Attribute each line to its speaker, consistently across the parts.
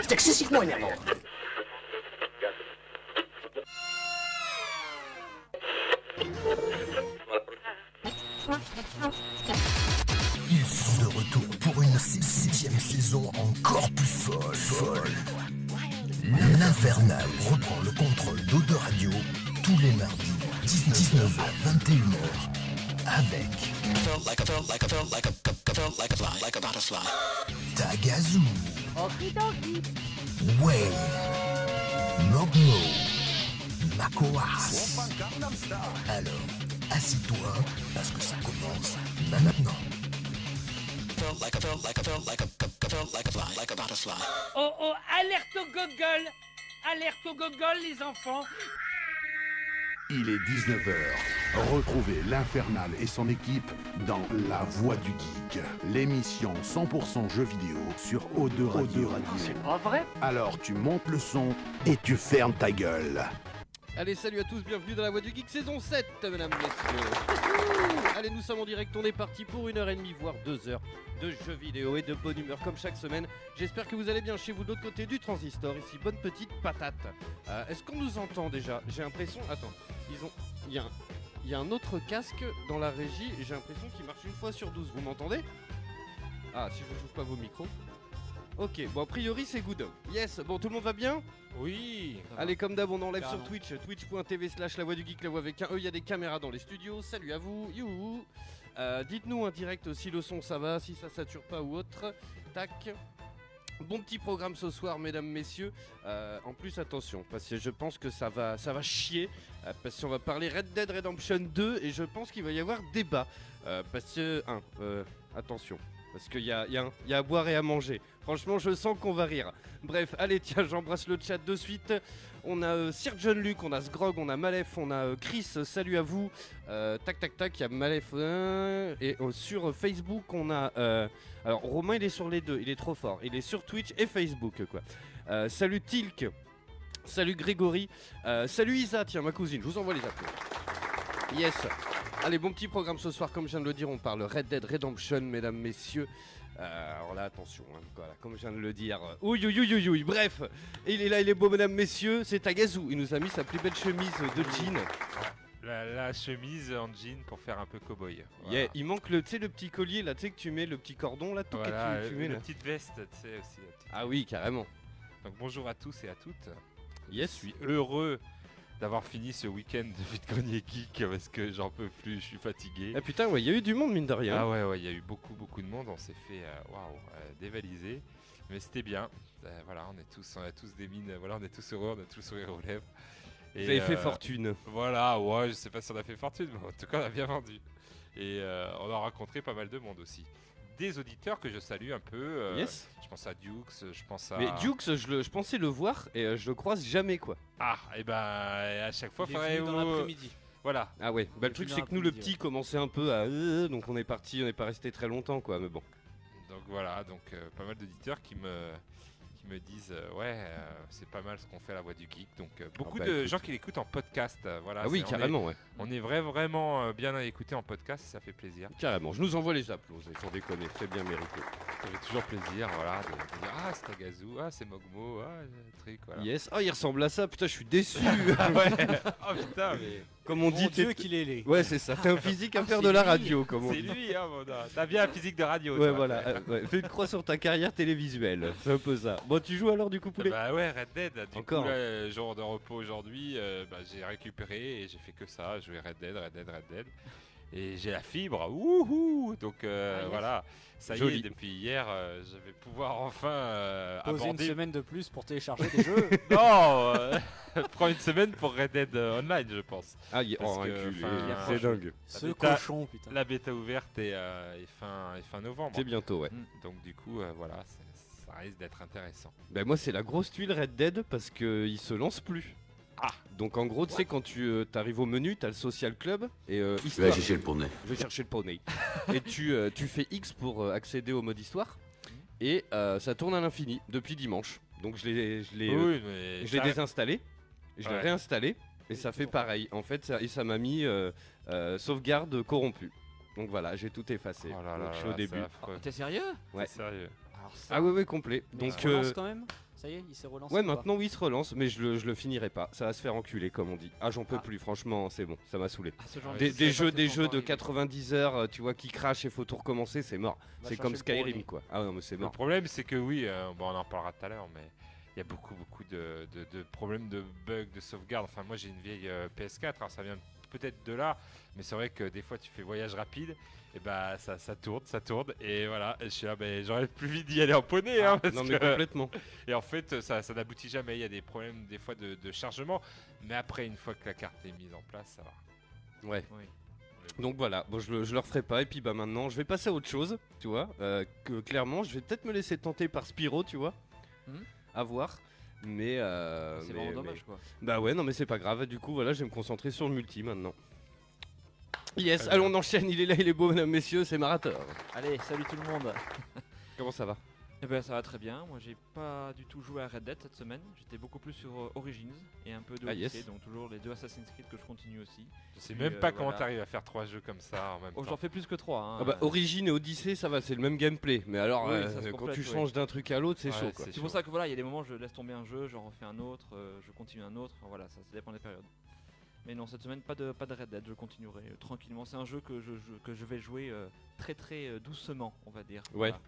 Speaker 1: C'est excessivement énervant.
Speaker 2: Ils sont de retour pour une si- septième saison encore plus folle. folle. L'Infernal reprend le contrôle d'Ode Radio tous les mardis, 19h à 21h, avec Tagazu, Wayne, Mogmo, Makoas. Alors, assis-toi, parce que ça commence maintenant.
Speaker 3: Oh oh, alerte au gogol Alerte au gogol les enfants
Speaker 4: Il est 19h. Retrouvez l'Infernal et son équipe dans La Voix du Geek, l'émission 100% jeux vidéo sur O2 Radio.
Speaker 1: pas vrai
Speaker 4: Alors tu montes le son et tu fermes ta gueule.
Speaker 5: Allez, salut à tous, bienvenue dans la Voix du Geek saison 7, mesdames, messieurs. Allez, nous sommes en direct, on est parti pour une heure et demie, voire deux heures de jeux vidéo et de bonne humeur comme chaque semaine. J'espère que vous allez bien chez vous de l'autre côté du transistor, ici, bonne petite patate. Euh, Est-ce qu'on nous entend déjà J'ai l'impression. Attends, ils ont. Il y, a un- il y a un autre casque dans la régie et j'ai l'impression qu'il marche une fois sur 12. Vous m'entendez Ah, si je ne pas vos micros. Ok, bon, a priori, c'est good. Yes, bon, tout le monde va bien
Speaker 6: Oui
Speaker 5: Allez, comme d'hab, on est en live sur
Speaker 6: Carrément.
Speaker 5: Twitch, twitch.tv slash la voix du geek, la voix avec un E. Il y a des caméras dans les studios. Salut à vous, youhou. Euh, Dites-nous en direct si le son ça va, si ça sature pas ou autre. Tac. Bon petit programme ce soir, mesdames, messieurs. Euh, en plus, attention, parce que je pense que ça va, ça va chier. euh, parce qu'on va parler Red Dead Redemption 2 et je pense qu'il va y avoir débat. Euh, parce que, un, euh, attention, parce qu'il y a, il y a un- il y a à boire et à manger. Franchement, je sens qu'on va rire. Bref, allez, tiens, j'embrasse le chat de suite. On a euh, Sir John Luke, on a Sgrog, on a Malef, on a euh, Chris, euh, salut à vous. Euh, tac tac tac, il y a Malef. euh, et euh, sur euh, Facebook, on a. euh, alors Romain, il est sur les deux, il est trop fort. Il est sur Twitch et Facebook, quoi. Euh, salut Tilk, salut Grégory, euh, salut Isa, tiens, ma cousine, je vous envoie les applaudissements. Yes. Allez, bon petit programme ce soir, comme je viens de le dire, on parle Red Dead Redemption, mesdames, messieurs. Euh, alors là, attention, hein, voilà, comme je viens de le dire. euh, Ouïe, ouïe, ouïe, ouïe, ouïe, bref, et il est là, il est beau, mesdames, messieurs, c'est Tagazu. Il nous a mis sa plus belle chemise de jean.
Speaker 6: la, la chemise en jean pour faire un peu cow-boy. Voilà.
Speaker 5: Yeah, Il manque le, tu sais, le petit collier là, tu sais que tu mets le petit cordon là, tout
Speaker 6: Voilà,
Speaker 5: que tu, tu
Speaker 6: euh,
Speaker 5: mets
Speaker 6: une
Speaker 5: là.
Speaker 6: petite veste, tu sais aussi. la petite-
Speaker 5: Ah oui, carrément.
Speaker 6: Donc bonjour à tous et à toutes. Je
Speaker 5: Yes.
Speaker 6: suis heureux d'avoir fini ce week-end de Vite Grenier Geek parce que j'en peux plus, je suis fatigué.
Speaker 5: Ah putain, ouais, il y a eu du monde mine de rien.
Speaker 6: Ah ouais, ouais, il y a eu beaucoup, beaucoup de monde, on s'est fait, euh, waouh, euh, dévaliser. Mais c'était bien. Euh, voilà, on est tous, on a tous des mines, euh, voilà, on est tous heureux, on a tous le sourire aux lèvres.
Speaker 5: Vous
Speaker 6: Et,
Speaker 5: avez fait
Speaker 6: euh,
Speaker 5: fortune.
Speaker 6: Voilà, ouais, je sais pas si on a fait fortune, mais en tout cas, on a bien vendu. Et euh, on a rencontré pas mal de monde aussi. Des auditeurs que je salue un peu. euh,
Speaker 5: yes.
Speaker 6: Je pense à Dukes, je pense à.
Speaker 5: Mais Dukes, je, le- je pensais le voir et euh, je le croise jamais quoi.
Speaker 6: Ah, et ben à chaque fois,
Speaker 7: Il est
Speaker 6: faudrait
Speaker 7: venu dans
Speaker 6: vous-
Speaker 7: l'après-midi.
Speaker 6: Voilà.
Speaker 5: Ah ouais. Bah le
Speaker 7: Je
Speaker 5: truc
Speaker 7: viens
Speaker 5: c'est que nous le
Speaker 7: après-midi,
Speaker 5: petit commençait un peu à euh, donc on est parti, on n'est pas resté très longtemps quoi. Mais bon.
Speaker 6: Donc voilà, donc euh, pas mal d'auditeurs qui me qui me disent euh, ouais euh, c'est pas mal ce qu'on fait à la voix du geek donc euh, beaucoup
Speaker 5: bah,
Speaker 6: de
Speaker 5: écoute.
Speaker 6: gens qui l'écoutent en podcast euh, voilà
Speaker 5: Ah, oui,
Speaker 6: c'est- on est-
Speaker 5: carrément, ouais.
Speaker 6: on est, vrai- vraiment euh, bien à écouter en podcast ça fait plaisir
Speaker 5: Carrément. Je nous envoie les applaudissements sans déconner, c'est bien mérité.
Speaker 6: ça fait toujours plaisir voilà de, de dire ah c'est Tagazu ah c'est Mogmo ah euh, truc voilà
Speaker 5: Yes. Ah, il ressemble à ça. Putain, je suis déçu.
Speaker 6: oh putain mais
Speaker 5: Comme on
Speaker 7: Mon
Speaker 5: dit, t'es-
Speaker 7: Dieu qu'il est laid.
Speaker 5: Ouais, c'est ça. T'es un physique à
Speaker 7: Ah,
Speaker 5: faire
Speaker 7: c'est
Speaker 5: de la
Speaker 7: lui.
Speaker 5: radio, comme on
Speaker 6: C'est
Speaker 5: dit.
Speaker 6: lui, hein, mon gars. T'as bien la physique de radio.
Speaker 5: Ouais,
Speaker 6: toi.
Speaker 5: voilà. euh, ouais. Fais une croix sur ta carrière télévisuelle. C'est un peu ça. Bon, tu joues alors du coup,
Speaker 7: Euh,
Speaker 5: poulet
Speaker 6: Bah ouais, Red Dead. Du
Speaker 5: Encore.
Speaker 6: coup, là, euh, jour de repos aujourd'hui, euh, bah, j'ai récupéré et j'ai fait que ça. Jouer Red Dead, Red Dead, Red Dead. Et j'ai la fibre. Wouhou Donc euh,
Speaker 7: Ah, yes.
Speaker 6: voilà. Ça y
Speaker 5: Joli.
Speaker 6: est, depuis hier, euh, je vais pouvoir enfin euh,
Speaker 7: Poser une
Speaker 6: aborder.
Speaker 7: semaine de plus pour télécharger des jeux.
Speaker 6: Non euh, Prends une semaine pour Red Dead euh, Online, je pense.
Speaker 5: Ah, il-
Speaker 6: parce
Speaker 5: oh,
Speaker 6: que,
Speaker 5: enculé.
Speaker 6: enfin,
Speaker 5: C'est dingue.
Speaker 7: Ce
Speaker 6: bêta-
Speaker 7: cochon, putain.
Speaker 6: La bêta ouverte est, euh, est fin, est fin novembre.
Speaker 5: C'est bientôt, ouais.
Speaker 6: Donc du coup, euh, voilà, c'est- ça risque d'être intéressant.
Speaker 5: Bah, moi, c'est la grosse tuile Red Dead parce que il se lance plus.
Speaker 6: Ah.
Speaker 5: Donc, en gros, tu sais, quand tu euh, t'arrives au menu, t'as le social club et euh,
Speaker 1: Je vais
Speaker 5: histoire.
Speaker 1: aller chercher le poney.
Speaker 5: Je vais chercher le poney. et tu, euh, tu fais X pour euh, accéder au mode histoire. Et euh, ça tourne à l'infini depuis dimanche. Donc, je l'ai. je l'ai, euh,
Speaker 6: Oui, mais
Speaker 5: Je l'ai
Speaker 6: ça-
Speaker 5: désinstallé, et je l'ai
Speaker 6: Ouais.
Speaker 5: réinstallé, et ça fait pareil. En fait, ça, et ça m'a mis euh, euh, sauvegarde corrompue. Donc voilà, j'ai tout effacé.
Speaker 6: Oh là là
Speaker 5: Donc, je suis
Speaker 6: là,
Speaker 5: au
Speaker 6: c'est
Speaker 5: début. Ah,
Speaker 6: affreux.
Speaker 7: T'es sérieux
Speaker 5: Ouais.
Speaker 6: C'est sérieux.
Speaker 7: Alors ça,
Speaker 5: Ah oui, oui, complet.
Speaker 7: mais on
Speaker 5: Donc
Speaker 7: se relance
Speaker 5: euh,
Speaker 7: quand même
Speaker 8: Ça y est, il s'est relancé.
Speaker 5: Ouais,
Speaker 8: ou pas
Speaker 5: maintenant oui, il se relance, mais je le, je le finirai pas. Ça va se faire enculer, comme on dit. Ah, j'en peux
Speaker 8: Ah.
Speaker 5: plus, franchement, c'est bon, ça m'a saoulé.
Speaker 8: Ah, ce
Speaker 6: Ah
Speaker 8: genre
Speaker 6: ouais,
Speaker 5: Des,
Speaker 6: je
Speaker 5: des
Speaker 6: savais pas
Speaker 5: jeux,
Speaker 6: que
Speaker 5: des
Speaker 6: c'était
Speaker 5: jeux
Speaker 6: encore
Speaker 5: de
Speaker 6: arrivé.
Speaker 5: 90 heures, euh, tu vois, qui crachent et faut tout recommencer, c'est mort.
Speaker 8: va
Speaker 5: C'est
Speaker 8: chercher
Speaker 5: comme
Speaker 8: le premier.
Speaker 5: Skyrim, quoi. Ah non, mais c'est
Speaker 6: Le
Speaker 5: mort.
Speaker 6: problème, c'est que oui, euh, bon, on en reparlera tout à l'heure, mais il y a beaucoup, beaucoup de, de- de problèmes de bugs, de sauvegarde. Enfin, moi, j'ai une vieille euh, PS4, alors ça vient peut-être de là, mais c'est vrai que des fois, tu fais voyage rapide, et bah ça, ça tourne, ça tourne, et voilà. Et je suis là, ben, j'aurais plus vite d'y aller en poney, hein, parce
Speaker 5: Ah, non, mais
Speaker 6: que-
Speaker 5: complètement.
Speaker 6: Et en fait, ça, ça n'aboutit jamais. Il y a des problèmes, des fois, de, de chargement, mais après, une fois que la carte est mise en place, ça va.
Speaker 5: Ouais.
Speaker 6: Oui.
Speaker 5: Donc voilà, bon, je, le, je le referai pas. Et puis bah maintenant, je vais passer à autre chose, tu vois. euh, que clairement, je vais peut-être me laisser tenter par Spyro, tu vois.
Speaker 6: Hmm.
Speaker 1: Mhm.
Speaker 5: À voir. Mais. euh,
Speaker 6: Ah,
Speaker 1: C'est
Speaker 5: mais-
Speaker 1: vraiment
Speaker 5: mais-
Speaker 1: dommage quoi.
Speaker 5: Bah ouais, non, mais c'est pas grave. Du coup, voilà, je vais me concentrer sur le multi maintenant. Yes,
Speaker 6: Très bien.
Speaker 5: allons, on enchaîne. Il est là, il est beau, mesdames, messieurs, c'est Marathon.
Speaker 1: Allez, salut tout le monde.
Speaker 5: Comment ça va
Speaker 1: Eh ben ça va très bien. Moi j'ai pas du tout joué à Red Dead cette semaine. J'étais beaucoup plus sur euh, Origins et un peu de
Speaker 5: Ah, yes.
Speaker 1: Odyssey, donc toujours les deux Assassin's Creed que je continue aussi.
Speaker 6: Je sais
Speaker 1: Puis,
Speaker 6: même
Speaker 1: euh,
Speaker 6: pas comment
Speaker 1: voilà.
Speaker 6: t'arrives à faire trois jeux comme ça en même
Speaker 1: Oh,
Speaker 6: temps.
Speaker 1: j'en fais plus que trois. Hein.
Speaker 5: Ah bah, Origine et Odyssée, ça va, c'est le même gameplay. Mais alors,
Speaker 1: Oui,
Speaker 5: euh,
Speaker 1: ça se
Speaker 5: quand
Speaker 1: complète,
Speaker 5: tu
Speaker 1: ouais.
Speaker 5: changes d'un truc à l'autre, c'est
Speaker 6: Ouais,
Speaker 5: chaud quoi.
Speaker 1: C'est pour ça que voilà, il y a des moments je laisse tomber un jeu, j'en refais un autre, euh, je continue un autre, enfin, voilà, ça, ça dépend des périodes. Mais non, cette semaine pas de pas de Red Dead, je continuerai euh, tranquillement. C'est un jeu que je, je- que je vais jouer euh, très très euh, doucement, on va dire.
Speaker 5: Ouais.
Speaker 1: Voilà.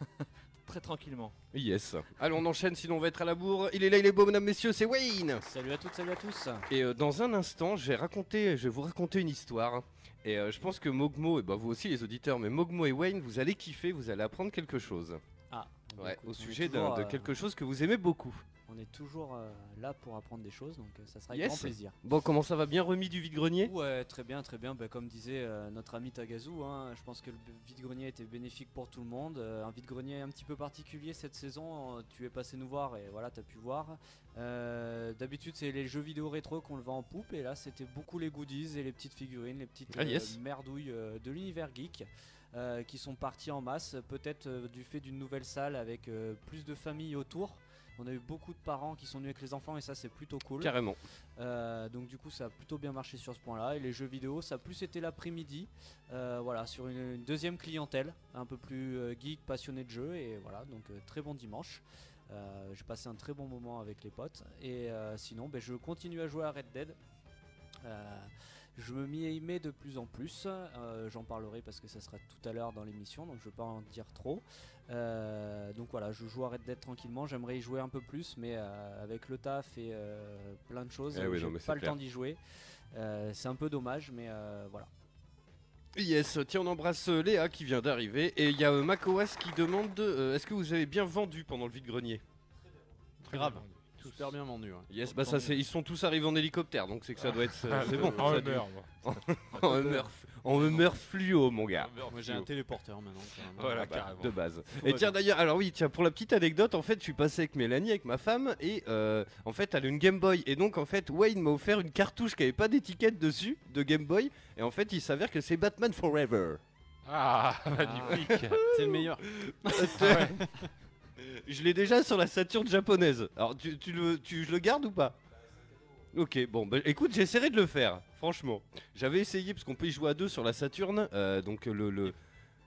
Speaker 1: très tranquillement.
Speaker 5: Yes. Allons, on enchaîne, sinon on va être à la bourre. Il est là, il est beau, mesdames, messieurs, c'est Wayne.
Speaker 8: Salut à toutes, salut à tous.
Speaker 5: Et euh, dans un instant, je vais, raconter, je vais vous raconter une histoire. Et euh, je pense que Mogmo, et bah vous aussi les auditeurs, mais Mogmo et Wayne, vous allez kiffer, vous allez apprendre quelque chose.
Speaker 8: Ah. bah
Speaker 5: Ouais,
Speaker 8: écoute,
Speaker 5: au
Speaker 8: on est
Speaker 5: sujet d'un-
Speaker 8: toujours,
Speaker 5: de
Speaker 8: euh,
Speaker 5: quelque chose que vous aimez beaucoup.
Speaker 8: On est toujours euh, là pour apprendre des choses, donc euh, ça sera avec
Speaker 5: Yes.
Speaker 8: grand plaisir.
Speaker 5: Bon, comment ça va bien remis du vide-grenier
Speaker 8: Ouais, très bien, très bien. Bah, comme disait euh, notre ami Tagazu, hein, je pense que le b- vide-grenier était bénéfique pour tout le monde. Euh, un vide-grenier un petit peu particulier cette saison. euh, tu es passé nous voir et voilà, t'as pu voir. Euh, D'habitude, c'est les jeux vidéo rétro qu'on le vend en poupe. Et là, c'était beaucoup les goodies et les petites figurines, les petites
Speaker 5: Ah, yes.
Speaker 8: merdouilles euh, de l'univers geek. euh, qui sont partis en masse, peut-être euh, du fait d'une nouvelle salle avec euh, plus de familles autour. On a eu beaucoup de parents qui sont venus avec les enfants et ça c'est plutôt cool.
Speaker 5: Carrément.
Speaker 8: Euh, donc du coup ça a plutôt bien marché sur ce point-là et les jeux vidéo ça a plus été l'après-midi euh, voilà sur une, une deuxième clientèle un peu plus euh, geek passionné de jeu et voilà donc euh, très bon dimanche Euh, j'ai passé un très bon moment avec les potes et euh, sinon ben, je continue à jouer à Red Dead Euh, je me m'y mets de plus en plus Euh, j'en parlerai parce que ça sera tout à l'heure dans l'émission donc je ne vais pas en dire trop euh, donc voilà, je joue à Red Dead tranquillement. J'aimerais y jouer un peu plus, mais euh, avec le taf et euh, plein de choses,
Speaker 5: Eh oui,
Speaker 8: j'ai
Speaker 5: non, mais c'est
Speaker 8: pas le
Speaker 5: clair.
Speaker 8: temps d'y jouer. Euh, c'est un peu dommage, mais euh, voilà.
Speaker 5: Yes, tiens, on embrasse euh, Léa qui vient d'arriver. Et il y a euh, Makoas qui demande euh, est-ce que vous avez bien vendu pendant le vide-grenier
Speaker 9: Grave. Super bien vendu. hein.
Speaker 5: Yes, bah ça, c'est, ils sont tous arrivés en hélicocoptère, donc c'est que ça doit être.
Speaker 6: Ah,
Speaker 9: Ah,
Speaker 5: euh, c'est bon.
Speaker 6: En
Speaker 5: Ça
Speaker 6: humeur, moi.
Speaker 5: doit- En humeur, en humeur fluo, mon gars.
Speaker 9: Moi j'ai un téléporteur maintenant. carrément.
Speaker 6: Voilà,
Speaker 5: Ah bah,
Speaker 6: carrément.
Speaker 5: de base.
Speaker 9: Tout
Speaker 5: Et tiens
Speaker 9: va bien.
Speaker 5: d'ailleurs, alors oui, tiens pour la petite anecdote, en fait, je suis passé avec Mélanie, avec ma femme, et euh, en fait, elle a une Game Boy, et donc en fait, Wayne m'a offert une cartouche qui avait pas d'étiquette dessus de Game Boy, et en fait, il s'avère que c'est Batman Forever.
Speaker 6: Ah, magnifique.
Speaker 9: C'est le meilleur.
Speaker 5: Je l'ai déjà sur la Saturne japonaise. Alors, tu, tu le, tu, je le garde ou pas Ok, bon, bah, écoute, j'essaierai de le faire, franchement. J'avais essayé parce qu'on peut y jouer à deux sur la Saturne, euh, donc le, le...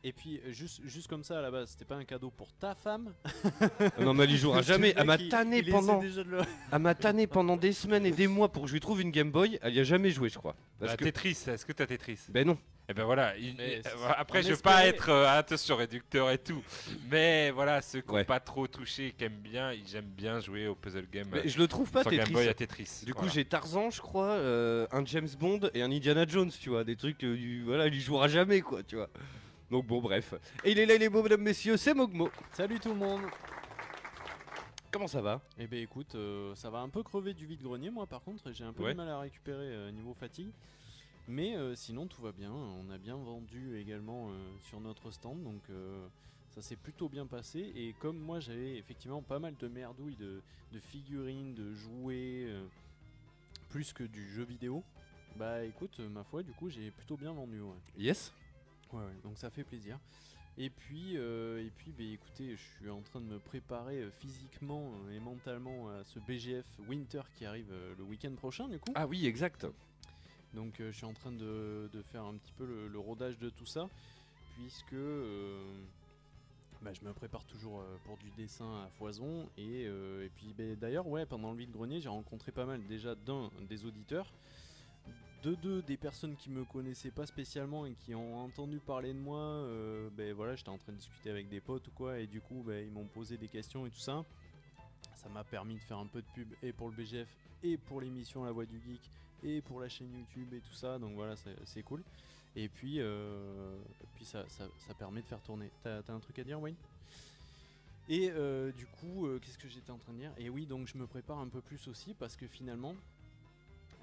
Speaker 9: Et puis euh, juste, juste comme ça à la base, c'était pas un cadeau pour ta femme.
Speaker 5: non mais elle y jouera
Speaker 9: Parce que le
Speaker 5: jamais. Elle
Speaker 9: mec,
Speaker 5: m'a
Speaker 9: il-
Speaker 5: tanné
Speaker 9: il essaie
Speaker 5: pendant.
Speaker 9: déjà de le-
Speaker 5: Elle m'a tanné pendant des semaines et des mois pour que je lui trouve une Game Boy. Elle y a jamais joué, je crois. Parce
Speaker 6: Bah,
Speaker 5: que.
Speaker 6: Tetris, est-ce que t'as Tetris
Speaker 5: Ben non.
Speaker 6: Eh ben voilà, il-
Speaker 9: Mais
Speaker 6: euh,
Speaker 9: c'est-
Speaker 6: voilà, après
Speaker 9: on
Speaker 6: je veux
Speaker 9: espérait-
Speaker 6: pas être euh, attention réducteur et tout, mais voilà, ceux qui n'ont
Speaker 5: Ouais.
Speaker 6: pas trop touché, qui aiment bien, ils aiment bien jouer au puzzle game
Speaker 5: Mais
Speaker 6: euh,
Speaker 5: je le trouve pas
Speaker 6: sur
Speaker 5: Tetris.
Speaker 6: Game Boy à Tetris.
Speaker 5: Du coup,
Speaker 6: voilà.
Speaker 5: j'ai Tarzan, je crois, euh, un James Bond et un Indiana Jones, tu vois, des trucs, euh, du- voilà, il y jouera jamais, quoi, tu vois. Donc bon, bref. Et il est là, il est beau, mesdames, messieurs, c'est Mogmo.
Speaker 9: Salut tout le monde.
Speaker 5: Comment ça va
Speaker 9: Eh ben écoute, euh, ça va un peu crever du vide grenier moi par contre, et j'ai un peu
Speaker 5: Ouais.
Speaker 9: du mal à récupérer euh, niveau fatigue. Mais euh, sinon tout va bien, on a bien vendu également euh, sur notre stand, donc euh, ça s'est plutôt bien passé. Et comme moi j'avais effectivement pas mal de merdouilles, de, de figurines, de jouets, euh, plus que du jeu vidéo, bah écoute, euh, ma foi du coup j'ai plutôt bien vendu. Ouais.
Speaker 5: Yes.
Speaker 9: Ouais, ouais, donc ça fait plaisir. Et puis, euh, et puis bah, écoutez, je suis en train de me préparer euh, physiquement euh, et mentalement à ce BGF Winter qui arrive euh, le week-end prochain, du coup.
Speaker 5: Ah oui, exact.
Speaker 9: Donc euh, je suis en train de, de faire un petit peu le, le rodage de tout ça, puisque euh, bah, je me prépare toujours euh, pour du dessin à foison. Et, euh, et puis ben, d'ailleurs, ouais, pendant le vide-grenier, j'ai rencontré pas mal déjà d'un, des auditeurs, de deux, des personnes qui me connaissaient pas spécialement et qui ont entendu parler de moi. euh, ben voilà, j'étais en train de discuter avec des potes ou quoi, et du coup, ben, ils m'ont posé des questions et tout ça. Ça m'a permis de faire un peu de pub et pour le BGF et pour l'émission La Voix du Geek et pour la chaîne YouTube et tout ça. Donc voilà, c'est- c'est cool. Et puis, euh, et puis ça, ça, ça permet de faire tourner. T'as t'as un truc à dire, Wayne Et euh, du coup, euh, qu'est-ce que j'étais en train de dire Et oui, donc je me prépare un peu plus aussi parce que finalement,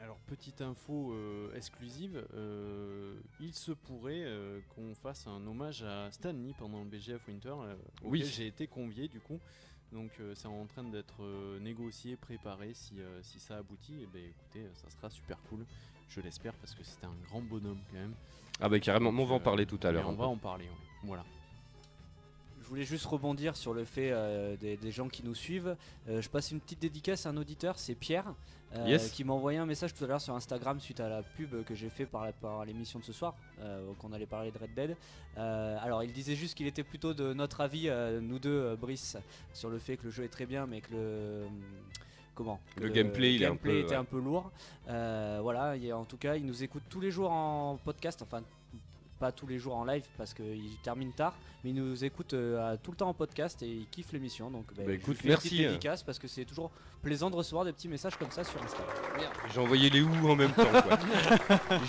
Speaker 9: alors petite info euh, exclusive, euh, il se pourrait euh, qu'on fasse un hommage à Stanley pendant le BGF Winter. euh,
Speaker 5: Oui.
Speaker 9: auquel J'ai été convié du coup. Donc euh, c'est en train d'être euh, négocié, préparé. Si, euh, si ça aboutit, et ben écoutez, ça sera super cool. Je l'espère parce que c'était un grand bonhomme quand même.
Speaker 5: Ah bah carrément, on va en
Speaker 9: Euh,
Speaker 5: parler tout à
Speaker 9: et
Speaker 5: l'heure.
Speaker 9: On
Speaker 5: un
Speaker 9: va
Speaker 5: peu.
Speaker 9: en parler, ouais. voilà.
Speaker 8: Je voulais juste rebondir sur le fait euh, des, des gens qui nous suivent. Euh, je passe une petite dédicace à un auditeur, c'est Pierre, euh,
Speaker 5: Yes.
Speaker 8: qui m'a envoyé un message tout à l'heure sur Instagram suite à la pub que j'ai fait par, la- par l'émission de ce soir, euh, qu'on allait parler de Red Dead. Euh, alors il disait juste qu'il était plutôt de notre avis, euh, nous deux, euh, Brice, sur le fait que le jeu est très bien, mais que le... euh, Comment que
Speaker 5: Le gameplay, il est un
Speaker 8: gameplay
Speaker 5: peu,
Speaker 8: était
Speaker 5: ouais.
Speaker 8: un peu lourd. Euh, voilà, et en tout cas, il nous écoute tous les jours en podcast, enfin pas tous les jours en live parce qu'il termine tard, mais il nous écoute euh, à- tout le temps en podcast et il kiffe l'émission. Donc, bah,
Speaker 5: Bah, écoute,
Speaker 8: je lui fais une petite
Speaker 5: merci.
Speaker 8: dédicace parce que c'est toujours plaisant de recevoir des petits messages comme ça sur Insta.
Speaker 5: J'ai envoyé les ou en même temps. Quoi.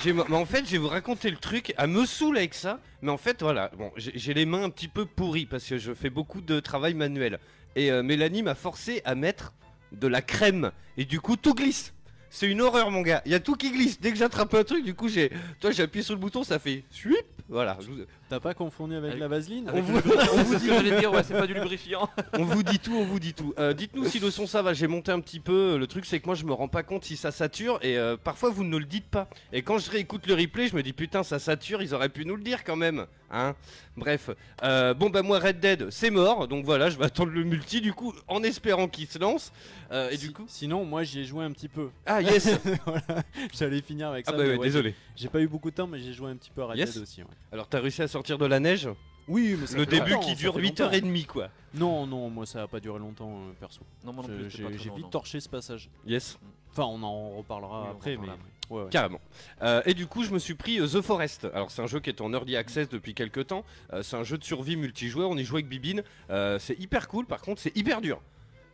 Speaker 5: J'ai- mais en fait, je vais vous raconter le truc. Elle me saoule avec ça. Mais en fait, voilà. Bon, j'ai j'ai les mains un petit peu pourries parce que je fais beaucoup de travail manuel. Et euh, Mélanie m'a forcé à mettre de la crème. Et du coup, tout glisse. C'est une horreur, mon gars. Il y a tout qui glisse. Dès que j'attrape un truc, du coup, j'ai. Toi, j'ai appuyé sur le bouton, ça fait. Suip Voilà. Je vous-
Speaker 9: T'as pas confondu avec,
Speaker 1: Avec-
Speaker 9: la vaseline
Speaker 1: Avec
Speaker 5: On
Speaker 1: le-
Speaker 5: vous-
Speaker 1: on vous dit, j'allais dire, ouais, c'est pas du lubrifiant.
Speaker 5: On vous dit tout, on vous dit tout. Euh, Dites-nous si le son ça va, j'ai monté un petit peu. Le truc c'est que moi je me rends pas compte si ça sature et euh, parfois vous ne le dites pas. Et quand je réécoute le replay, je me dis putain ça sature, ils auraient pu nous le dire quand même. Hein Bref. Euh, bon bah moi Red Dead c'est mort, donc voilà, je vais attendre le multi du coup en espérant qu'il se lance. Euh, et
Speaker 9: Si-
Speaker 5: du coup...
Speaker 9: Sinon, moi j'y ai joué un petit peu.
Speaker 5: Ah yes
Speaker 9: Voilà, J'allais finir avec
Speaker 5: Ah
Speaker 9: ça.
Speaker 5: bah
Speaker 9: mais
Speaker 5: ouais,
Speaker 9: ouais,
Speaker 5: désolé.
Speaker 9: J'ai pas eu beaucoup de temps, mais j'ai joué un petit peu à Red
Speaker 5: Yes.
Speaker 9: Dead aussi. ouais.
Speaker 5: Alors t'as réussi à sortir de la neige
Speaker 9: Oui, mais ça
Speaker 5: Le
Speaker 9: fait
Speaker 5: début
Speaker 9: longtemps,
Speaker 5: qui
Speaker 9: ça
Speaker 5: dure
Speaker 9: fait
Speaker 5: 8h30 quoi.
Speaker 9: longtemps. Non, non, moi ça a pas duré longtemps euh, perso.
Speaker 1: Non, moi non
Speaker 9: Je-
Speaker 1: plus, c'était pas
Speaker 9: J'ai
Speaker 1: très
Speaker 9: j'ai
Speaker 1: long,
Speaker 9: vite
Speaker 1: non.
Speaker 9: torché ce passage.
Speaker 5: Yes.
Speaker 9: Enfin, on en reparlera
Speaker 1: Oui, on
Speaker 9: après, mais
Speaker 1: reparlera
Speaker 9: ouais, ouais.
Speaker 5: Carrément. Euh, et du coup, je me suis pris euh, The Forest. Alors, c'est un jeu qui est en early access depuis quelques temps. Euh, c'est un jeu de survie multijoueur. On y joue avec Bibine. Euh, c'est hyper cool. Par contre, c'est hyper dur.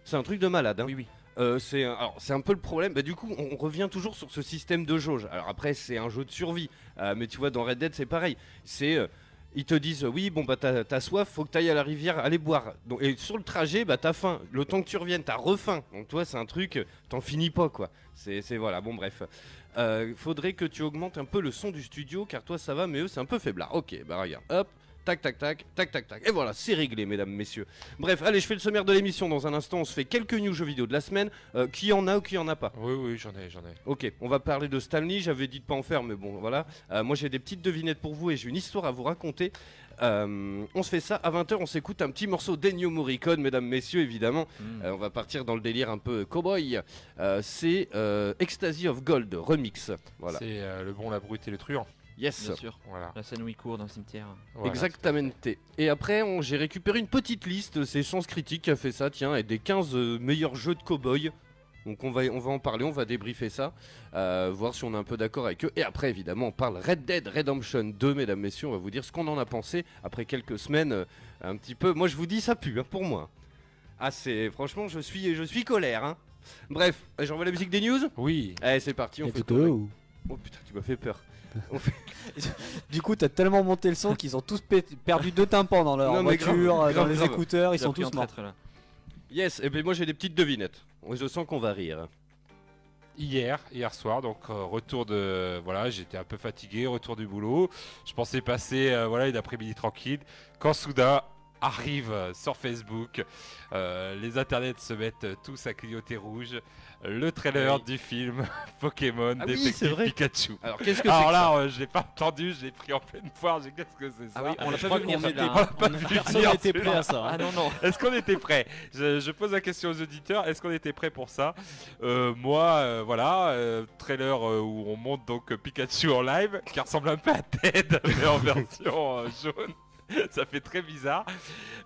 Speaker 5: C'est un truc de malade. hein.
Speaker 1: Oui, oui.
Speaker 5: Euh, c'est un- alors, c'est un peu le problème. Bah, du coup, on, on revient toujours sur ce système de jauge. Alors après, c'est un jeu de survie. Euh, mais tu vois, dans Red Dead, c'est pareil. C'est euh, ils te disent euh, oui, bon bah t'as t'as soif, faut que t'ailles à la rivière, aller boire. Donc, et sur le trajet, bah t'as faim. Le temps que tu reviennes, t'as refaim. Donc toi, c'est un truc, euh, t'en finis pas quoi. C'est c'est- voilà. Bon bref. Euh, faudrait que tu augmentes un peu le son du studio, car toi ça va, mais eux c'est un peu faiblard. Ok, bah regarde, hop. Tac, tac, tac, tac, tac, tac. Et voilà, c'est réglé, mesdames, messieurs. Bref, allez, je fais le sommaire de l'émission. Dans un instant, on se fait quelques news jeux vidéo de la semaine. Euh, qui en a ou qui en a pas
Speaker 6: Oui, oui, j'en ai, j'en ai.
Speaker 5: Ok, on va parler de Stanley. J'avais dit de pas en faire, mais bon, voilà. Euh, moi, j'ai des petites devinettes pour vous et j'ai une histoire à vous raconter. Euh, on se fait ça à 20h. On s'écoute un petit morceau d'Ennio Morricone, mesdames, messieurs, évidemment.
Speaker 1: Mm.
Speaker 5: Euh, on va partir dans le délire un peu cowboy. Euh, C'est euh, Ecstasy of Gold remix. Voilà.
Speaker 6: C'est euh, le bon, la brute et le truand.
Speaker 5: Yes.
Speaker 1: Bien sûr.
Speaker 6: Voilà.
Speaker 1: La scène où il court dans le cimetière.
Speaker 6: Voilà.
Speaker 5: Exactement. Et après, on- j'ai récupéré une petite liste, c'est Sens Critique qui a fait ça, tiens, et des 15 euh, meilleurs jeux de cow-boy. Donc on va, on va en parler, on va débriefer ça, euh, voir si on est un peu d'accord avec eux. Et après, évidemment, on parle Red Dead Redemption 2, mesdames, messieurs, on va vous dire ce qu'on en a pensé après quelques semaines, euh, un petit peu. Moi, je vous dis, ça pue, hein, pour moi. Ah, c'est... Franchement, je suis, je suis colère, hein. Bref, j'envoie la musique des news
Speaker 6: Oui.
Speaker 5: Allez, c'est parti, on fait... Oh putain, tu m'as fait peur.
Speaker 8: Du coup, t'as tellement monté le son qu'ils ont tous pé- perdu deux tympans dans leur
Speaker 5: Non, mais
Speaker 8: voiture,
Speaker 5: grave,
Speaker 8: euh, dans
Speaker 5: grave,
Speaker 8: les
Speaker 5: grave.
Speaker 8: écouteurs, ils
Speaker 1: Il a
Speaker 8: sont
Speaker 1: pris
Speaker 8: tous
Speaker 1: un
Speaker 8: morts.
Speaker 1: traître, là.
Speaker 5: Yes, et puis moi j'ai des petites devinettes. Je sens qu'on va rire. hein.
Speaker 6: hier, hier soir, donc euh, retour de voilà, j'étais un peu fatigué, retour du boulot. Je pensais passer euh, voilà une après-midi tranquille, quand soudain arrive euh, sur Facebook, euh, les internets se mettent euh, tous à clignoter rouge, le trailer
Speaker 5: Oui.
Speaker 6: du film Pokémon
Speaker 5: Ah oui, c'est
Speaker 6: Détective
Speaker 5: vrai.
Speaker 6: Pikachu.
Speaker 5: Alors qu'est-ce que c'est
Speaker 6: Alors
Speaker 5: que
Speaker 6: là, euh, je l'ai pas entendu, je l'ai pris en pleine poire, j'ai dit, qu'est-ce que c'est ça
Speaker 1: Ah oui, on l'a
Speaker 9: je
Speaker 1: pas
Speaker 9: crois
Speaker 1: vu venir
Speaker 9: qu'on
Speaker 1: celle-là,
Speaker 9: était
Speaker 1: hein.
Speaker 6: On l'a pas vu
Speaker 9: Personne
Speaker 6: venir,
Speaker 9: n'était prêt
Speaker 6: celui-là.
Speaker 9: à ça. hein.
Speaker 1: Ah non, non.
Speaker 6: Est-ce qu'on était prêt je, je pose la question aux auditeurs. Est-ce qu'on était prêt pour ça Euh, Moi, euh, voilà, euh, trailer euh, où on monte donc euh, Pikachu en live, qui ressemble un peu à Ted, mais en version euh, jaune. ça fait très bizarre.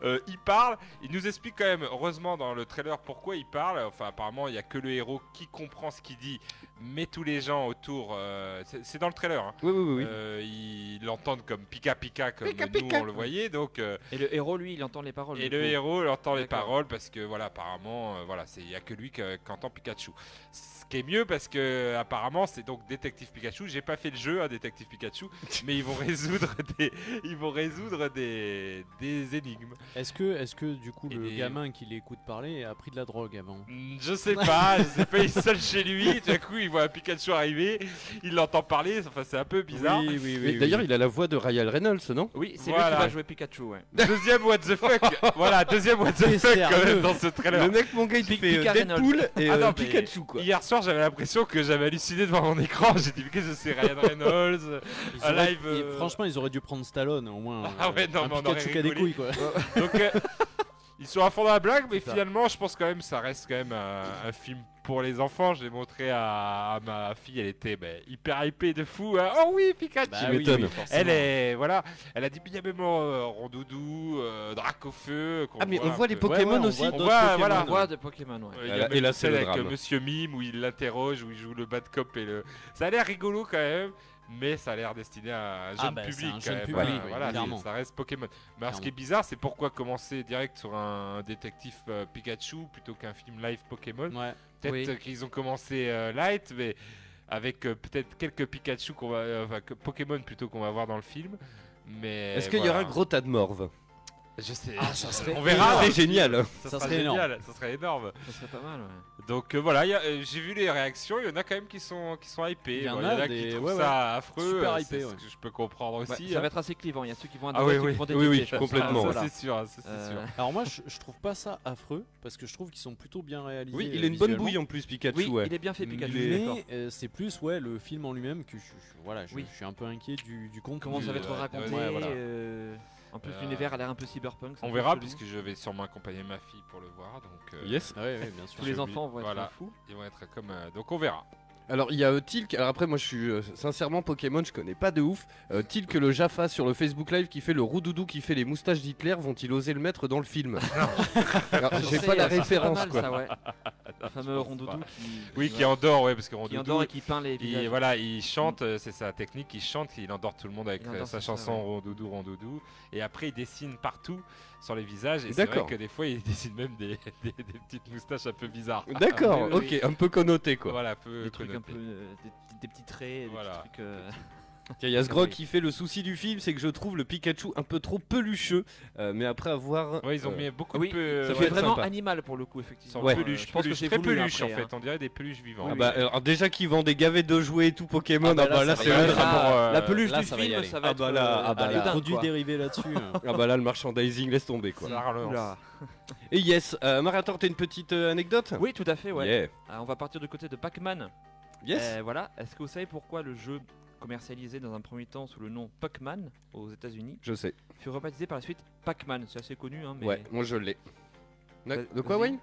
Speaker 6: Euh, il parle, il nous explique quand même, heureusement dans le trailer, pourquoi il parle. Enfin, apparemment, il n'y a que le héros qui comprend ce qu'il dit, mais tous les gens autour, euh, c'est c'est dans le trailer, hein.
Speaker 5: Oui, oui, oui. oui.
Speaker 6: Euh, ils l'entendent comme pika pika, comme
Speaker 5: Pika
Speaker 6: nous
Speaker 5: pika.
Speaker 6: on le voyait. Donc, euh,
Speaker 1: Et le héros, lui, il entend les paroles.
Speaker 6: et
Speaker 1: du
Speaker 6: le
Speaker 1: coup.
Speaker 6: héros il entend les
Speaker 1: D'accord.
Speaker 6: paroles parce que voilà, apparemment, euh, voilà, c'est il y a que lui que- qu'entend Pikachu. Ce qui est mieux parce que apparemment c'est donc détective Pikachu. J'ai pas fait le jeu à détective Pikachu, mais ils vont résoudre des, ils vont résoudre des, des énigmes.
Speaker 9: Est-ce que, est que du coup
Speaker 6: Et
Speaker 9: le
Speaker 6: les-
Speaker 9: gamin qui l'écoute parler a pris de la drogue avant
Speaker 6: Hmm, Je sais pas, je sais pas. Il est seul chez lui. Tout à coup, il voit un Pikachu arriver, il l'entend parler. Enfin, c'est un peu bizarre.
Speaker 9: Oui, oui,
Speaker 5: Mais
Speaker 9: oui.
Speaker 5: D'ailleurs, il a la voix de Ryan Reynolds, non
Speaker 1: Oui, c'est lui
Speaker 6: Voilà.
Speaker 1: qui va jouer Pikachu, ouais.
Speaker 6: Deuxième what the fuck. voilà, deuxième what the
Speaker 9: C'est
Speaker 6: fuck quand
Speaker 9: sérieux.
Speaker 6: même dans ce trailer.
Speaker 5: Le mec, mon gars, il
Speaker 1: Pi-
Speaker 5: fait euh,
Speaker 1: Pika
Speaker 5: Deadpool et
Speaker 6: Ah
Speaker 5: euh,
Speaker 6: non, mais-
Speaker 5: Pikachu, quoi.
Speaker 6: Hier soir, j'avais l'impression que j'avais halluciné devant mon écran. J'ai dit, mais qu'est-ce que c'est Ryan Reynolds
Speaker 9: Ils
Speaker 6: un
Speaker 9: auraient-
Speaker 6: live,
Speaker 9: ils-
Speaker 6: euh,
Speaker 9: Franchement, ils auraient dû prendre Stallone au moins.
Speaker 6: Ah
Speaker 9: euh,
Speaker 6: ouais, non,
Speaker 9: un
Speaker 6: mais on
Speaker 9: Pikachu
Speaker 6: aurait
Speaker 9: qui a des
Speaker 6: rigolé.
Speaker 9: couilles quoi.
Speaker 5: Bah
Speaker 6: Donc, euh, ils sont à fond dans la blague, mais
Speaker 5: C'est ça.
Speaker 6: finalement, je pense quand même ça reste quand même un, un film pour les enfants. Je l'ai montré à, à ma fille, elle était ben, hyper hypée de fou. hein. Oh oui, Pikachu
Speaker 9: Bah
Speaker 5: Tu
Speaker 9: oui,
Speaker 5: m'étonnes.
Speaker 9: oui, forcément.
Speaker 6: Elle est voilà, elle a dit mais il y a même euh, Rondoudou, euh, Dracofeu. qu'on
Speaker 5: Ah, mais on voit
Speaker 6: un
Speaker 5: les
Speaker 6: peu.
Speaker 9: Ouais,
Speaker 5: Pokémon
Speaker 9: ouais, on
Speaker 5: aussi.
Speaker 9: voit
Speaker 6: On
Speaker 9: d'autres
Speaker 6: voit,
Speaker 9: Pokémon.
Speaker 6: voilà,
Speaker 1: La voix de Pokémon, ouais.
Speaker 6: Ouais, il y
Speaker 5: Et
Speaker 6: a
Speaker 5: là-
Speaker 6: même
Speaker 5: et là,
Speaker 6: une
Speaker 5: c'est
Speaker 6: scène
Speaker 5: le
Speaker 6: avec
Speaker 5: drame.
Speaker 6: euh, Monsieur Mime où il l'interroge, où il joue le bad cop et le. Ça a l'air rigolo quand même, mais ça a l'air destiné à un jeune
Speaker 9: Ah bah,
Speaker 6: public.
Speaker 9: c'est un
Speaker 6: quand
Speaker 9: jeune
Speaker 6: même,
Speaker 9: public,
Speaker 6: hein.
Speaker 9: oui,
Speaker 6: voilà,
Speaker 9: clairement.
Speaker 6: c'est- ça reste Pokémon. Mais alors, ce qui est
Speaker 9: Clairement.
Speaker 6: bizarre, c'est pourquoi commencer direct sur un détective euh, Pikachu plutôt qu'un film live Pokémon.
Speaker 9: Ouais.
Speaker 6: Peut-être
Speaker 1: Oui.
Speaker 6: euh, qu'ils ont commencé euh, light, mais avec euh, peut-être quelques Pikachu qu'on va, euh, enfin, que- Pokémon plutôt qu'on va voir dans le film. Mais
Speaker 5: Est-ce qu'il y
Speaker 6: voilà.
Speaker 5: aura un gros tas de morve
Speaker 6: Je sais.
Speaker 9: Ah, serait
Speaker 6: On verra. hein.
Speaker 5: C'est génial.
Speaker 6: Ça,
Speaker 9: Ça
Speaker 6: sera
Speaker 9: serait énorme.
Speaker 6: génial, Ça serait énorme.
Speaker 1: Ça serait pas mal, ouais.
Speaker 6: Donc euh, voilà, il y a- euh, j'ai vu les réactions, il y en a quand même qui sont, qui sont hypés.
Speaker 9: Il y en
Speaker 6: Bon,
Speaker 9: a
Speaker 6: qui
Speaker 9: des-
Speaker 6: trouvent
Speaker 9: ouais,
Speaker 6: ça affreux,
Speaker 9: Super
Speaker 6: euh, c'est
Speaker 9: hypés,
Speaker 6: ce
Speaker 9: ouais.
Speaker 6: que je peux comprendre
Speaker 1: Ouais,
Speaker 6: aussi.
Speaker 1: ça
Speaker 6: hein.
Speaker 1: va être assez clivant. Il y a ceux qui vont
Speaker 6: Ah
Speaker 1: adorer,
Speaker 6: oui,
Speaker 1: ceux
Speaker 6: oui,
Speaker 1: qui vont
Speaker 6: oui, oui,
Speaker 1: détester, je pense.
Speaker 5: complètement,
Speaker 1: Ah,
Speaker 6: ça
Speaker 1: voilà.
Speaker 6: c'est sûr, ça, c'est
Speaker 1: Euh,
Speaker 6: sûr.
Speaker 9: Alors moi, je, je trouve pas ça affreux parce que je trouve qu'ils sont plutôt bien réalisés.
Speaker 5: Oui,
Speaker 9: euh,
Speaker 5: il a une bonne
Speaker 9: visuellement.
Speaker 5: bouille en plus, Pikachu.
Speaker 1: Oui,
Speaker 5: ouais.
Speaker 1: il est bien fait, Pikachu.
Speaker 5: Il est-
Speaker 1: d'accord.
Speaker 9: Mais euh, c'est plus ouais le film en lui-même que je, je- voilà, je,
Speaker 1: Oui.
Speaker 9: je suis un peu inquiet du, du contenu.
Speaker 1: Comment ça va être
Speaker 6: Ouais,
Speaker 1: raconté
Speaker 6: ouais, voilà.
Speaker 1: euh, En plus,
Speaker 6: Euh,
Speaker 1: l'univers a l'air un peu cyberpunk. ça
Speaker 6: On
Speaker 1: fait
Speaker 6: verra,
Speaker 1: chelou.
Speaker 6: puisque je vais sûrement accompagner ma fille pour le voir. Donc, euh,
Speaker 5: Yes.
Speaker 9: Ah ouais, ouais, bien sûr.
Speaker 1: tous les
Speaker 9: Je-
Speaker 1: enfants vont être
Speaker 6: Voilà.
Speaker 1: fous.
Speaker 6: ils vont être comme. euh, donc on verra.
Speaker 5: Alors il y a euh, Tilk, alors après moi je suis euh, sincèrement Pokémon, je connais pas de ouf. Euh, Tilk le Jaffa sur le Facebook Live qui fait le roudoudou qui fait les moustaches d'Hitler, vont-ils oser le mettre dans le film Alors, J'ai
Speaker 1: Ça,
Speaker 5: pas
Speaker 1: c'est-
Speaker 5: la
Speaker 1: c'est
Speaker 5: référence
Speaker 1: mal,
Speaker 5: quoi.
Speaker 1: Ça, ouais. Le fameux
Speaker 6: pense
Speaker 1: rondoudou
Speaker 6: pas.
Speaker 1: qui,
Speaker 6: Oui,
Speaker 1: ouais,
Speaker 6: qui endort, ouais, parce que
Speaker 1: qui
Speaker 6: Rondoudou,
Speaker 1: endort et qui peint les
Speaker 6: il,
Speaker 1: visages.
Speaker 6: voilà, il chante, euh, c'est sa technique, il chante, il endort tout le monde avec
Speaker 1: Il
Speaker 6: euh,
Speaker 1: endort,
Speaker 6: sa
Speaker 1: c'est ça,
Speaker 6: chanson
Speaker 1: ouais.
Speaker 6: Rondoudou, Rondoudou. Et après, il dessine partout sur les visages. Et c'est vrai
Speaker 5: D'accord.
Speaker 6: que des fois, il dessine même des, des- des petites moustaches un peu bizarres.
Speaker 5: D'accord,
Speaker 1: Oui, oui, oui.
Speaker 5: ok, un peu connoté quoi.
Speaker 6: Voilà, un peu
Speaker 1: Des trucs un
Speaker 6: connoté.
Speaker 1: peu. euh, des, petits- des petits traits,
Speaker 6: Voilà.
Speaker 1: des petits trucs. euh,
Speaker 5: Tiens, il y a Sgrog
Speaker 1: Oui.
Speaker 5: qui fait le souci du film, c'est que je trouve le Pikachu un peu trop pelucheux, euh, mais après avoir...
Speaker 6: Ouais, ils ont
Speaker 5: euh,
Speaker 6: mis beaucoup
Speaker 1: oui,
Speaker 6: de peu-
Speaker 5: ça
Speaker 1: Ça
Speaker 6: ouais,
Speaker 5: doit
Speaker 1: fait
Speaker 5: être
Speaker 1: vraiment
Speaker 5: sympa.
Speaker 1: animal pour le coup,
Speaker 6: ils sont
Speaker 1: effectivement.
Speaker 5: Ouais.
Speaker 1: Euh,
Speaker 6: peluches,
Speaker 1: je pense que
Speaker 6: peluches,
Speaker 1: c'est
Speaker 6: très
Speaker 1: voulu
Speaker 6: peluches
Speaker 1: après,
Speaker 6: en
Speaker 1: hein.
Speaker 6: fait. On dirait des peluches vivantes.
Speaker 5: Ah bah, alors déjà qu'ils vendent des gavets de jouets et tout Pokémon, ah bah là,
Speaker 9: ça
Speaker 5: c'est
Speaker 9: va y
Speaker 5: vrai,
Speaker 9: aller.
Speaker 5: ça me-
Speaker 6: vraiment, euh,
Speaker 1: La peluche
Speaker 9: là,
Speaker 1: du
Speaker 9: ça va y
Speaker 1: film,
Speaker 9: aller.
Speaker 1: ça va
Speaker 5: Ah
Speaker 1: être.
Speaker 5: bah là,
Speaker 1: euh,
Speaker 5: ah bah
Speaker 1: le
Speaker 5: là.
Speaker 1: dingue,
Speaker 9: Produits
Speaker 1: quoi.
Speaker 9: dérivés là-dessus. euh.
Speaker 5: ah bah là le merchandising laisse tomber quoi.
Speaker 6: Ça relance.
Speaker 1: Oula.
Speaker 5: Et yes, euh, Marator, t'as une petite euh, anecdote
Speaker 1: Oui, tout à fait, ouais.
Speaker 5: Yeah.
Speaker 1: Ah, on va partir du côté de Pac-Man.
Speaker 5: Yes
Speaker 1: Euh, voilà. Est-ce que vous savez pourquoi le jeu commercialisé dans un premier temps sous le nom Pac-Man aux États-Unis
Speaker 5: Je sais.
Speaker 1: fut rebaptisé par la suite Pac-Man C'est assez connu, hein, mais.
Speaker 5: Ouais, moi je l'ai. De,
Speaker 1: Vas-
Speaker 5: de quoi,
Speaker 1: vas-y.
Speaker 5: Wayne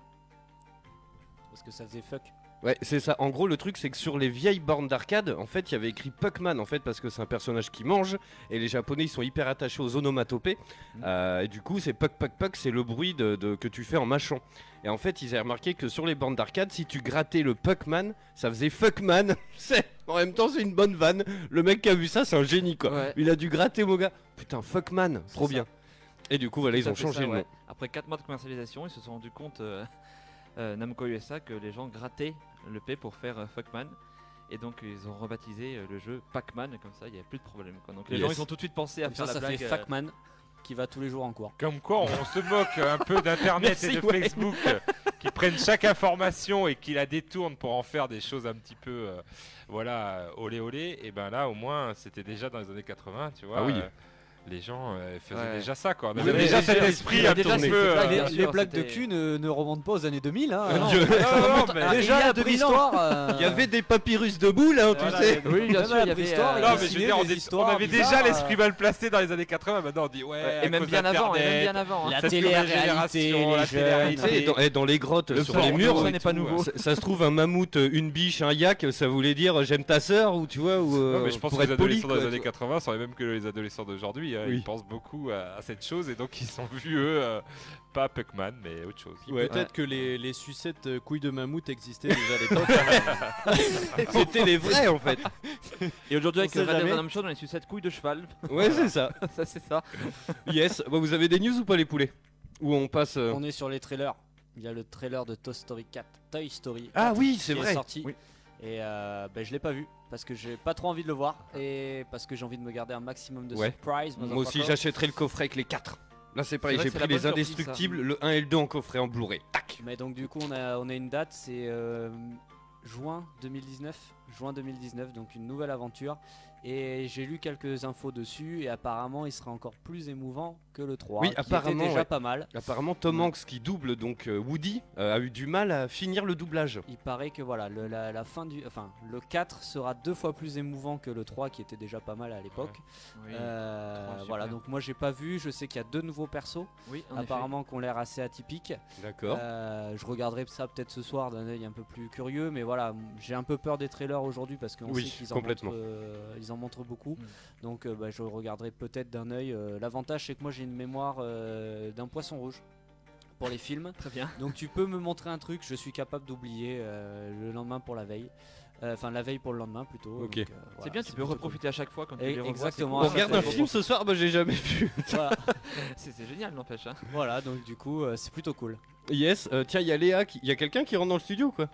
Speaker 8: Parce que ça faisait fuck.
Speaker 5: Ouais, c'est ça. En gros, le truc, c'est que sur les vieilles bornes d'arcade, en fait, il y avait écrit Pac-Man, en fait, parce que c'est un personnage qui mange, et les Japonais, ils sont hyper attachés aux onomatopées.
Speaker 1: Mhm.
Speaker 5: Euh, et du coup, c'est Pac Pac Pac, c'est le bruit de, de- que tu fais en mâchant. Et en fait, ils avaient remarqué que sur les bornes d'arcade, si tu grattais le Pac-Man, ça faisait Fuckman. C'est en même temps, c'est une bonne vanne. Le mec qui a vu ça, c'est un génie, quoi.
Speaker 1: Ouais.
Speaker 5: Il a dû gratter, mon gars. Putain, Fuckman, trop
Speaker 1: ça.
Speaker 5: bien. Et du coup, voilà, ils
Speaker 1: Tout à
Speaker 5: ont
Speaker 1: fait
Speaker 5: changé
Speaker 1: ça,
Speaker 5: le
Speaker 1: ouais.
Speaker 5: nom.
Speaker 1: Après 4 mois de commercialisation, ils se sont rendus compte, euh, euh, Namco USA, que les gens grattaient le P pour faire euh, Fuckman. Et donc ils ont rebaptisé euh, le jeu Pac-Man, comme ça il n'y avait plus de problème. quoi. Donc les
Speaker 5: Yes.
Speaker 1: gens ils ont tout de suite pensé à
Speaker 8: Comme ça,
Speaker 1: faire
Speaker 8: ça
Speaker 1: la
Speaker 8: fait
Speaker 1: blague. euh,
Speaker 8: Facman qui va tous les jours en cours.
Speaker 6: Comme quoi, on se moque un peu d'internet et
Speaker 5: Merci,
Speaker 6: de
Speaker 5: ouais.
Speaker 6: Facebook euh, qui prennent chaque information et qui la détournent pour en faire des choses un petit peu, euh, voilà, euh, olé olé. Et ben là, au moins, c'était déjà dans les années 80, tu vois.
Speaker 5: Ah oui.
Speaker 6: euh, les gens euh, faisaient
Speaker 1: Ouais.
Speaker 6: déjà ça, quoi. On
Speaker 5: Ils
Speaker 6: avait
Speaker 5: avaient
Speaker 6: déjà
Speaker 5: déjà
Speaker 6: cet
Speaker 5: l'esprit
Speaker 6: esprit
Speaker 5: à
Speaker 6: un petit
Speaker 5: tourner.
Speaker 6: peu. euh,
Speaker 1: Bien
Speaker 8: les
Speaker 1: sûr,
Speaker 8: les blagues de
Speaker 1: c'était-
Speaker 8: cul ne, ne remontent pas aux années 2000. Hein, non.
Speaker 5: Dieu.
Speaker 6: non, non, mais-
Speaker 8: Ah,
Speaker 5: Déjà,
Speaker 8: il y a
Speaker 5: de
Speaker 8: de
Speaker 5: l'histoire,
Speaker 8: l'histoire,
Speaker 5: Il y
Speaker 8: euh,
Speaker 5: avait des papyrus debout, là, hein, tu
Speaker 6: Voilà,
Speaker 5: sais.
Speaker 6: il y avait-
Speaker 1: Oui, bien
Speaker 8: Même
Speaker 1: sûr,
Speaker 8: à
Speaker 1: il y avait,
Speaker 8: préhistoire,
Speaker 1: euh,
Speaker 8: il y
Speaker 6: Non,
Speaker 8: avait
Speaker 6: mais je veux
Speaker 8: dessiné
Speaker 6: dire, on,
Speaker 8: des
Speaker 6: est- on
Speaker 8: histoires
Speaker 6: avait déjà
Speaker 8: bizarres,
Speaker 6: l'esprit mal placé dans les années 80. Maintenant, on dit ouais, à
Speaker 1: et même
Speaker 6: cause
Speaker 1: bien avant, et même
Speaker 6: d'Internet,
Speaker 1: bien avant. hein.
Speaker 8: La
Speaker 6: cette
Speaker 8: télé-réalité,
Speaker 6: génération,
Speaker 8: les
Speaker 6: la
Speaker 8: jeunes.
Speaker 5: Tu sais,
Speaker 6: télé-réalité.
Speaker 5: dans, eh, dans les grottes,
Speaker 6: Le
Speaker 5: sur
Speaker 6: porno,
Speaker 5: les murs,
Speaker 1: ça
Speaker 5: et
Speaker 1: n'est pas
Speaker 5: tout,
Speaker 1: nouveau.
Speaker 5: Ça, ça se trouve, un mammouth, euh, une biche, un yak, ça voulait dire euh, j'aime ta sœur, ou tu vois, ou.
Speaker 6: Non,
Speaker 5: euh,
Speaker 6: mais je pense
Speaker 5: pour
Speaker 6: que les
Speaker 5: être poli,
Speaker 6: adolescents dans
Speaker 5: quoi,
Speaker 6: les
Speaker 5: tu
Speaker 6: années 80 sont les mêmes que les adolescents d'aujourd'hui. aujourd'hui, euh,
Speaker 9: Oui.
Speaker 6: ils pensent beaucoup à, à cette chose et donc ils sont vus, eux, euh, pas Puckman, mais autre chose.
Speaker 9: Puis Peut-être que les, les sucettes euh, couilles de mammouth existaient déjà à l'époque.
Speaker 5: C'était les vrais en fait.
Speaker 1: Et aujourd'hui,
Speaker 9: On
Speaker 1: avec
Speaker 9: sait
Speaker 1: Red Dead
Speaker 9: jamais.
Speaker 1: Redemption, on est sur cette couille de cheval.
Speaker 5: Ouais, c'est ça.
Speaker 1: ça, c'est ça.
Speaker 5: Yes. Bah, vous avez des news ou pas les poulets Ou on passe. euh,
Speaker 8: On est sur les trailers. Il y a le trailer de Toy Story 4, Toy Story
Speaker 5: Ah
Speaker 8: 4,
Speaker 5: oui, c'est
Speaker 8: qui est
Speaker 5: vrai.
Speaker 8: sorti.
Speaker 1: Oui.
Speaker 8: Et euh, ben, je l'ai pas vu parce que j'ai pas trop envie de le voir et parce que j'ai envie de me garder un maximum de
Speaker 5: Ouais.
Speaker 8: surprise.
Speaker 5: Moi aussi, j'achèterai le coffret avec les 4. Là, c'est pareil,
Speaker 1: vrai
Speaker 5: j'ai
Speaker 1: que c'est
Speaker 5: pris
Speaker 1: la
Speaker 5: les
Speaker 1: bonne surprise,
Speaker 5: indestructibles, le 1 et le 2 en coffret en Blu-ray. Tac
Speaker 8: Mais donc du coup on a, on a une date, c'est euh, juin 2019, juin 2019, donc une nouvelle aventure. Et j'ai lu quelques infos dessus et apparemment il sera encore plus émouvant que le 3,
Speaker 5: Oui,
Speaker 8: qui était
Speaker 5: apparemment,
Speaker 8: déjà
Speaker 5: ouais.
Speaker 8: pas mal.
Speaker 5: Apparemment, Tom Hanks, qui double donc euh, Woody, euh, a eu du mal à finir le doublage.
Speaker 8: Il paraît que voilà, le, la, la fin du, enfin le 4 sera deux fois plus émouvant que le 3 qui était déjà pas mal à l'époque. Euh,
Speaker 1: trois, super.
Speaker 8: voilà, donc moi j'ai pas vu, je sais qu'il y a deux nouveaux persos
Speaker 1: Oui, en effet.
Speaker 8: apparemment qui ont l'air assez atypiques.
Speaker 5: D'accord.
Speaker 8: Euh, je regarderai ça peut-être ce soir d'un œil un peu plus curieux, mais voilà, m- j'ai un peu peur des trailers aujourd'hui parce qu'on
Speaker 5: Oui,
Speaker 8: sait qu'ils en,
Speaker 5: complètement.
Speaker 8: montrent, euh, ils en montrent beaucoup.
Speaker 1: Mm.
Speaker 8: Donc euh, bah, je regarderai peut-être d'un œil. euh, L'avantage c'est que moi j'ai une mémoire euh, d'un poisson rouge pour les films.
Speaker 1: Très bien.
Speaker 8: Donc tu peux me montrer un truc, je suis capable d'oublier euh, le lendemain pour la veille. Euh, Enfin la veille pour le lendemain plutôt.
Speaker 5: Ok.
Speaker 8: donc, euh,
Speaker 1: c'est
Speaker 8: voilà,
Speaker 1: bien, tu peux
Speaker 8: plutôt
Speaker 1: reprofiter à chaque fois quand tu
Speaker 8: Et-
Speaker 1: les revois. c'est cool.
Speaker 8: exactement,
Speaker 5: On
Speaker 8: Ah, ça,
Speaker 5: regarde
Speaker 8: c'est
Speaker 5: un
Speaker 8: bon.
Speaker 5: film ce soir, bah j'ai jamais vu.
Speaker 8: cool. Voilà,
Speaker 1: C'est c'est génial, n'empêche. hein.
Speaker 8: voilà, donc du coup euh, c'est plutôt cool.
Speaker 5: yes, euh, tiens, il y a Léa, qui- il y a quelqu'un qui rentre dans le studio quoi.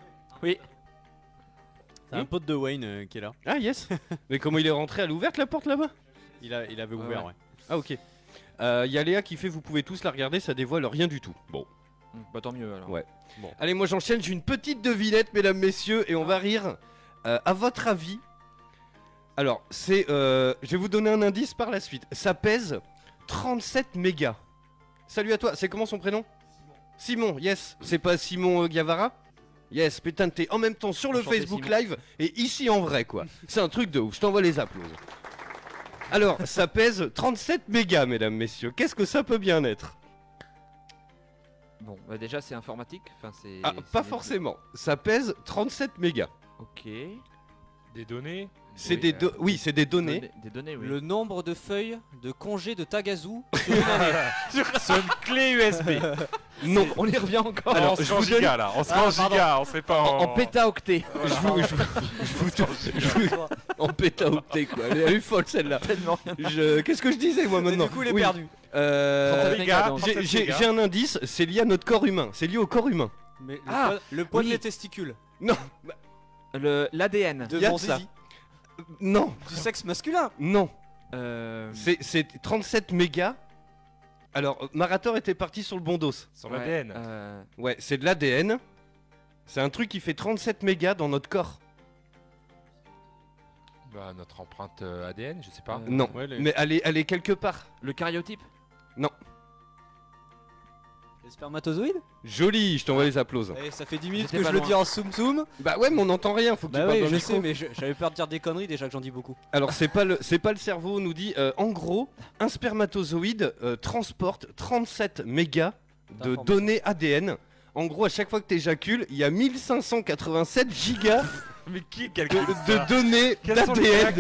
Speaker 9: C'est un pote de Wayne euh, qui est là.
Speaker 5: Ah yes Mais comment il est rentré à l'ouverte la porte là-bas
Speaker 9: Il, a, il avait
Speaker 5: Ouais,
Speaker 9: ouvert, ouais.
Speaker 5: Ah ok. Euh, Il y a Léa qui fait vous pouvez tous la regarder, ça dévoile rien du tout. Bon.
Speaker 1: Mm, Bah tant mieux alors.
Speaker 5: Ouais. Allez, moi j'enchaîne, j'ai une petite devinette, mesdames, messieurs, et on va rire. Euh, à votre avis, alors, c'est. euh, je vais vous donner un indice par la suite. Ça pèse 37 mégas. Salut à toi, c'est comment son prénom Simon. Simon, yes. C'est pas Simon euh, Gavara Yes, putain, t'es en même temps sur le
Speaker 1: Enchanté,
Speaker 5: Facebook
Speaker 1: Simon.
Speaker 5: Live et ici en vrai, quoi. C'est un truc de ouf, je t'envoie les applaudissements. Alors, ça pèse 37 mégas, mesdames, messieurs. Qu'est-ce que ça peut bien être
Speaker 1: Bon, bah déjà c'est informatique. Enfin c'est.
Speaker 5: Ah,
Speaker 1: c'est-
Speaker 5: pas forcément. Ça pèse 37 mégas.
Speaker 1: Ok. euh,
Speaker 6: Des données
Speaker 5: C'est des, do- oui, c'est des données.
Speaker 1: Données- Des données, oui.
Speaker 8: Le nombre de feuilles de congé de Tagazu
Speaker 6: sur une clé USB.
Speaker 5: Non, on y revient encore.
Speaker 6: Alors,
Speaker 5: Alors,
Speaker 6: on
Speaker 5: je
Speaker 6: se rend
Speaker 5: vous donne-
Speaker 6: giga là, on se rend giga, on sait pas.
Speaker 5: en, en pétaoctet.
Speaker 6: Voilà.
Speaker 5: Je vous, je vous- je vous- je vous- en pétaoctet quoi. Elle est- elle est folle celle-là.
Speaker 1: Tellement rien.
Speaker 5: Je- Qu'est-ce que je disais moi maintenant
Speaker 8: du coup il est
Speaker 5: Oui,
Speaker 8: perdu.
Speaker 5: euh,
Speaker 1: 37 mégas, donc.
Speaker 5: j'ai- J'ai j'ai un indice. C'est lié à notre corps humain. C'est lié au corps humain.
Speaker 8: Mais le,
Speaker 5: Ah,
Speaker 8: poids, le poids
Speaker 5: oui.
Speaker 8: de mes testicules.
Speaker 1: Ah, Le- L'ADN.
Speaker 8: De
Speaker 5: Y a
Speaker 8: mon
Speaker 5: de ça. Euh,
Speaker 8: zizi.
Speaker 5: Non,
Speaker 8: Du sexe masculin
Speaker 5: non.
Speaker 1: Euh,
Speaker 5: C'est c'est 37 mégas. Alors, euh, Marator était parti sur le bon dos.
Speaker 6: Sur
Speaker 1: ouais,
Speaker 6: l'ADN.
Speaker 1: euh,
Speaker 5: Ouais, c'est de l'ADN. C'est un truc qui fait 37 mégas dans notre corps.
Speaker 6: Bah, notre empreinte euh, ADN, je sais pas.
Speaker 1: Euh,
Speaker 5: Non,
Speaker 9: Ouais, les-
Speaker 5: mais elle est, elle est quelque part.
Speaker 1: Le cariotype.
Speaker 8: Le spermatozoïde
Speaker 5: Jolie, je t'envoie les applaudissements.
Speaker 8: Eh, Ça fait 10 minutes
Speaker 1: J'étais
Speaker 8: que je
Speaker 1: pas
Speaker 8: le
Speaker 1: loin.
Speaker 8: dis en soum soum.
Speaker 5: Bah ouais, mais on n'entend rien, faut que tu
Speaker 8: Bah
Speaker 5: parles
Speaker 8: oui,
Speaker 5: dans le
Speaker 8: je
Speaker 5: micro.
Speaker 8: sais, mais je- j'avais peur de dire des conneries déjà que j'en dis beaucoup.
Speaker 5: Alors c'est pas le c'est pas le cerveau, on nous dit euh, en gros, un spermatozoïde euh, transporte 37 mégas de
Speaker 8: D'informations.
Speaker 5: données ADN. En gros, à chaque fois que t'éjacules, il y a 1587 gigas
Speaker 6: Mais qui
Speaker 5: de,
Speaker 6: calcule
Speaker 5: de données d'ADN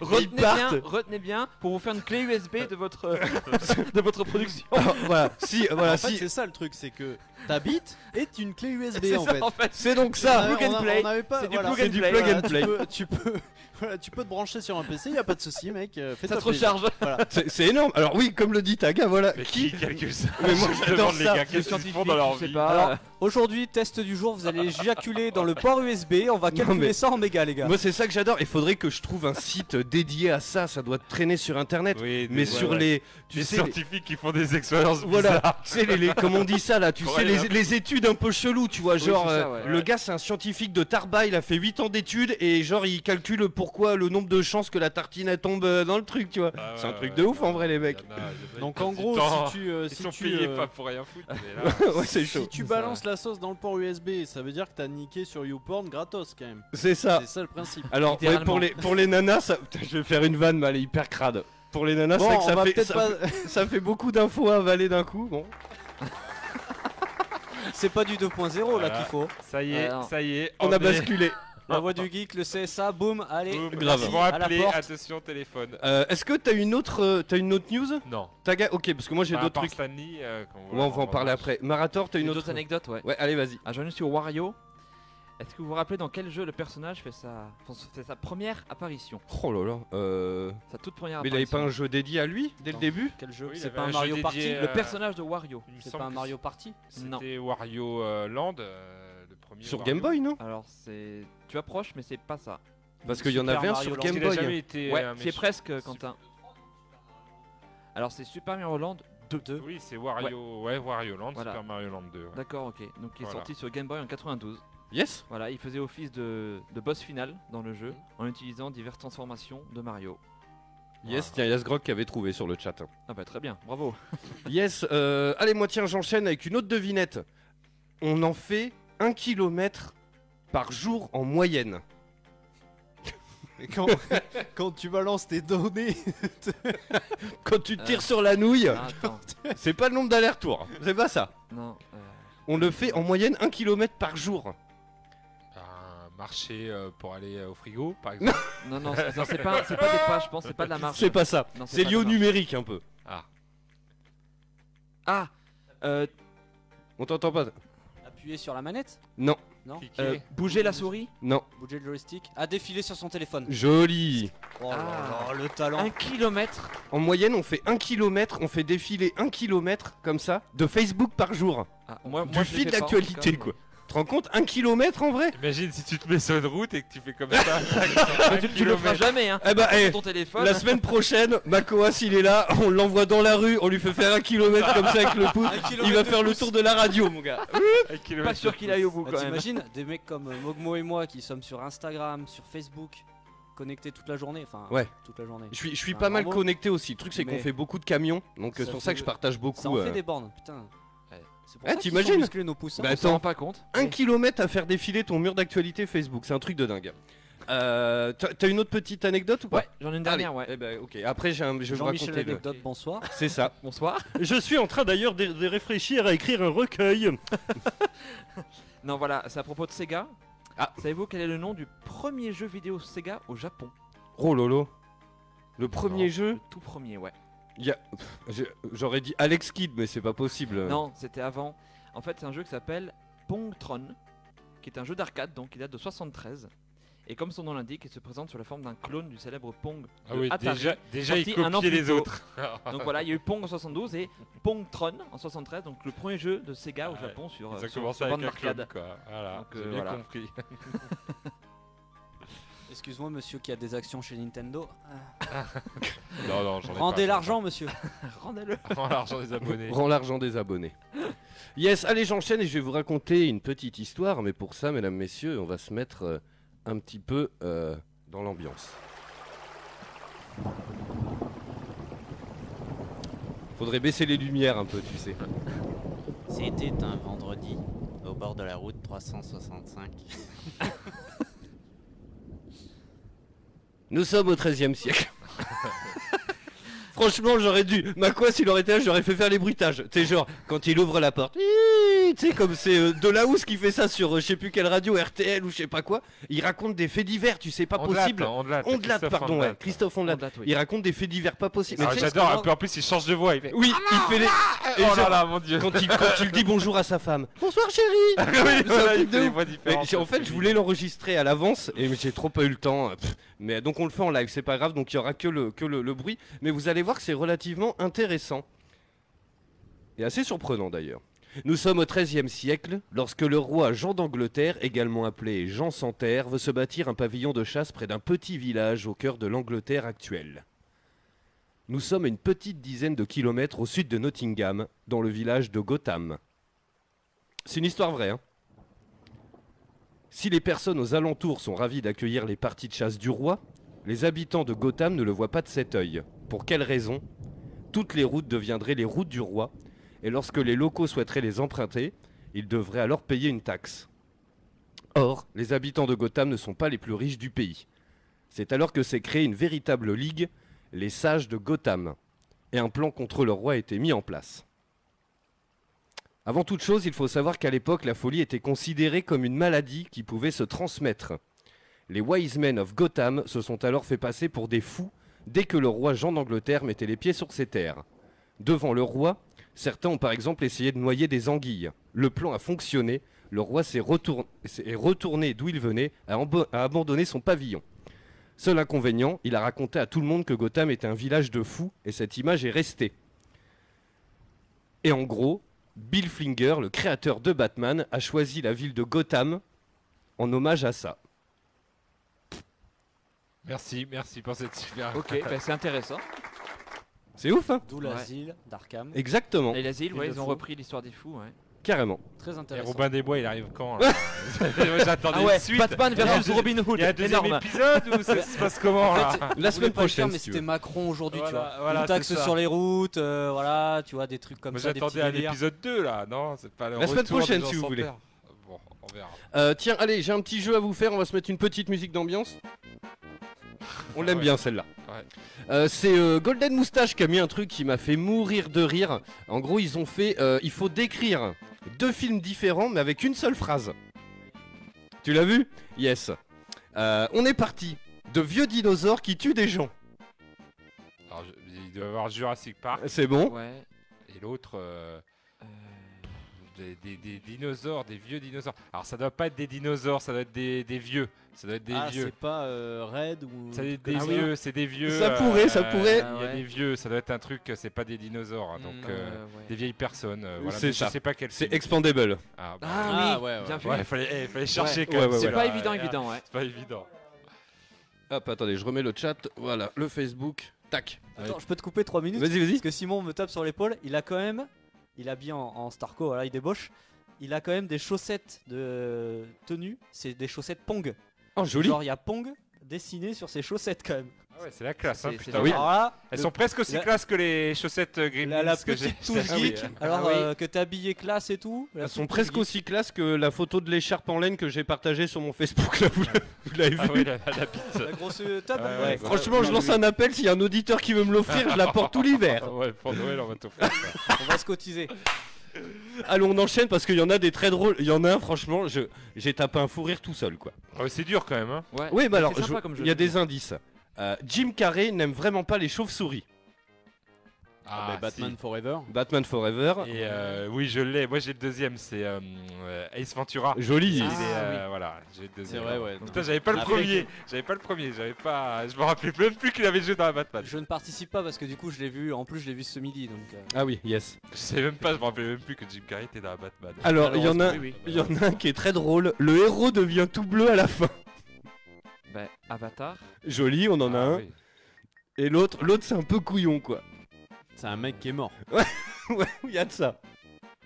Speaker 1: Retenez bien,
Speaker 5: partent.
Speaker 1: retenez bien, pour vous faire une clé USB de votre de votre production.
Speaker 5: Voilà, si euh, voilà,
Speaker 9: en fait,
Speaker 5: si
Speaker 9: c'est ça le truc, c'est que ta bite est une clé USB
Speaker 1: C'est
Speaker 9: en
Speaker 1: ça,
Speaker 9: fait.
Speaker 1: en fait.
Speaker 5: c'est donc
Speaker 9: On
Speaker 5: ça.
Speaker 9: avait-
Speaker 1: Plug and
Speaker 9: on a-
Speaker 1: play.
Speaker 9: on avait pas-
Speaker 1: C'est du
Speaker 9: voilà,
Speaker 1: plug
Speaker 9: c'est
Speaker 1: and
Speaker 9: du
Speaker 1: play.
Speaker 9: plug and
Speaker 5: Voilà,
Speaker 9: play. Tu peux, tu peux- voilà, tu peux te brancher sur un PC, y a pas de souci, mec. euh, fais
Speaker 1: Ça
Speaker 9: ta
Speaker 1: se
Speaker 9: plaisir.
Speaker 1: recharge.
Speaker 5: C'est c'est énorme. Alors oui, comme le dit Taga, voilà.
Speaker 6: Mais qui calcule ça
Speaker 5: Mais moi,
Speaker 6: Je
Speaker 5: j'adore
Speaker 6: demande les
Speaker 5: ça.
Speaker 6: gars, qu'est-ce qu'ils font dans leur
Speaker 1: je sais
Speaker 6: vie
Speaker 1: pas.
Speaker 8: Alors, Aujourd'hui, test du jour, vous allez éjaculer dans le port USB. On va
Speaker 5: Non,
Speaker 8: calculer
Speaker 5: mais-
Speaker 8: ça en mégas, les gars.
Speaker 5: Moi, c'est ça que j'adore. Il faudrait que je trouve un site dédié à ça. Ça doit traîner sur Internet.
Speaker 6: Oui,
Speaker 5: mais
Speaker 6: des-
Speaker 5: sur
Speaker 6: ouais, ouais.
Speaker 5: les, tu
Speaker 6: Des
Speaker 5: sais, les-
Speaker 6: scientifiques qui font des expériences
Speaker 5: Voilà.
Speaker 6: bizarres.
Speaker 5: tu sais, les, les- comment on dit ça là, tu
Speaker 6: Ouais,
Speaker 5: sais, les,
Speaker 6: ouais.
Speaker 5: les études un peu chelou, tu vois,
Speaker 1: c'est
Speaker 5: genre,
Speaker 1: ça,
Speaker 5: euh,
Speaker 1: ouais.
Speaker 5: le
Speaker 6: Ouais.
Speaker 5: gars c'est un scientifique de Tarba, il a fait 8 ans d'études et genre il calcule pourquoi le nombre de chances que la tartine elle tombe euh, dans le truc, tu vois.
Speaker 6: Ah, ouais,
Speaker 5: c'est un truc
Speaker 6: ouais,
Speaker 5: de ouf
Speaker 6: ouais,
Speaker 5: en vrai les
Speaker 6: il y
Speaker 5: mecs.
Speaker 6: en a- il y en a,
Speaker 9: Donc
Speaker 6: ils
Speaker 9: en
Speaker 6: passent du
Speaker 9: gros,
Speaker 6: Ah, temps.
Speaker 9: si tu, euh,
Speaker 6: Ils
Speaker 9: si
Speaker 6: sont
Speaker 9: tu,
Speaker 6: payés
Speaker 9: euh,
Speaker 6: pas pour rien foutre. mais là,
Speaker 5: ouais, c'est
Speaker 9: si
Speaker 5: chaud.
Speaker 9: tu
Speaker 1: Ça,
Speaker 9: balances la sauce dans le port USB, ça veut dire que t'as niqué sur YouPorn gratos quand même.
Speaker 5: C'est ça.
Speaker 9: C'est ça le principe.
Speaker 5: Alors ouais,
Speaker 1: Littéralement.
Speaker 5: pour les pour les nanas, ça... Putain, je vais faire une vanne, mais elle est hyper crade. Pour les nanas, c'est
Speaker 9: Bon,
Speaker 5: vrai
Speaker 9: on
Speaker 5: que ça
Speaker 9: va
Speaker 5: fait, ça,
Speaker 9: peut-être pas.
Speaker 5: fait- ça fait beaucoup d'infos à avaler d'un coup. Bon,
Speaker 8: C'est pas du 2.0 là
Speaker 6: Voilà.
Speaker 8: qu'il faut.
Speaker 6: Ça y est,
Speaker 1: Alors.
Speaker 6: ça y est.
Speaker 5: on a
Speaker 6: est-
Speaker 5: basculé.
Speaker 8: La voix du geek, le CSA, boum, allez.
Speaker 6: Boum,
Speaker 5: grave.
Speaker 6: ils
Speaker 8: merci,
Speaker 6: vont
Speaker 8: à la
Speaker 6: appeler,
Speaker 8: porte.
Speaker 6: attention téléphone.
Speaker 5: Euh, Est-ce que t'as une autre, euh, t'as une autre news
Speaker 6: Non.
Speaker 5: T'as ga- Ok, parce que moi j'ai
Speaker 6: Bah, à
Speaker 5: d'autres
Speaker 6: part
Speaker 5: trucs.
Speaker 6: Stanley, euh, qu'on
Speaker 5: Ouais, on va en parler après. Marator, t'as
Speaker 1: Une
Speaker 5: une
Speaker 1: autre
Speaker 5: autre
Speaker 1: anecdote, ouais.
Speaker 5: Ouais, allez, vas-y.
Speaker 1: Ah, j'en ai sur Wario. Est-ce que vous vous rappelez dans quel jeu le personnage fait sa, fait sa première apparition
Speaker 5: Oh là là. Euh...
Speaker 1: Sa toute première
Speaker 5: Mais il avait
Speaker 1: apparition.
Speaker 5: pas un jeu dédié à lui dès le
Speaker 8: Attends.
Speaker 5: début
Speaker 8: Quel jeu
Speaker 6: Oui, il
Speaker 8: C'est
Speaker 6: avait
Speaker 8: pas
Speaker 6: un
Speaker 8: un
Speaker 6: jeu
Speaker 8: Mario
Speaker 6: dédié,
Speaker 8: Party
Speaker 6: euh,
Speaker 1: Le personnage de Wario.
Speaker 6: Il me
Speaker 8: C'est
Speaker 6: semble
Speaker 8: pas un
Speaker 6: que
Speaker 8: Mario Party
Speaker 6: C'était Wario euh, Land, euh, le premier.
Speaker 5: Sur
Speaker 6: Wario.
Speaker 5: Game Boy, non
Speaker 1: Alors, c'est. Tu approches, mais c'est pas ça.
Speaker 5: Parce qu'il y en
Speaker 8: Super
Speaker 5: avait un
Speaker 8: Mario
Speaker 5: sur
Speaker 8: Land.
Speaker 5: Game
Speaker 6: Il a
Speaker 5: Boy.
Speaker 6: jamais été.
Speaker 1: Ouais,
Speaker 6: euh,
Speaker 1: c'est
Speaker 6: mais-
Speaker 1: presque, Quentin. Alors, c'est Super Mario Land 2.
Speaker 6: Oui, c'est Wario, ouais. Wario Land,
Speaker 1: Voilà.
Speaker 6: Super Mario Land 2. ouais.
Speaker 1: D'accord, ok. Donc, il est
Speaker 6: Voilà.
Speaker 1: sorti sur Game Boy en 92.
Speaker 5: Yes
Speaker 1: Voilà, il faisait office de, de boss final dans le
Speaker 6: Mhm.
Speaker 1: jeu en utilisant diverses transformations de Mario.
Speaker 5: Yes, tiens, il y a ce grog qui avait trouvé sur le chat. hein.
Speaker 1: Ah, bah, très bien, bravo.
Speaker 5: Yes, euh, allez, moi tiens, j'enchaîne avec une autre devinette. On en fait un kilomètre par jour en moyenne.
Speaker 9: Quand, quand tu balances tes données,
Speaker 5: Quand tu tires
Speaker 1: Euh.
Speaker 5: sur la nouille,
Speaker 1: Ah, attends.
Speaker 5: c'est pas le nombre d'allers-retours, c'est pas ça.
Speaker 1: Non. euh,
Speaker 5: On le fait en moyenne un kilomètre par jour.
Speaker 6: Un marché euh, pour aller euh, au frigo, par exemple.
Speaker 1: Non, non, c'est non, c'est pas, c'est pas des pas, je pense, c'est pas de la marche.
Speaker 5: C'est pas ça.
Speaker 1: Non,
Speaker 5: C'est
Speaker 1: pas
Speaker 5: lié
Speaker 1: de
Speaker 5: au
Speaker 1: la marche.
Speaker 5: numérique un peu.
Speaker 6: ah,
Speaker 1: Ah euh,
Speaker 5: On t'entend pas
Speaker 8: Appuyer euh, sur la manette
Speaker 5: Non,
Speaker 8: Non
Speaker 6: cliquer.
Speaker 1: euh, Bouger la souris
Speaker 5: non.
Speaker 8: Bouger le joystick Ah, défiler sur son téléphone.
Speaker 5: Joli.
Speaker 8: Oh là
Speaker 1: Ah.
Speaker 8: là, le talent
Speaker 1: Un kilomètre
Speaker 5: En moyenne, on fait un kilomètre, on fait défiler un kilomètre comme ça de Facebook par jour.
Speaker 1: Ah, moi, moi,
Speaker 5: Du
Speaker 1: je l'ai
Speaker 5: fil
Speaker 1: fait pas,
Speaker 5: d'actualité,
Speaker 1: quand
Speaker 5: quoi. Tu te rends compte Un kilomètre en
Speaker 1: Eh
Speaker 5: vrai
Speaker 1: ben,
Speaker 6: Imagine si tu te mets sur une route et que tu fais comme ça.
Speaker 1: même. Bah, tu, tu le feras jamais, hein
Speaker 5: Eh bah, eh,
Speaker 1: Sur ton téléphone
Speaker 5: La semaine prochaine, Makoas il est là, on l'envoie dans la rue, on lui fait faire un kilomètre comme ça avec le pouce, il va faire le tour de la radio mon gars.
Speaker 1: Pas sûr qu'il aille au bout,
Speaker 8: Bah,
Speaker 1: quand même.
Speaker 8: T'imagines des mecs comme euh, Mogmo et moi qui sommes sur Instagram, sur Facebook, connectés toute la journée. Enfin,
Speaker 5: Ouais.
Speaker 8: toute la journée.
Speaker 5: Je suis, je suis
Speaker 8: Ah,
Speaker 5: pas mal
Speaker 8: bravo.
Speaker 5: connecté aussi, le truc c'est qu'on
Speaker 8: Mais-
Speaker 5: fait beaucoup de camions, donc
Speaker 8: Ça
Speaker 5: euh, c'est pour
Speaker 8: fait
Speaker 5: ça que
Speaker 8: de-
Speaker 5: je partage
Speaker 8: Ça
Speaker 5: beaucoup.
Speaker 8: en fait
Speaker 5: euh,
Speaker 8: des bornes, putain. C'est pour
Speaker 5: Ah,
Speaker 8: ça qu'ils
Speaker 5: t'imagines
Speaker 8: sont musclés nos pouces. hein.
Speaker 5: Bah,
Speaker 1: On s'en
Speaker 5: attends.
Speaker 1: rend pas compte.
Speaker 5: Un kilomètre à faire défiler ton mur d'actualité Facebook, c'est un truc de dingue. Euh, t'as t'as une autre petite anecdote ou pas
Speaker 1: Ouais, j'en ai une dernière,
Speaker 5: Allez.
Speaker 1: ouais.
Speaker 5: Eh ben, ok, après j'ai un- je vais vous
Speaker 8: Jean-Michel
Speaker 5: raconter le...
Speaker 8: anecdote, bonsoir.
Speaker 5: C'est ça.
Speaker 1: Bonsoir.
Speaker 5: Je suis en train d'ailleurs de, de réfléchir à écrire un recueil.
Speaker 1: Non, voilà, c'est à propos de Sega.
Speaker 5: Ah.
Speaker 1: Savez-vous quel est le nom du premier jeu vidéo Sega au Japon
Speaker 5: Oh lolo. Le premier
Speaker 1: Non,
Speaker 5: jeu
Speaker 1: Le tout premier, ouais.
Speaker 5: Il y a- Pff, j'ai- J'aurais dit Alex Kidd, mais c'est pas possible.
Speaker 6: Euh,
Speaker 1: Non, c'était avant. En fait, c'est un jeu qui s'appelle Pongtron, qui est un jeu d'arcade, donc il date de 73. Et comme son nom l'indique, il se présente sous la forme d'un clone du célèbre Pong. de
Speaker 6: Ah oui,
Speaker 1: Atari.
Speaker 6: déjà, déjà il
Speaker 1: sorti un an
Speaker 6: copiait
Speaker 1: plus
Speaker 6: les
Speaker 1: tôt.
Speaker 6: autres.
Speaker 1: Donc voilà, il y a eu Pong en 72 et Pongtron en 73, donc le premier jeu de Sega au
Speaker 6: Ah Ouais,
Speaker 1: Japon sur, euh,
Speaker 6: Ils ont
Speaker 1: sur,
Speaker 6: commencé
Speaker 1: sur
Speaker 6: avec
Speaker 1: bande
Speaker 6: un
Speaker 1: d'arcade.
Speaker 6: club, quoi. Voilà,
Speaker 1: Donc,
Speaker 6: j'ai
Speaker 1: euh,
Speaker 6: bien
Speaker 1: voilà.
Speaker 6: compris.
Speaker 8: Excuse-moi, monsieur qui a des actions chez Nintendo.
Speaker 6: Non, non, j'en ai
Speaker 8: Rendez
Speaker 6: pas,
Speaker 8: l'argent, monsieur.
Speaker 1: Rendez-le.
Speaker 6: Rends l'argent des abonnés.
Speaker 5: Rends l'argent des abonnés. Yes, allez, j'enchaîne et je vais vous raconter une petite histoire. Mais pour ça, mesdames, messieurs, on va se mettre euh, un petit peu euh, dans l'ambiance. Faudrait baisser les lumières un peu, tu sais.
Speaker 10: C'était un vendredi, au bord de la route 365.
Speaker 5: Nous sommes au XIIIe siècle. Franchement, j'aurais dû. Ma quoi, s'il aurait été là, j'aurais fait faire les bruitages. Tu sais, genre, quand il ouvre la porte. Hiiii Tu sais, comme c'est euh, De La Housse qui fait ça sur euh, je sais plus quelle radio, RTL ou je sais pas quoi. Il raconte des faits divers, tu sais, pas
Speaker 6: Ondelat,
Speaker 5: possible.
Speaker 6: hein, Ondelat,
Speaker 5: Ondelat,
Speaker 6: Christophe
Speaker 5: pardon,
Speaker 6: Ondelat.
Speaker 5: ouais. Christophe Ondelat.
Speaker 1: Ondelat, oui.
Speaker 5: Il raconte des faits divers pas possibles.
Speaker 6: Ah,
Speaker 5: Mais tu sais,
Speaker 6: J'adore, un peu en plus il change de voix. Il fait...
Speaker 5: Oui, il fait les. et
Speaker 6: Oh là
Speaker 5: genre,
Speaker 6: là, mon dieu.
Speaker 5: Quand il, quand il dit bonjour à sa femme. Bonsoir chérie
Speaker 6: Ah Oui,
Speaker 5: C'est un
Speaker 6: voilà, il
Speaker 5: truc de
Speaker 6: fait des
Speaker 5: ouf.
Speaker 6: voix
Speaker 5: Mais
Speaker 6: différentes.
Speaker 5: j'ai- en fait, je voulais l'enregistrer à l'avance et j'ai trop pas eu le temps. euh, pff. Mais donc on le fait en live, c'est pas grave, donc il y aura que le, que le, le bruit. Mais vous allez voir que c'est relativement intéressant. Et assez surprenant d'ailleurs. Nous sommes au XIIIe siècle, lorsque le roi Jean d'Angleterre, également appelé Jean sans terre, veut se bâtir un pavillon de chasse près d'un petit village au cœur de l'Angleterre actuelle. Nous sommes à une petite dizaine de kilomètres au sud de Nottingham, dans le village de Gotham. C'est une histoire vraie, hein si les personnes aux alentours sont ravies d'accueillir les parties de chasse du roi, les habitants de Gotham ne le voient pas de cet œil. Pour quelle raison Toutes les routes deviendraient les routes du roi, et lorsque les locaux souhaiteraient les emprunter, ils devraient alors payer une taxe. Or, les habitants de Gotham ne sont pas les plus riches du pays. C'est alors que s'est créée une véritable ligue, les sages de Gotham, et un plan contre le roi a été mis en place. Avant toute chose, il faut savoir qu'à l'époque, la folie était considérée comme une maladie qui pouvait se transmettre. Les Wise Men of Gotham se sont alors fait passer pour des fous dès que le roi Jean d'Angleterre mettait les pieds sur ces terres. Devant le roi, certains ont par exemple essayé de noyer des anguilles. Le plan a fonctionné, le roi s'est retourn- s'est- est retourné d'où il venait, a, embo- a abandonné son pavillon. Seul inconvénient, il a raconté à tout le monde que Gotham était un village de fous, et cette image est restée. Et en gros, Bill Flinger, le créateur de Batman, a choisi la ville de Gotham en hommage à ça.
Speaker 6: Merci, merci pour cette super.
Speaker 1: Ok, bah, c'est intéressant.
Speaker 5: C'est ouf, hein
Speaker 8: D'où l'asile d'Arkham.
Speaker 5: Exactement,
Speaker 1: Et les îles,
Speaker 8: Ville
Speaker 1: ouais,
Speaker 8: de
Speaker 1: ils ont
Speaker 8: fous.
Speaker 1: repris l'histoire des fous. Ouais.
Speaker 5: carrément.
Speaker 8: Très
Speaker 6: Et
Speaker 8: intéressant.
Speaker 6: Robin des Bois, il arrive quand là Moi, J'attendais une suite.
Speaker 1: Ah Batman versus Robin Hood,
Speaker 6: Il y a un deuxième
Speaker 1: énorme.
Speaker 6: épisode ou ça se passe comment là
Speaker 5: La
Speaker 8: Je voulais pas le
Speaker 5: semaine
Speaker 8: faire,
Speaker 5: prochaine,
Speaker 8: mais
Speaker 5: si tu
Speaker 8: c'était
Speaker 5: veux.
Speaker 8: Macron aujourd'hui, tu
Speaker 6: Voilà,
Speaker 8: vois.
Speaker 6: voilà,
Speaker 8: Une taxe
Speaker 6: c'est ça.
Speaker 8: sur les routes, euh, voilà, tu vois, des trucs comme
Speaker 6: Moi,
Speaker 8: ça. des
Speaker 6: j'attendais
Speaker 8: petits
Speaker 6: un
Speaker 8: délires.
Speaker 6: épisode 2 là, non C'est pas le
Speaker 5: La semaine
Speaker 6: retour des
Speaker 5: prochaine,
Speaker 6: gens
Speaker 5: si vous
Speaker 6: sans
Speaker 5: voulez.
Speaker 6: père. Bon, on verra.
Speaker 5: Euh, tiens, allez, j'ai un petit jeu à vous faire. On va se mettre une petite musique d'ambiance. On l'aime
Speaker 6: Ouais.
Speaker 5: bien celle-là.
Speaker 6: Ouais.
Speaker 5: Euh, c'est euh, Golden Moustache qui a mis un truc qui m'a fait mourir de rire. En gros, ils ont fait. euh, il faut décrire deux films différents, mais avec une seule phrase. Tu l'as vu Yes. Euh, on est parti. De vieux dinosaures qui tuent des gens.
Speaker 6: Alors, je- il doit y avoir Jurassic Park
Speaker 5: C'est bon
Speaker 1: Ouais.
Speaker 6: et l'autre. euh,
Speaker 1: euh,
Speaker 6: Des, des- des dinosaures, des vieux dinosaures. Alors ça doit pas être des dinosaures, ça doit être des, des vieux. Ça doit être des
Speaker 9: ah,
Speaker 6: vieux.
Speaker 9: c'est pas euh, Red ou.
Speaker 6: Ça doit être des
Speaker 9: Ah oui.
Speaker 6: vieux, c'est des vieux. euh,
Speaker 5: Ça pourrait, ça pourrait.
Speaker 6: Il y a
Speaker 1: Ah ouais.
Speaker 6: des vieux, ça doit être un truc, euh, c'est pas des dinosaures. hein, donc
Speaker 9: Mm.
Speaker 6: euh,
Speaker 1: euh, ouais.
Speaker 6: des vieilles personnes. euh, voilà.
Speaker 5: C'est
Speaker 6: Mais
Speaker 5: ça.
Speaker 6: Je sais pas quel.
Speaker 5: C'est
Speaker 6: film.
Speaker 5: Expandable.
Speaker 6: Ah, bah,
Speaker 1: Ah,
Speaker 9: Ah,
Speaker 1: oui,
Speaker 9: ouais, ouais.
Speaker 1: bien vu.
Speaker 6: ouais, fallait, eh, fallait chercher quand
Speaker 5: Ouais,
Speaker 6: même.
Speaker 5: ouais, ouais.
Speaker 1: C'est
Speaker 6: celui-là,
Speaker 1: pas
Speaker 6: ouais,
Speaker 1: évident,
Speaker 6: ouais.
Speaker 1: évident, ouais.
Speaker 6: C'est pas évident.
Speaker 5: Hop, attendez, je remets le chat. Voilà, le Facebook. Tac.
Speaker 8: Attends, je peux te couper 3 minutes
Speaker 5: Vas-y, vas-y.
Speaker 8: Parce que Simon me tape sur l'épaule, il a quand même, il habille en, en Starco, voilà, il débauche, il a quand même des chaussettes de tenue, c'est des chaussettes Pong.
Speaker 5: Oh, joli.
Speaker 8: Genre il y a Pong dessiné sur ses chaussettes quand même.
Speaker 6: Ah ouais, c'est la classe, hein,
Speaker 1: C'est- c'est
Speaker 6: putain.
Speaker 5: Oui.
Speaker 8: Alors là,
Speaker 6: Elles
Speaker 8: le-
Speaker 6: sont presque aussi
Speaker 8: la-
Speaker 6: classe que les chaussettes euh, Gremlins
Speaker 8: la, la
Speaker 6: que j'ai.
Speaker 8: petite touche
Speaker 6: Ah oui,
Speaker 8: geek,
Speaker 6: euh,
Speaker 8: alors
Speaker 1: Ah oui.
Speaker 8: euh, que t'es habillé classe et tout. la
Speaker 5: Elles sont
Speaker 8: petite touche
Speaker 5: presque
Speaker 8: geek.
Speaker 5: aussi classe que la photo de l'écharpe en laine que j'ai partagée sur mon Facebook. Là, vous l'a- vous l'avez vu
Speaker 6: Ah oui, la, la pizza.
Speaker 8: La grosse euh, table.
Speaker 6: Ouais, ouais,
Speaker 5: Franchement, je lance un appel. S'il y a un auditeur qui veut me l'offrir, je la porte tout l'hiver.
Speaker 6: Ah ouais, pour Noël, on va t'offrir ça.
Speaker 8: On va se cotiser.
Speaker 5: Allez, on enchaîne parce qu'il y en a des très drôles. Il y en a un, franchement, je- j'ai tapé un fou rire tout seul, quoi.
Speaker 6: Ah ouais, c'est dur quand même. Hein.
Speaker 1: Ouais.
Speaker 5: Oui, bah alors,
Speaker 1: C'est sympa
Speaker 5: je-
Speaker 1: comme jeu.
Speaker 5: il y a des indices. Euh, Jim Carrey n'aime vraiment pas les chauves-souris.
Speaker 9: Ah, bah, Batman Forever.
Speaker 5: Batman Forever.
Speaker 6: Et euh, oui, je l'ai. Moi, j'ai le deuxième. C'est euh, euh, Ace Ventura.
Speaker 5: Joli.
Speaker 6: Il est, euh, Voilà, j'ai le
Speaker 9: Ah C'est
Speaker 6: deuxième.
Speaker 9: vrai, ouais.
Speaker 6: Putain, j'avais pas le
Speaker 9: Après,
Speaker 6: premier. J'avais pas le premier. J'avais pas. Je me rappelais même plus qu'il avait joué dans la Batman.
Speaker 8: Je ne participe pas parce que du coup je l'ai vu, en plus je l'ai vu ce midi donc. euh,
Speaker 5: Ah oui, yes.
Speaker 6: Je sais même pas. Je me rappelais même plus que Jim Carrey était dans la Batman.
Speaker 5: Alors, il y en a.
Speaker 1: Oui, oui.
Speaker 5: Il y en a un qui est très drôle. Le héros devient tout bleu à la fin.
Speaker 1: Bah, Avatar.
Speaker 5: Joli, on en a
Speaker 6: Ah,
Speaker 5: un.
Speaker 6: oui.
Speaker 5: Et l'autre, l'autre c'est un peu couillon quoi.
Speaker 9: C'est un mec qui est mort.
Speaker 5: Ouais, il y a de ça.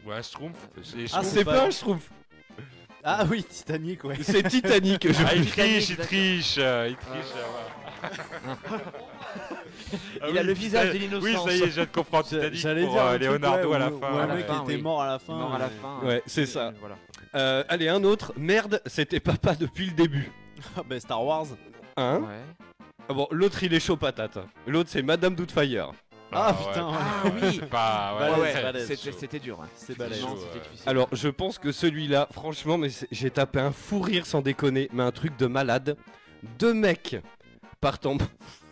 Speaker 6: Ou un Schtroumpf. J'ai
Speaker 9: Ah,
Speaker 5: c'est
Speaker 9: c'est
Speaker 5: pas,
Speaker 9: pas-
Speaker 5: un Schtroumpf.
Speaker 9: Ah oui, Titanic, ouais.
Speaker 5: C'est Titanic. je-
Speaker 6: Ah, il triche, il
Speaker 1: Exactement.
Speaker 6: triche, euh, il triche.
Speaker 1: Ah Il a le visage de
Speaker 6: l'innocence. Oui, ça y est, je viens de comprendre.
Speaker 9: J'a-
Speaker 6: Titanic
Speaker 9: J'allais
Speaker 6: pour
Speaker 9: dire.
Speaker 6: euh,
Speaker 9: un truc,
Speaker 6: Leonardo
Speaker 9: ouais,
Speaker 6: à la
Speaker 9: où-
Speaker 6: fin.
Speaker 9: où un
Speaker 6: ouais. Ah,
Speaker 9: mec
Speaker 1: fin,
Speaker 9: était
Speaker 1: oui.
Speaker 9: mort à la fin.
Speaker 1: mort à la
Speaker 9: ouais.
Speaker 1: fin.
Speaker 5: Ouais, c'est ça.
Speaker 1: Voilà.
Speaker 5: Euh, allez, un autre. Merde, c'était papa depuis le début.
Speaker 9: Ah, bah, Star Wars.
Speaker 5: Hein
Speaker 1: Ouais.
Speaker 5: Ah Bon, l'autre il est chaud patate. L'autre c'est Madame Doubtfire.
Speaker 9: Ah,
Speaker 6: ouais.
Speaker 9: putain, ouais.
Speaker 6: Ah, oui. C'est pas.
Speaker 9: Balèze,
Speaker 6: ouais, c'est-
Speaker 9: balèze.
Speaker 6: c'est
Speaker 1: C'était
Speaker 6: chaud.
Speaker 1: c'était dur. hein.
Speaker 9: C'est
Speaker 6: balèze.
Speaker 9: balèze.
Speaker 1: Non,
Speaker 6: chaud,
Speaker 1: c'était
Speaker 6: ouais.
Speaker 1: difficile.
Speaker 5: Alors, je pense que celui-là, franchement, mais c'est- j'ai tapé un fou rire sans déconner, mais un truc de malade. Deux mecs partent en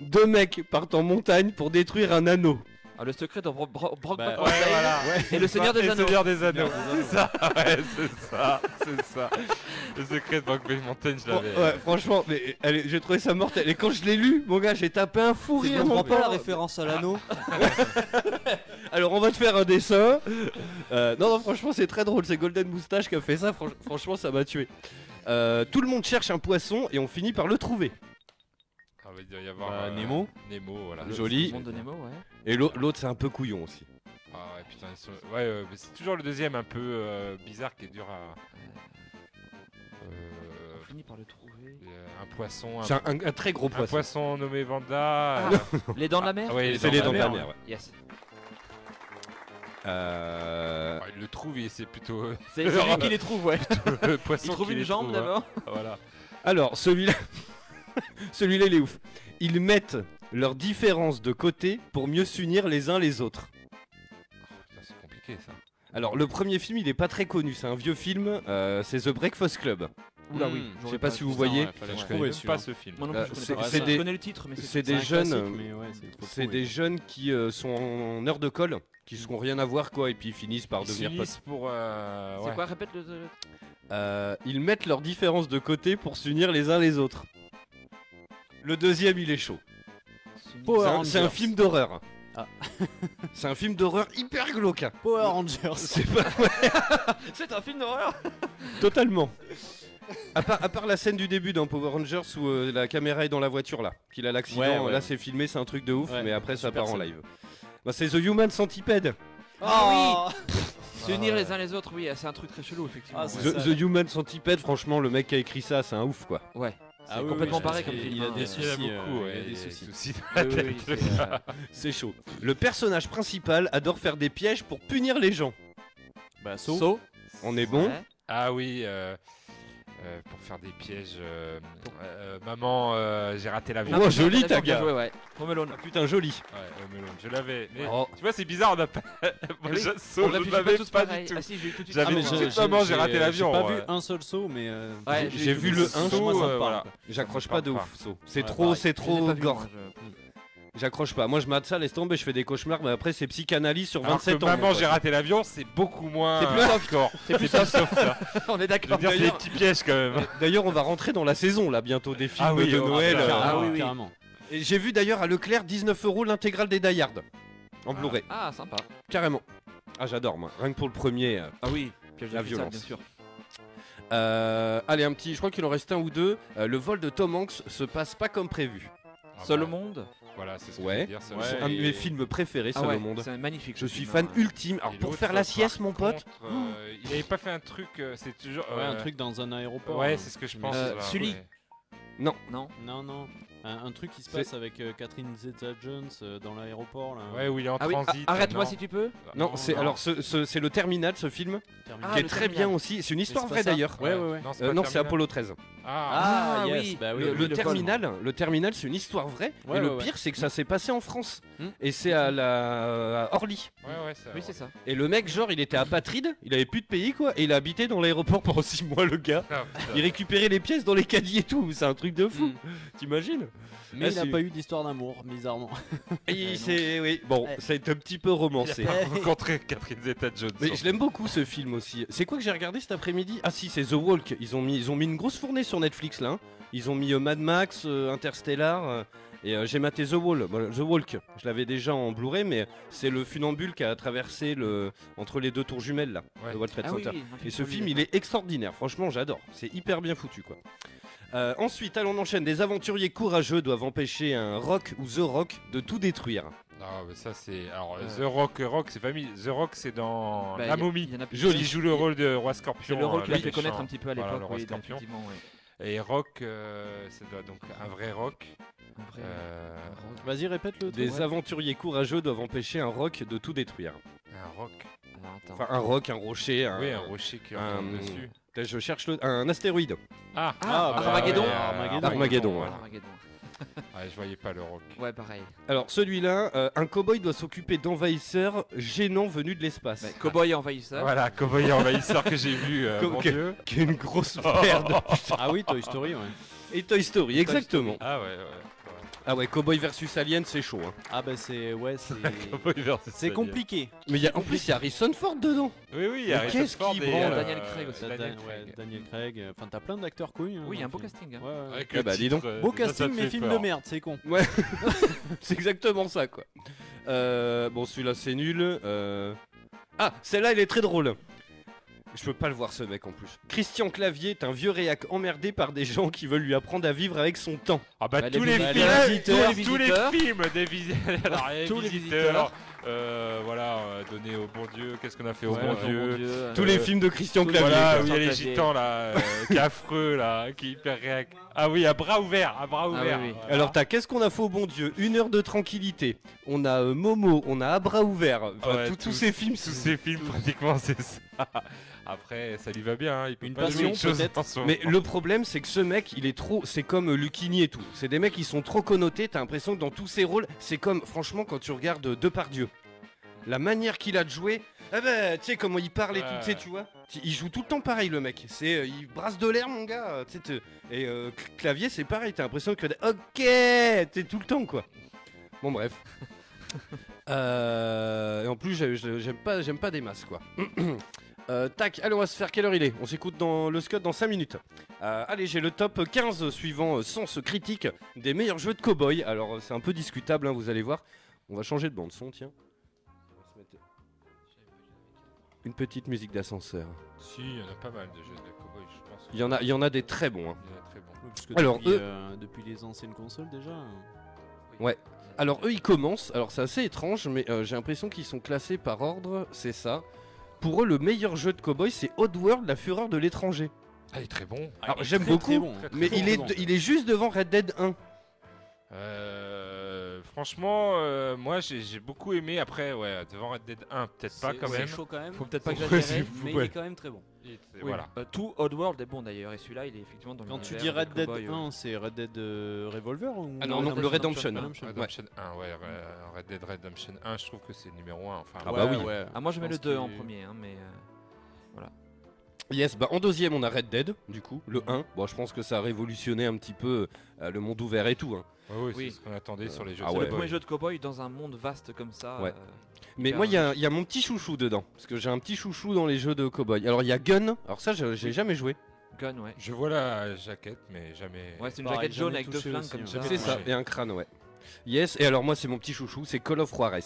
Speaker 5: Deux mecs partent en montagne pour détruire un anneau.
Speaker 1: Ah, le secret dans Bro- Bro-
Speaker 9: Bah,
Speaker 1: Brockback
Speaker 6: Ouais, voilà.
Speaker 1: et le Seigneur des
Speaker 6: Et
Speaker 1: Anneaux.
Speaker 6: Seigneur des Anneaux. C'est ça, ouais, c'est ça, c'est ça. Le secret de Brockback Mountain, je l'avais.
Speaker 5: Fran- ouais, franchement, mais allez, j'ai trouvé ça mortel. Et quand je l'ai lu, mon gars, j'ai tapé un fou
Speaker 8: C'est
Speaker 5: rire.
Speaker 8: bon, on
Speaker 5: mon
Speaker 8: prend pas la
Speaker 5: pote.
Speaker 8: référence à l'anneau.
Speaker 1: Ah.
Speaker 5: Alors on va te faire un dessin. Euh, non, non, franchement c'est très drôle, c'est Golden Moustache qui a fait ça, Franch- franchement ça m'a tué. Euh, tout le monde cherche un poisson et on finit par le trouver.
Speaker 6: Ah, bah, il doit y avoir.
Speaker 9: Bah,
Speaker 6: euh,
Speaker 9: Nemo.
Speaker 6: Nemo, voilà.
Speaker 1: Le-
Speaker 5: Joli.
Speaker 1: le monde de Nemo, ouais.
Speaker 5: Et l'au- l'autre c'est un peu couillon aussi.
Speaker 6: Ah, ouais, putain, ils sont- Ouais, euh, mais c'est toujours le deuxième un peu euh, bizarre qui est dur à. Euh,
Speaker 1: On finit par le trouver.
Speaker 6: euh, un poisson. Un,
Speaker 5: C'est un, un- un très gros
Speaker 6: un
Speaker 5: poisson.
Speaker 6: poisson nommé
Speaker 1: Ah.
Speaker 6: Vanda. Euh,
Speaker 1: Les dents de la mer
Speaker 6: ouais,
Speaker 5: C'est les dents de la
Speaker 6: mer.
Speaker 5: mer. ouais.
Speaker 1: Yes.
Speaker 5: Euh,
Speaker 6: Ouais, bah, il le trouve et c'est plutôt euh,
Speaker 1: C'est c'est lui qui les trouve, ouais.
Speaker 6: le poisson.
Speaker 1: Il trouve
Speaker 6: qui
Speaker 1: une
Speaker 6: les
Speaker 1: jambe
Speaker 6: trouve, hein.
Speaker 1: d'abord.
Speaker 6: Voilà.
Speaker 5: Alors celui-là, celui-là il est ouf. Ils mettent leurs différences de côté pour mieux s'unir les uns les autres.
Speaker 6: Putain, c'est compliqué ça.
Speaker 5: Alors le premier film il est pas très connu, c'est un vieux film, euh, c'est The Breakfast Club.
Speaker 6: Oula oui.
Speaker 9: Hmm,
Speaker 5: Je
Speaker 1: J'aurais
Speaker 5: sais pas si vous voyez.
Speaker 9: ouais, fallait
Speaker 6: Je
Speaker 9: le
Speaker 6: connais même
Speaker 9: trouver,
Speaker 6: pas
Speaker 9: celui-là.
Speaker 6: ce film.
Speaker 1: Moi non
Speaker 5: Euh,
Speaker 1: plus, je
Speaker 5: c'est-
Speaker 1: connais pas.
Speaker 5: c'est
Speaker 1: Je
Speaker 5: des-
Speaker 1: connais le titre, mais c'est
Speaker 5: C'est
Speaker 9: C'est un
Speaker 5: des jeunes.
Speaker 9: classique,
Speaker 5: euh,
Speaker 9: mais ouais, c'est trop
Speaker 5: C'est
Speaker 9: cool.
Speaker 5: des jeunes qui euh, sont en heure de colle, qui se font rien à voir quoi, et puis ils finissent par
Speaker 6: Ils
Speaker 5: devenir potes.
Speaker 6: s'unissent pour. euh,
Speaker 1: C'est
Speaker 6: ouais.
Speaker 1: quoi Répète le- le.
Speaker 5: Euh, ils mettent leurs différences de côté pour s'unir les uns les autres. Le deuxième, il est chaud.
Speaker 1: le-
Speaker 8: Power
Speaker 5: C'est un-
Speaker 8: Rangers.
Speaker 5: C'est un film d'horreur.
Speaker 8: Ah.
Speaker 5: C'est un film d'horreur hyper glauque.
Speaker 8: Power Rangers.
Speaker 5: C'est pas
Speaker 1: C'est un film d'horreur
Speaker 5: totalement. À part, à part la scène du début dans Power Rangers où euh, la caméra est dans la voiture là, qu'il a l'accident,
Speaker 9: Ouais, ouais.
Speaker 5: là c'est filmé, c'est un truc de ouf,
Speaker 9: Ouais,
Speaker 5: mais après ça
Speaker 9: super
Speaker 5: part en
Speaker 9: scène.
Speaker 5: live. Bah, c'est The Human Centipede.
Speaker 8: Oh.
Speaker 1: Ah
Speaker 8: oui
Speaker 1: S'unir les uns les autres, oui, c'est un truc très chelou, effectivement.
Speaker 8: Ah,
Speaker 1: ouais.
Speaker 8: c'est
Speaker 5: The,
Speaker 8: ça.
Speaker 5: The Human Centipede, franchement, le mec qui a écrit ça, c'est un ouf quoi.
Speaker 1: Ouais.
Speaker 9: Ah
Speaker 1: c'est
Speaker 9: oui,
Speaker 1: complètement
Speaker 9: oui,
Speaker 1: barré
Speaker 9: c'est-
Speaker 1: comme film.
Speaker 9: il a
Speaker 1: hein,
Speaker 9: des
Speaker 1: euh,
Speaker 9: soucis,
Speaker 6: Il y en a
Speaker 9: euh,
Speaker 6: beaucoup, ouais,
Speaker 9: il y a
Speaker 6: des
Speaker 9: des
Speaker 6: soucis.
Speaker 9: soucis.
Speaker 1: oui, oui, c'est, euh,
Speaker 5: C'est chaud. Le personnage principal adore faire des pièges pour punir les gens.
Speaker 9: Bah, Saw.
Speaker 5: So, on est bon.
Speaker 1: ouais.
Speaker 6: Ah oui, euh, euh, pour faire des pièges. euh, euh, maman, euh, j'ai raté l'avion.
Speaker 5: Oh,
Speaker 6: Ouais,
Speaker 5: joli,
Speaker 1: D'accord,
Speaker 5: ta
Speaker 1: bien
Speaker 5: gars.
Speaker 1: joué, ouais. Home Alone.
Speaker 5: Putain, joli.
Speaker 6: au melon, je l'avais. Mais
Speaker 5: Oh.
Speaker 6: tu vois, c'est bizarre, on n'a pas.
Speaker 1: Eh
Speaker 6: Moi,
Speaker 1: oui,
Speaker 6: je saute,
Speaker 1: On
Speaker 6: je
Speaker 1: réfléchit
Speaker 6: l'avais
Speaker 1: pas tous
Speaker 6: pas
Speaker 1: pareil.
Speaker 6: du tout.
Speaker 1: Ah si, j'ai eu tout de suite.
Speaker 6: J'avais
Speaker 1: Ah,
Speaker 6: mais
Speaker 1: mais
Speaker 6: tout
Speaker 1: je-
Speaker 6: de suite, maman, j'ai raté l'avion.
Speaker 9: J'ai pas
Speaker 6: ouais.
Speaker 9: vu un seul saut, mais. euh,
Speaker 1: Ouais,
Speaker 9: j'ai-
Speaker 1: j'ai
Speaker 5: J'ai
Speaker 1: vu
Speaker 5: vu le
Speaker 1: le
Speaker 5: 1,
Speaker 6: saut,
Speaker 9: moi, ça me
Speaker 6: euh,
Speaker 9: parle,
Speaker 6: voilà.
Speaker 9: quoi.
Speaker 5: j'accroche
Speaker 6: Ça me
Speaker 5: pas de
Speaker 6: parle
Speaker 5: ouf. So. C'est
Speaker 9: Ouais,
Speaker 5: trop,
Speaker 9: pareil.
Speaker 5: c'est
Speaker 1: je l'ai
Speaker 5: trop
Speaker 1: pas vu,
Speaker 5: gore.
Speaker 1: moi, je-
Speaker 5: J'accroche pas. Moi, je mate ça, laisse tomber, je fais des cauchemars, mais après, c'est psychanalyse sur
Speaker 6: Alors
Speaker 5: 27
Speaker 6: que
Speaker 5: ans.
Speaker 6: maman,
Speaker 5: mon
Speaker 6: j'ai
Speaker 5: pote.
Speaker 6: raté l'avion, c'est beaucoup moins.
Speaker 5: C'est plus
Speaker 6: euh, hardcore. C'est plus soft, ça.
Speaker 1: On est
Speaker 6: Je veux
Speaker 1: d'accord.
Speaker 6: dire, c'est des
Speaker 5: D'ailleurs-
Speaker 6: petits pièges quand même.
Speaker 5: D'ailleurs, on va rentrer dans la saison là bientôt des films
Speaker 6: Ah oui,
Speaker 5: de
Speaker 6: oh,
Speaker 5: Noël.
Speaker 6: putain.
Speaker 5: euh,
Speaker 9: Carrément,
Speaker 1: oui, oui.
Speaker 9: carrément.
Speaker 5: et J'ai vu d'ailleurs à Leclerc 19 euros l'intégrale des Die Hard en
Speaker 6: Ah.
Speaker 5: Blu-ray,
Speaker 1: Ah, sympa.
Speaker 5: carrément. Ah, j'adore moi. Rien que pour le premier. euh,
Speaker 1: Ah oui, piège de
Speaker 5: La
Speaker 1: futsal,
Speaker 5: violence.
Speaker 1: bien sûr.
Speaker 5: Euh, allez, un petit, je crois qu'il en reste un ou deux. Euh, le vol de Tom Hanks se passe pas comme prévu.
Speaker 6: Ah
Speaker 1: Seul
Speaker 6: bah,
Speaker 1: au monde.
Speaker 6: Voilà, c'est ce que
Speaker 5: Ouais.
Speaker 6: je veux dire. Seul au
Speaker 5: C'est
Speaker 6: monde.
Speaker 5: un de mes
Speaker 6: Et-
Speaker 5: films préférés, Seul
Speaker 1: ouais,
Speaker 5: au monde.
Speaker 1: C'est magnifique.
Speaker 5: Ah Je
Speaker 1: ce
Speaker 5: suis
Speaker 1: film,
Speaker 5: fan
Speaker 1: hein.
Speaker 5: ultime. Alors,
Speaker 6: et
Speaker 5: pour
Speaker 6: l'autre,
Speaker 5: faire la
Speaker 6: par
Speaker 5: sieste, mon pote,
Speaker 6: contre, euh, il avait pas fait un truc, euh, c'est toujours.
Speaker 9: Ouais, un
Speaker 6: euh,
Speaker 9: truc dans un aéroport.
Speaker 6: Ouais,
Speaker 9: hein.
Speaker 6: c'est ce que je pense.
Speaker 1: Euh,
Speaker 6: là,
Speaker 1: Sully.
Speaker 6: ouais.
Speaker 1: Non
Speaker 9: Non, non. Un, un truc qui se
Speaker 5: C'est-
Speaker 9: passe avec euh, Catherine Zeta-Jones euh, dans l'aéroport là.
Speaker 6: Ouais, où il est en
Speaker 1: Ah oui, ah,
Speaker 6: transit.
Speaker 1: arrête-moi
Speaker 6: non.
Speaker 1: si tu peux.
Speaker 5: non, c'est alors ce- ce- c'est le Terminal, ce film,
Speaker 9: Terminé.
Speaker 1: Ah,
Speaker 5: qui est
Speaker 1: le
Speaker 5: très
Speaker 1: Terminal.
Speaker 5: bien aussi. C'est une histoire
Speaker 9: c'est pas
Speaker 5: vraie
Speaker 9: ça.
Speaker 5: d'ailleurs.
Speaker 9: Ouais, ouais, ouais.
Speaker 6: Non, c'est
Speaker 5: Euh,
Speaker 6: pas
Speaker 5: non, c'est
Speaker 6: Terminal.
Speaker 5: Apollo 13.
Speaker 6: Ah,
Speaker 9: Ah,
Speaker 1: Ah,
Speaker 9: yes,
Speaker 1: oui.
Speaker 9: bah oui.
Speaker 5: Le,
Speaker 1: oui,
Speaker 5: le
Speaker 1: le vol.
Speaker 5: terminal, le terminal, c'est une histoire vraie.
Speaker 9: Ouais,
Speaker 5: et le
Speaker 9: ouais, ouais.
Speaker 5: pire, c'est que ça s'est passé en France.
Speaker 9: Hmm.
Speaker 5: Et c'est à la à Orly.
Speaker 6: ouais, ouais, ça.
Speaker 1: Oui, c'est ça.
Speaker 5: Et le mec, genre, il était apatride, il avait plus de pays quoi, et il a habité dans l'aéroport pendant 6 mois, le gars.
Speaker 6: Ah, putain.
Speaker 5: Il récupérait les pièces dans les caddies et tout, c'est un truc de fou,
Speaker 9: Mm.
Speaker 5: t'imagines
Speaker 9: Mais
Speaker 5: Ah,
Speaker 9: il n'a
Speaker 5: c'est-
Speaker 9: pas eu d'histoire d'amour, bizarrement.
Speaker 5: Et
Speaker 1: non.
Speaker 5: c'est oui, bon,
Speaker 8: Ouais.
Speaker 5: ça a été un petit peu
Speaker 6: Il a
Speaker 5: romancé.
Speaker 6: pas rencontré Catherine Zeta-Jones.
Speaker 5: Mais je l'aime beaucoup ce film aussi. C'est quoi que j'ai regardé cet après-midi Ah si, c'est The Walk. Ils ont mis ils ont mis une grosse fournée sur Netflix là. hein. Ils ont mis euh, Mad Max, euh, Interstellar euh, et euh, j'ai maté The Wall. Bon, The Walk, je l'avais déjà en Blu-ray mais c'est le funambule qui a traversé le entre les deux tours jumelles là,
Speaker 6: Ouais.
Speaker 5: de World Trade
Speaker 1: Ah oui,
Speaker 5: Center.
Speaker 1: oui, un
Speaker 5: Et ce
Speaker 1: fabuleux.
Speaker 5: film, il est extraordinaire. Franchement, j'adore. C'est hyper bien foutu, quoi. Euh, ensuite, allons on enchaîne. Des aventuriers courageux doivent empêcher un rock ou The Rock de tout détruire.
Speaker 6: Non, mais ça c'est. Alors,
Speaker 1: Euh.
Speaker 6: The Rock, Rock, c'est famille. The Rock, c'est dans
Speaker 1: Bah,
Speaker 6: La
Speaker 1: il y a-
Speaker 6: Momie.
Speaker 1: il y en a plus-
Speaker 6: Il joue le rôle de Roi
Speaker 1: C'est
Speaker 6: Scorpion.
Speaker 1: le rôle
Speaker 6: euh,
Speaker 1: qu'il a
Speaker 6: le
Speaker 1: fait connaître
Speaker 6: méchant.
Speaker 1: un petit peu à
Speaker 6: Voilà, le
Speaker 1: l'époque,
Speaker 6: roi
Speaker 1: oui,
Speaker 6: scorpion.
Speaker 1: effectivement, ouais.
Speaker 6: Et Rock, euh, c'est doit- donc un vrai Rock.
Speaker 1: Un vrai-
Speaker 6: euh,
Speaker 9: Vas-y, répète le truc.
Speaker 5: Des aventuriers courageux doivent empêcher un rock de tout détruire.
Speaker 6: Un Rock.
Speaker 1: Alors, attends.
Speaker 5: Enfin, un rock, un rocher, un.
Speaker 6: Oui, un rocher qui
Speaker 5: un-
Speaker 6: rentre dessus.
Speaker 5: Putain, Je cherche le- un astéroïde.
Speaker 6: Ah,
Speaker 1: Ah,
Speaker 9: bah,
Speaker 1: Armageddon
Speaker 9: ouais,
Speaker 6: Armageddon.
Speaker 5: Armageddon, ouais.
Speaker 1: Armageddon.
Speaker 6: Ouais, je voyais pas le Rock.
Speaker 1: Ouais, pareil.
Speaker 5: Alors celui-là, euh, un cowboy doit s'occuper d'envahisseurs gênants venus de l'espace.
Speaker 1: Bah, Cowboy et envahisseur.
Speaker 6: Voilà, Cowboy et envahisseur que j'ai vu. euh,
Speaker 5: Comme
Speaker 6: mon
Speaker 5: que-
Speaker 6: Dieu.
Speaker 5: Qui est une grosse merde.
Speaker 9: Ah oui, Toy Story, ouais.
Speaker 5: Et Toy Story, exactement.
Speaker 6: Ah ouais, ouais.
Speaker 5: Ah ouais, cowboy versus alien, c'est chaud. hein.
Speaker 9: Ah bah c'est. Ouais, c'est.
Speaker 6: Cowboy versus
Speaker 9: C'est
Speaker 6: Alien.
Speaker 9: compliqué.
Speaker 5: Mais il y a- en plus, il y a Harrison Ford dedans.
Speaker 6: Oui, oui, il y
Speaker 5: Mais
Speaker 6: a Harrison
Speaker 5: qu'est-ce
Speaker 6: Ford
Speaker 5: qui
Speaker 6: et,
Speaker 5: branle
Speaker 6: euh,
Speaker 1: Daniel Craig aussi.
Speaker 9: Da-
Speaker 6: Daniel
Speaker 9: ouais,
Speaker 6: Craig.
Speaker 9: Daniel Craig. Enfin, t'as plein d'acteurs couilles. hein,
Speaker 1: Oui, il y a un
Speaker 9: dans
Speaker 1: beau
Speaker 9: le film.
Speaker 1: casting. hein.
Speaker 9: Ouais, ouais.
Speaker 6: Avec
Speaker 5: Eh
Speaker 6: le
Speaker 5: bah, dis
Speaker 6: titre,
Speaker 5: donc.
Speaker 6: euh,
Speaker 9: Beau
Speaker 6: déjà, ça
Speaker 9: casting, mais
Speaker 6: fait
Speaker 9: film
Speaker 6: peur. hein.
Speaker 9: de merde, c'est con.
Speaker 5: C'est exactement ça, quoi. Euh, bon, celui-là, c'est nul. Euh, Ah, celle-là, elle est très drôle. Je peux pas le voir, ce mec, en plus. Christian Clavier est un vieux réac emmerdé par des gens qui veulent lui apprendre à vivre avec son temps.
Speaker 6: Ah bah,
Speaker 1: Bah,
Speaker 6: tous
Speaker 1: les
Speaker 6: les
Speaker 1: vis-
Speaker 6: films,
Speaker 1: bah, les
Speaker 6: tous les-
Speaker 1: visiteurs.
Speaker 6: tous les films des visi- Alors, les visiteurs,
Speaker 1: Tous les visiteurs.
Speaker 6: euh, voilà, euh, donner au bon Dieu, qu'est-ce qu'on a fait au
Speaker 1: Ouais,
Speaker 6: bon
Speaker 1: ouais,
Speaker 6: Dieu.
Speaker 1: mon Dieu.
Speaker 5: Tous
Speaker 6: Euh,
Speaker 5: les films de Christian
Speaker 1: tous les-
Speaker 5: Clavier.
Speaker 6: Voilà,
Speaker 1: quoi.
Speaker 6: où il y a les
Speaker 1: Clavier.
Speaker 6: gitans là, euh, qui est affreux là, qui est hyper réac. Ah oui, à bras ouverts, à bras
Speaker 1: oui,
Speaker 6: ouverts.
Speaker 1: oui.
Speaker 6: voilà.
Speaker 5: Alors, t'as qu'est-ce qu'on a fait au bon Dieu Une heure de tranquillité. On a euh, Momo, on a à bras ouverts. Enfin,
Speaker 6: Ouais,
Speaker 5: tout-
Speaker 6: tous-
Speaker 5: tous ces films,
Speaker 6: tous
Speaker 5: c'est.
Speaker 6: ces films, pratiquement, c'est ça. Après, ça lui va bien, hein, il peut
Speaker 9: Une
Speaker 6: pas jouer
Speaker 9: passion,
Speaker 6: autre chose
Speaker 9: peut-être.
Speaker 6: en ce
Speaker 5: Mais
Speaker 6: moment.
Speaker 5: le problème, c'est que ce mec, il est trop. C'est comme euh, Lucchini et tout. C'est des mecs qui sont trop connotés. T'as l'impression que dans tous ses rôles, c'est comme, franchement, quand tu regardes euh, Depardieu. La manière qu'il a de jouer, Ah bah, tu sais comment il parle et tout,
Speaker 6: Ouais.
Speaker 5: tu sais, tu vois. Tu- Il joue tout le temps pareil, le mec. C'est, euh, il brasse de l'air, mon gars. euh, tu sais, te- Et euh, cl- clavier, c'est pareil. T'as l'impression que. Ok, t'es tout le temps, quoi. Bon, bref. Euh, et en plus, j'ai- j'ai- j'aime pas, j'aime pas des masses, quoi. Euh, tac, allez, on va se faire quelle heure il est On s'écoute dans le Scud dans 5 minutes. Euh, allez, j'ai le top 15 suivant euh, sens critique des meilleurs jeux de cow-boy. Alors, euh, c'est un peu discutable, hein, vous allez voir. On va changer de bande-son, tiens. On va se mettre- Une petite musique d'ascenseur.
Speaker 6: Si, il y en a pas mal de jeux de cowboy, je pense.
Speaker 5: Il y, en a, il y en a des très bons. hein.
Speaker 6: Il y en a très bon.
Speaker 9: Ouais, parce que
Speaker 5: Alors,
Speaker 9: depuis,
Speaker 5: eux-
Speaker 9: euh, depuis les anciennes consoles déjà. hein.
Speaker 5: Ouais. Alors eux ils commencent, alors c'est assez étrange mais euh, j'ai l'impression qu'ils sont classés par ordre, c'est ça. Pour eux le meilleur jeu de cowboy c'est Oddworld, la fureur de l'étranger.
Speaker 6: Ah, il est très bon.
Speaker 5: Alors
Speaker 9: il est
Speaker 5: j'aime
Speaker 9: très,
Speaker 5: beaucoup,
Speaker 9: très bon,
Speaker 6: très, très
Speaker 5: mais
Speaker 6: bon.
Speaker 5: il, est, il est juste devant Red Dead 1.
Speaker 6: Euh, franchement, euh, moi j'ai j'ai beaucoup aimé. Après, ouais, devant Red Dead 1, peut-être pas
Speaker 8: C'est-
Speaker 6: quand
Speaker 8: c'est
Speaker 6: même.
Speaker 8: chaud quand même.
Speaker 1: Faut peut-être pas que
Speaker 6: Ouais,
Speaker 1: j'aille
Speaker 6: c'est
Speaker 8: mais
Speaker 6: fou,
Speaker 8: il
Speaker 6: ouais.
Speaker 8: est quand même très bon.
Speaker 6: Il-
Speaker 1: Voilà.
Speaker 6: Voilà.
Speaker 1: tout Oddworld est bon d'ailleurs, et celui-là, il est effectivement dans le
Speaker 9: Quand tu dis Red Dead 1, c'est Red Dead euh, Revolver ou
Speaker 5: Ah non, non, le Redemption.
Speaker 9: Redemption.
Speaker 6: Redemption 1, ouais, Re- Red Dead Redemption 1, je trouve que c'est le numéro 1. Enfin,
Speaker 5: Ah bah
Speaker 9: Ouais,
Speaker 5: oui.
Speaker 9: ouais.
Speaker 1: Ah, moi je
Speaker 9: Je
Speaker 1: mets le
Speaker 9: pense
Speaker 1: 2 en
Speaker 9: qu'il-
Speaker 1: premier, hein, mais. euh,
Speaker 5: Yes, bah en deuxième on a Red Dead, du coup, le 1. Bon je pense que ça a révolutionné un petit peu euh, le monde ouvert et tout. hein.
Speaker 6: ouais, ouais,
Speaker 1: Oui.
Speaker 6: c'est ce qu'on attendait sur les jeux.
Speaker 5: Ah
Speaker 6: de
Speaker 1: c'est
Speaker 5: ouais.
Speaker 1: le
Speaker 6: cowboy.
Speaker 1: premier jeu de cowboy dans un monde vaste comme ça.
Speaker 5: Ouais.
Speaker 1: euh,
Speaker 5: Mais
Speaker 1: Car-
Speaker 5: moi, il y a, il y a mon petit chouchou dedans. Parce que j'ai un petit chouchou dans les jeux de cowboy. Alors, il y a Gun. Alors, ça, je- j'ai jamais joué.
Speaker 1: Gun, ouais.
Speaker 6: Je vois la jaquette, mais jamais.
Speaker 1: Ouais, c'est une
Speaker 9: Pareil,
Speaker 1: jaquette jaune
Speaker 9: jamais
Speaker 1: avec deux
Speaker 9: touché
Speaker 1: flingues
Speaker 9: aussi,
Speaker 1: comme
Speaker 9: hein.
Speaker 1: ça.
Speaker 6: Jamais
Speaker 5: C'est ça.
Speaker 6: touché.
Speaker 5: Et un crâne, ouais. Yes. Et alors, moi, c'est mon petit chouchou. C'est Call of Juarez.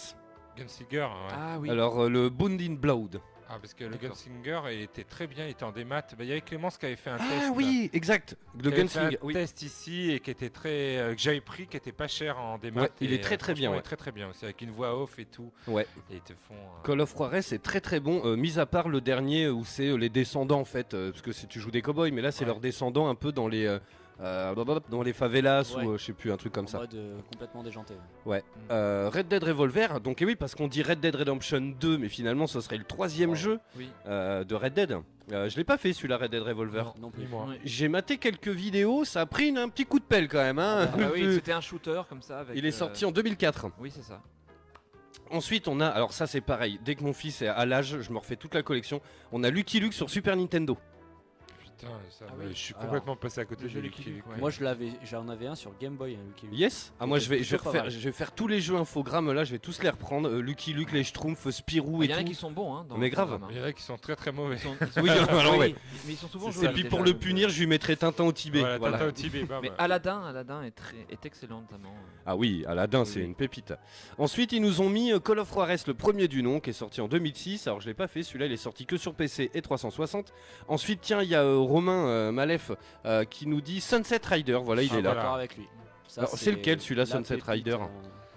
Speaker 6: Gunslinger, ouais. Ah,
Speaker 1: Ah oui.
Speaker 5: Alors, euh, le Bound in Blood.
Speaker 6: parce que le
Speaker 1: D'accord.
Speaker 6: Gunslinger il était très bien, il était en démat. Bah, Il y avait Clémence qui avait fait un test.
Speaker 5: Ah oui, exact. Le
Speaker 6: qui avait fait
Speaker 5: Gunslinger.
Speaker 6: un
Speaker 5: Oui.
Speaker 6: test ici et qui était très euh, que j'avais pris qui était pas cher en démat
Speaker 5: Ouais, il
Speaker 6: et,
Speaker 5: est très,
Speaker 6: euh,
Speaker 5: très bien,
Speaker 6: franchement, il est
Speaker 5: ouais.
Speaker 6: très très bien aussi avec une voix off et tout
Speaker 5: Ouais.
Speaker 6: et ils te font euh,
Speaker 5: Call of Juarez c'est très très bon, euh, mis à part le dernier où c'est euh, les descendants en fait, euh, parce que c'est- tu joues des cowboys, mais là c'est
Speaker 6: Ouais.
Speaker 5: leurs descendants un peu dans les euh, euh, blablabla, dans les favelas
Speaker 8: Ouais.
Speaker 5: ou euh, je sais plus un truc comme
Speaker 8: en
Speaker 5: ça.
Speaker 8: mode euh, complètement déjanté. ouais.
Speaker 5: Euh, Red Dead Revolver, donc et oui parce qu'on dit Red Dead Redemption 2, mais finalement ce serait le troisième
Speaker 6: Ouais.
Speaker 5: jeu
Speaker 1: Oui.
Speaker 5: euh, de Red Dead. Euh, je l'ai pas fait celui-là Red Dead Revolver.
Speaker 8: Non plus.
Speaker 6: ni moi.
Speaker 5: J'ai maté quelques vidéos, ça a pris une- un petit coup de pelle quand même. hein.
Speaker 1: Ah bah oui, c'était un shooter comme ça. Avec,
Speaker 5: Il est
Speaker 1: euh,
Speaker 5: sorti en 2004.
Speaker 1: Oui, c'est ça.
Speaker 5: Ensuite, on a, alors ça c'est pareil, dès que mon fils est à l'âge, je me refais toute la collection. On a Lucky Luke sur Super Nintendo.
Speaker 6: Putain, ça,
Speaker 8: Ah
Speaker 6: ouais,
Speaker 8: oui.
Speaker 6: je suis
Speaker 8: Alors,
Speaker 6: complètement passé à côté
Speaker 1: le
Speaker 6: de
Speaker 1: jeu
Speaker 6: Lucky
Speaker 1: Lucky
Speaker 6: Luke,
Speaker 1: Luke,
Speaker 6: ouais.
Speaker 8: Moi, je l'avais, j'en avais un sur Game Boy, hein, Lucky Luke.
Speaker 5: Yes Ah moi
Speaker 8: Ok,
Speaker 5: je vais, je vais
Speaker 8: plutôt pas
Speaker 5: refaire,
Speaker 8: mal.
Speaker 5: je vais faire tous les jeux infogrammes là, je vais tous les reprendre. Euh, Lucky Luke, les Schtroumpfs, Spirou
Speaker 1: Il
Speaker 5: et
Speaker 1: y en a
Speaker 5: tout.
Speaker 1: qui sont bons. Hein, dans
Speaker 5: Mais
Speaker 1: le
Speaker 5: grave.
Speaker 1: programme,
Speaker 6: Mais
Speaker 1: hein.
Speaker 6: il y en a qui sont très très mauvais
Speaker 1: Ils sont- ils sont-
Speaker 5: Oui, alors, ouais.
Speaker 1: Mais ils sont souvent
Speaker 5: Et
Speaker 1: joués. hein,
Speaker 5: puis pour le punir, je lui mettrai Tintin au Tibet.
Speaker 6: voilà,
Speaker 5: voilà.
Speaker 6: Tintin au Tibet, bah, bam.
Speaker 1: Mais Aladdin, Aladdin est, très, est excellent notamment.
Speaker 5: Ah oui, Aladdin,
Speaker 1: Oui,
Speaker 5: c'est
Speaker 1: oui.
Speaker 5: une pépite. Ensuite, ils nous ont mis euh, Call of Juarez, le premier du nom, qui est sorti en 2006. Alors, je l'ai pas fait, celui-là, il est sorti que sur PC et 360. Ensuite, tiens, il y a euh, Romain euh, Malef euh, qui nous dit Sunset Rider. Voilà, il est
Speaker 6: Ah,
Speaker 8: Je suis
Speaker 5: là.
Speaker 6: voilà.
Speaker 8: D'accord avec lui. Ça,
Speaker 5: Alors, c'est lequel, celui-là,
Speaker 8: la
Speaker 5: Sunset
Speaker 8: pépite,
Speaker 5: Rider
Speaker 8: hein.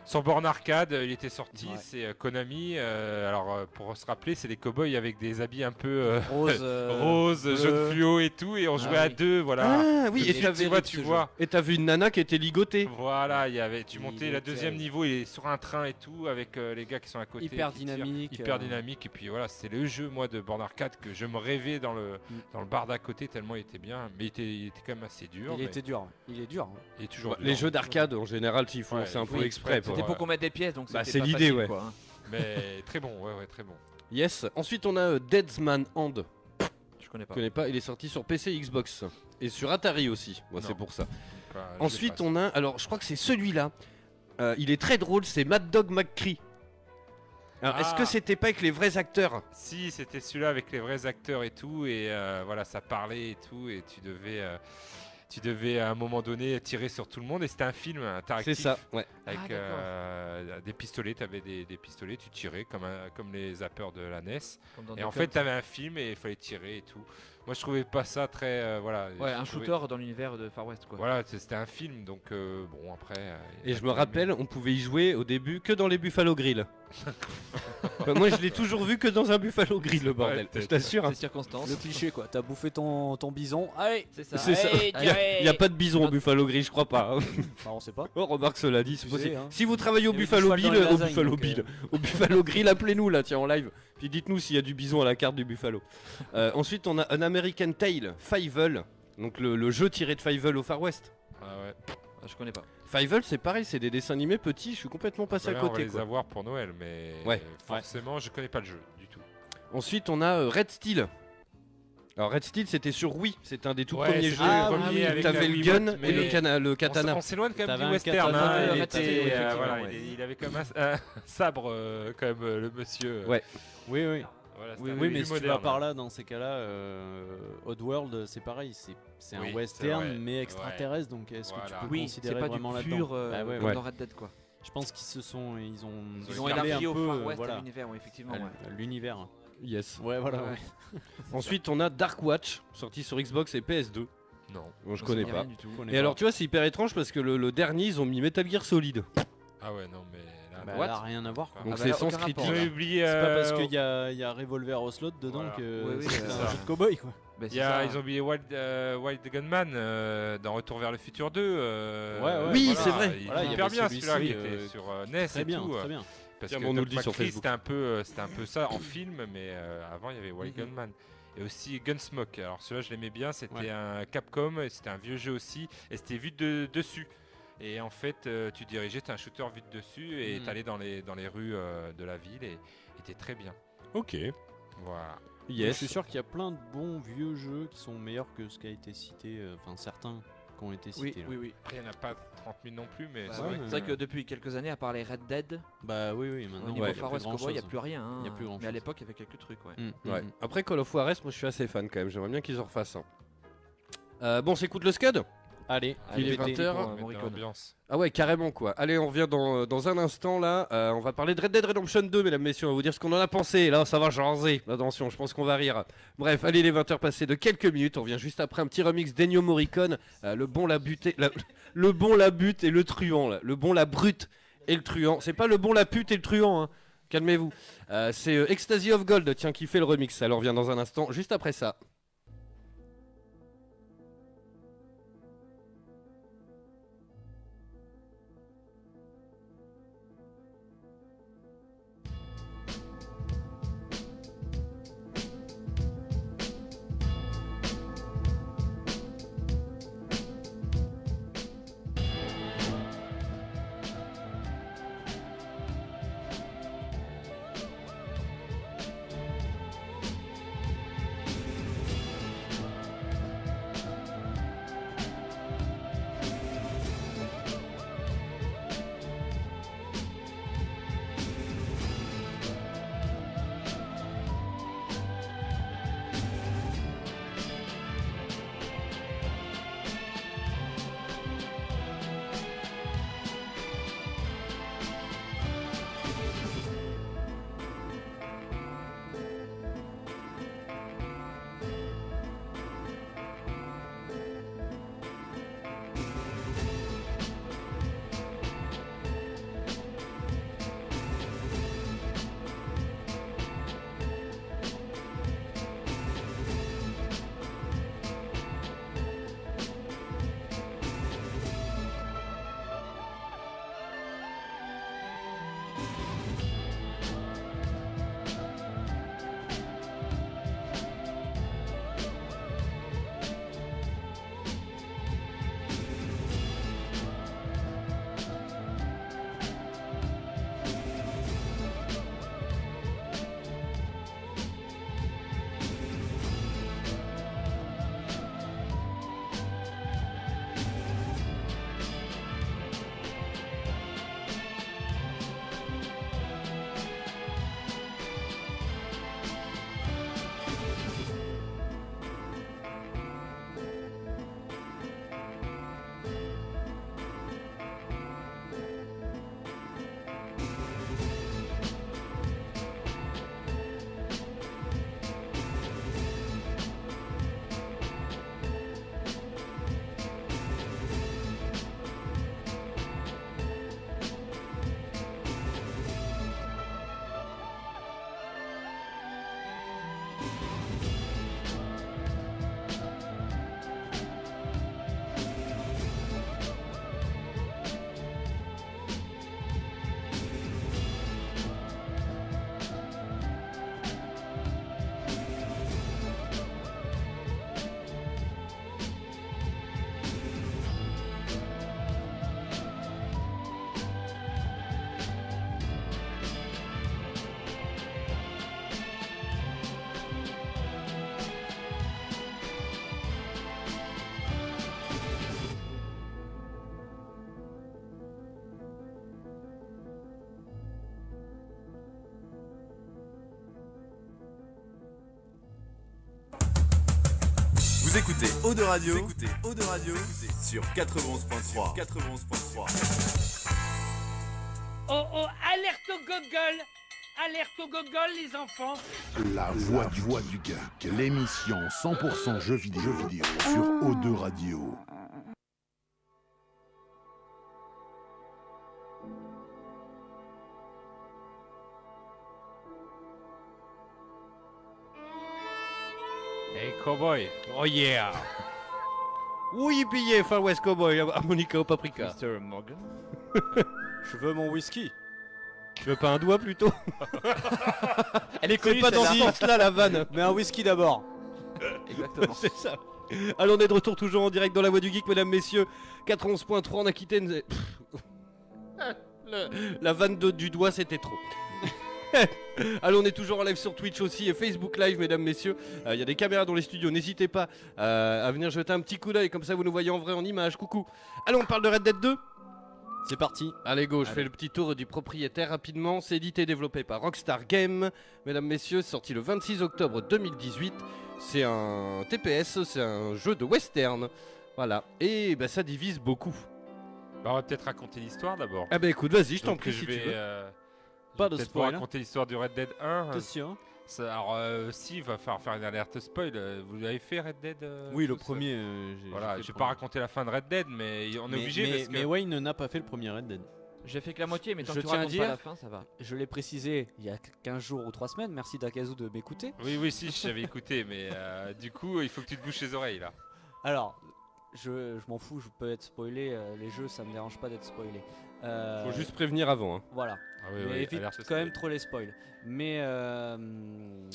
Speaker 6: Sans borne arcade, euh, il était sorti,
Speaker 8: Ouais.
Speaker 6: c'est euh, Konami. euh, alors euh, pour se rappeler, c'est des cowboys avec des habits un peu euh,
Speaker 8: Rose. euh,
Speaker 6: rose,
Speaker 8: bleu.
Speaker 6: jaune fluo et tout, et on
Speaker 8: Ah
Speaker 6: jouait à
Speaker 8: oui.
Speaker 6: deux, voilà.
Speaker 5: Ah oui,
Speaker 6: Et
Speaker 5: et
Speaker 6: tu-
Speaker 5: t'as-
Speaker 6: tu vois, tu vois.
Speaker 5: et t'as vu une nana qui était ligotée.
Speaker 6: Voilà, il y avait, tu
Speaker 8: Il
Speaker 6: montais la
Speaker 8: était-
Speaker 6: deuxième niveau, il est sur un train et tout, avec euh, les gars qui sont à côté.
Speaker 8: Hyper
Speaker 6: qui tirent.
Speaker 8: dynamique,
Speaker 6: Hyper
Speaker 8: euh.
Speaker 6: dynamique. Et puis voilà, c'est le jeu, moi, de borne arcade que je me rêvais dans le,
Speaker 8: Mm.
Speaker 6: dans le bar d'à côté, tellement il était bien. Mais il était, il était quand même assez dur.
Speaker 8: Il
Speaker 6: mais
Speaker 8: était dur. Il est dur. hein.
Speaker 6: il est toujours
Speaker 5: bah, Les
Speaker 6: dur.
Speaker 5: jeux d'arcade, en général, s'ils font,
Speaker 6: Ouais,
Speaker 5: c'est un
Speaker 6: oui,
Speaker 5: peu exprès. pour-
Speaker 1: C'était pour
Speaker 6: ouais.
Speaker 1: qu'on mette des pièces, donc
Speaker 5: Bah,
Speaker 1: c'était
Speaker 5: c'est
Speaker 1: pas
Speaker 5: l'idée,
Speaker 1: facile,
Speaker 5: ouais.
Speaker 1: quoi, hein.
Speaker 6: Mais très bon, ouais, ouais, très bon.
Speaker 5: Yes. Ensuite, on a euh, Deadman Hand.
Speaker 1: Je connais pas.
Speaker 5: Je
Speaker 6: Ah.
Speaker 5: connais pas, il est sorti sur PC et Xbox. Et sur Atari aussi. Bon,
Speaker 6: Non.
Speaker 5: c'est pour ça.
Speaker 6: Pas-
Speaker 8: Ah,
Speaker 6: je l'ai
Speaker 5: Ensuite,
Speaker 6: pas.
Speaker 5: on a. Alors, je crois que c'est celui-là. Euh, il est très drôle, c'est Mad Dog McCree. Alors, est-ce
Speaker 6: Ah.
Speaker 5: que c'était pas avec les vrais acteurs
Speaker 6: Si, c'était celui-là avec les vrais acteurs et tout, et euh, voilà, ça parlait et tout, et tu devais. euh, tu devais à un moment donné tirer sur tout le monde et c'était un film
Speaker 5: C'est
Speaker 6: interactif.
Speaker 5: ça, ouais.
Speaker 6: avec
Speaker 1: Ah, d'accord.
Speaker 6: euh, des pistolets, tu avais des, des pistolets, tu tirais comme, un- comme les zappers de la E NES.
Speaker 1: comme dans
Speaker 6: Et
Speaker 1: des
Speaker 6: en
Speaker 1: coms.
Speaker 6: fait, tu avais un film et il fallait tirer et tout. Moi, je trouvais pas ça très. euh, voilà.
Speaker 1: ouais,
Speaker 6: je
Speaker 1: un
Speaker 6: trouvais-
Speaker 1: shooter dans l'univers de Far West, quoi.
Speaker 6: Voilà, c'est- c'était un film, donc euh, bon, après. euh, il y
Speaker 5: Et
Speaker 6: a
Speaker 5: je me
Speaker 6: pas aimé.
Speaker 5: rappelle, on pouvait y jouer au début que dans les Buffalo Grill. Enfin, moi, je l'ai toujours vu que dans un Buffalo Grill, le bordel.
Speaker 6: peut-être.
Speaker 5: je t'assure. hein.
Speaker 1: Des circonstances.
Speaker 8: Le cliché, quoi. T'as bouffé ton, ton bison. Allez
Speaker 1: C'est ça.
Speaker 5: C'est ça.
Speaker 3: Allez,
Speaker 5: Il y a, y a pas de bison au Buffalo Grill, je crois pas. hein.
Speaker 8: Enfin, Bah, on sait pas.
Speaker 5: Oh, remarque cela dit, c'est
Speaker 8: Tu sais,
Speaker 5: possible.
Speaker 8: hein.
Speaker 5: Si vous travaillez au
Speaker 8: Il y avait du
Speaker 5: Buffalo
Speaker 8: cheval dans
Speaker 5: Bill,
Speaker 8: les
Speaker 5: au
Speaker 8: lasagnes,
Speaker 5: Buffalo
Speaker 8: donc, euh.
Speaker 5: Bill, au Buffalo Grill, appelez-nous là, tiens, en live. Puis dites-nous s'il y a du bison à la carte du Buffalo. Euh, ensuite, on a un American Tale, Fievel. Donc le, le jeu tiré de Fievel au Far West.
Speaker 6: Ah ouais.
Speaker 1: Ah, Je connais pas.
Speaker 5: Fievel, c'est pareil, c'est des dessins animés petits, je suis complètement passé
Speaker 6: Voilà,
Speaker 5: à
Speaker 6: on va
Speaker 5: côté.
Speaker 6: les
Speaker 5: quoi.
Speaker 6: avoir pour Noël, mais
Speaker 5: Ouais.
Speaker 6: forcément, je connais pas le jeu du tout.
Speaker 5: Ensuite, on a euh, Red Steel. Alors Red Steel, c'était sur Wii, c'était un des tout
Speaker 6: Ouais,
Speaker 5: premiers
Speaker 6: c'était
Speaker 5: jeux.
Speaker 6: le
Speaker 5: où
Speaker 6: premier avec la
Speaker 5: T'avais le
Speaker 6: Wiimote,
Speaker 5: gun
Speaker 6: mais
Speaker 5: et le, cana- le
Speaker 6: On s-
Speaker 5: katana.
Speaker 6: On s'éloigne quand
Speaker 9: Ah T'avais
Speaker 6: même
Speaker 9: un
Speaker 6: du western.
Speaker 9: katana,
Speaker 6: hein,
Speaker 9: euh,
Speaker 6: il,
Speaker 9: Red
Speaker 6: était,
Speaker 9: Steel,
Speaker 6: euh,
Speaker 9: effectivement,
Speaker 6: voilà,
Speaker 9: ouais.
Speaker 6: il- il avait comme un un sabre, euh, quand même, euh, le monsieur. euh,
Speaker 5: Ouais.
Speaker 9: Oui, oui.
Speaker 6: voilà, c'était
Speaker 9: Oui,
Speaker 6: un
Speaker 9: oui,
Speaker 6: peu
Speaker 9: mais
Speaker 6: plus
Speaker 9: si tu vas
Speaker 6: moderne.
Speaker 9: par là, dans ces cas-là, euh, Oddworld, c'est pareil, c'est c'est
Speaker 6: Oui,
Speaker 9: un
Speaker 6: c'est vrai,
Speaker 9: western mais
Speaker 6: ouais.
Speaker 9: extraterrestre, donc est-ce que tu
Speaker 6: Voilà.
Speaker 9: peux
Speaker 1: Oui, c'est
Speaker 9: considérer
Speaker 1: pas du
Speaker 9: vraiment là-dedans
Speaker 1: pur euh,
Speaker 9: Bah ouais,
Speaker 1: comme
Speaker 5: Ah, ouais.
Speaker 1: dans Red Dead quoi.
Speaker 9: Je pense qu'ils se sont, ils ont,
Speaker 1: Ils
Speaker 6: Ils
Speaker 1: ont
Speaker 6: ont gardé
Speaker 9: fermé
Speaker 1: élargi
Speaker 9: un
Speaker 1: au
Speaker 9: peu,
Speaker 1: Far
Speaker 9: euh,
Speaker 1: West
Speaker 9: voilà,
Speaker 1: à l'univers, ouais, effectivement.
Speaker 9: à
Speaker 1: ouais.
Speaker 9: l'univers.
Speaker 5: Yes.
Speaker 9: Ouais, voilà.
Speaker 1: Ouais.
Speaker 9: ouais.
Speaker 5: Ensuite, on a Dark Watch, sorti sur Xbox et PS2.
Speaker 6: Non.
Speaker 5: Bon, je
Speaker 1: Ça
Speaker 5: connais
Speaker 1: me dit
Speaker 5: pas.
Speaker 1: rien du tout.
Speaker 9: On
Speaker 5: Et
Speaker 9: est pas-
Speaker 5: alors, tu vois, c'est hyper étrange parce que le, le dernier, ils ont mis Metal Gear Solid.
Speaker 6: Ah ouais, non, mais là.
Speaker 9: Bah,
Speaker 6: non.
Speaker 9: elle a rien à
Speaker 6: Ah,
Speaker 9: voir. quoi.
Speaker 5: Donc
Speaker 1: bah
Speaker 5: c'est
Speaker 1: là,
Speaker 5: sans
Speaker 1: aucun
Speaker 5: critique.
Speaker 1: rapport,
Speaker 6: J'ai
Speaker 1: là.
Speaker 6: oublié,
Speaker 9: C'est pas parce
Speaker 6: euh,
Speaker 9: qu'il y a, il y a Revolver Oslot dedans
Speaker 6: Voilà.
Speaker 9: que
Speaker 1: Oui, oui,
Speaker 9: c'est
Speaker 1: c'est
Speaker 9: un
Speaker 6: ça.
Speaker 9: jeu de cowboy quoi.
Speaker 1: Bah, c'est
Speaker 6: Il y a-
Speaker 1: ça.
Speaker 6: ils ont oublié Wild, euh, Wild Gunman euh, dans Retour vers le futur 2. euh,
Speaker 9: Ouais, ouais.
Speaker 5: Oui, c'est vrai.
Speaker 6: Il
Speaker 9: Voilà,
Speaker 6: est
Speaker 9: il y
Speaker 6: hyper
Speaker 9: avait
Speaker 6: bien celui-là
Speaker 9: celui-ci,
Speaker 6: qui était
Speaker 9: euh,
Speaker 6: sur euh, NES
Speaker 9: Très
Speaker 6: et
Speaker 9: bien,
Speaker 6: tout. euh,
Speaker 9: très bien.
Speaker 6: Parce
Speaker 5: Tiens,
Speaker 6: que
Speaker 5: on nous le
Speaker 6: Doc
Speaker 5: dit sur
Speaker 6: McCree,
Speaker 5: Facebook.
Speaker 6: c'était un peu, euh, c'était un peu ça en film, mais euh, avant il y avait Wild
Speaker 1: Mhm.
Speaker 6: Gunman. Et aussi Gunsmoke. Alors celui-là, je l'aimais bien. C'était un Capcom, et c'était un vieux jeu aussi, et c'était vu de dessus. Et en fait, euh, tu dirigeais, t'es un shooter vu de dessus, et
Speaker 9: Mhm.
Speaker 6: t'allais dans les dans les rues euh, de la ville, et était très bien.
Speaker 5: Ok.
Speaker 6: Voilà.
Speaker 9: Donc,
Speaker 5: Yes.
Speaker 9: Je suis sûr qu'il y a plein de bons vieux jeux qui sont meilleurs que ce qui a été cité, euh, enfin certains qui ont été
Speaker 1: Oui,
Speaker 9: cités. là.
Speaker 1: oui, oui.
Speaker 6: Après, il n'y en a pas 30 000 non plus, mais
Speaker 1: Bah,
Speaker 6: c'est
Speaker 1: ouais.
Speaker 6: vrai.
Speaker 1: C'est vrai que depuis quelques années, à part les Red Dead,
Speaker 9: Bah oui, oui,
Speaker 1: au
Speaker 9: maintenant
Speaker 1: niveau
Speaker 9: ouais,
Speaker 1: Far West Cowboy, il n'y a plus rien. hein.
Speaker 9: Y a plus
Speaker 1: Mais à
Speaker 9: grand-chose.
Speaker 1: l'époque, il y avait quelques trucs, ouais.
Speaker 9: Mm,
Speaker 5: Mm, Ouais. Après Call of Juarez, moi je suis assez fan quand même. J'aimerais bien qu'ils en refassent un. Euh, bon, s'écoute le Scud
Speaker 9: Allez,
Speaker 5: Il est
Speaker 1: Allez,
Speaker 5: 20 heures.
Speaker 1: pour, euh,
Speaker 6: On va mettre
Speaker 1: Morricone.
Speaker 6: dans l'ambiance.
Speaker 5: Ah ouais, carrément quoi. Allez, on revient dans, euh, dans un instant là. Euh, on va parler de Red Dead Redemption 2, mesdames, messieurs. On va vous dire ce qu'on en a pensé. Là, ça va jaser. Attention, je pense qu'on va rire. Bref, allez, les 20h passées de quelques minutes. On revient juste après un petit remix d'Ennio Morricone. Euh, le bon la bute, la- le bon la bute et le truand. Là. Le bon la brute et le truand. C'est pas le bon la pute et le truand. Hein. Calmez-vous. Euh, C'est euh, Ecstasy of Gold, tiens, qui fait le remix. Alors, on revient dans un instant, juste après ça.
Speaker 11: Red
Speaker 12: Vous écoutez Eau de Radio, Vous écoutez Eau de Radio sur 91.3. 91.3.
Speaker 3: Oh oh, alerte au gogol Alerte au gogol, les enfants
Speaker 2: La voix, du, voix du geek, l'émission 100% jeux vidéo, jeux vidéo sur O2 Radio.
Speaker 6: Hey cowboy, oh yeah
Speaker 5: Oui, pillé, Far West Cowboy, harmonica au paprika.
Speaker 1: Mr. Morgan
Speaker 5: Je veux mon whisky. Tu veux pas un doigt plutôt Elle est connue pas dans ce sens-là la vanne.
Speaker 8: Mais un whisky d'abord.
Speaker 1: Exactement.
Speaker 5: C'est ça. Allons, on est de retour toujours en direct dans la voie du geek, mesdames, messieurs. 411.3 en Aquitaine. Pff. Le- La vanne de- du doigt, c'était trop. Allons, on est toujours en live sur Twitch aussi et Facebook Live, mesdames, messieurs. Euh, Il y a des caméras dans les studios, n'hésitez pas euh, à venir jeter un petit coup d'œil, comme ça vous nous voyez en vrai en image. Coucou. Allons, on parle de Red Dead 2
Speaker 9: C'est parti.
Speaker 5: Allez, go, je fais le petit tour du propriétaire rapidement. C'est édité et développé par Rockstar Game. Mesdames, messieurs, sorti le 26 octobre 2018. C'est un TPS, c'est un jeu de western. Voilà. Et bah, ça divise beaucoup.
Speaker 6: Bah, on va peut-être raconter l'histoire d'abord.
Speaker 9: Eh,
Speaker 5: Ah bah écoute, vas-y, je t'en
Speaker 6: Donc,
Speaker 5: prie si
Speaker 6: vais,
Speaker 5: tu veux.
Speaker 6: euh, je
Speaker 9: Pas
Speaker 6: vais
Speaker 9: de
Speaker 6: peut-être
Speaker 9: spoil, hein.
Speaker 6: vous raconter l'histoire du Red Dead 1.
Speaker 9: T'es sûr
Speaker 6: Ça- alors, euh, si, il va falloir faire une alerte spoil. Euh, Vous l'avez fait, Red Dead euh,
Speaker 9: Oui, le
Speaker 6: tous
Speaker 9: premier. euh, j'ai-
Speaker 6: Voilà,
Speaker 9: j'ai fait
Speaker 6: je vais
Speaker 9: le
Speaker 6: pas
Speaker 9: premier.
Speaker 6: raconter la fin de Red Dead, mais on est
Speaker 9: Mais-
Speaker 6: obligé
Speaker 9: mais-
Speaker 6: parce que.
Speaker 9: Mais Wayne n'a pas fait le premier Red Dead.
Speaker 1: J'ai fait que la moitié, mais tant
Speaker 8: Je
Speaker 1: que tu
Speaker 8: tiens à
Speaker 1: racontes
Speaker 8: dire-
Speaker 1: pas la fin, ça va.
Speaker 8: Je l'ai précisé il y a 15 jours ou 3 semaines. Merci Dakazu de m'écouter.
Speaker 6: Oui, oui, si, j'avais écouté, mais euh, du coup, il faut que tu te bouches les oreilles là.
Speaker 8: Alors, je, je m'en fous, je peux être spoilé. euh, les jeux, ça me dérange pas d'être spoilé. Euh,
Speaker 5: Faut juste prévenir avant. hein.
Speaker 8: Voilà.
Speaker 6: Ah oui,
Speaker 8: Mais
Speaker 6: oui,
Speaker 8: évite
Speaker 6: alerte
Speaker 8: quand
Speaker 6: spoil.
Speaker 8: même trop les spoils. Mais euh, mm,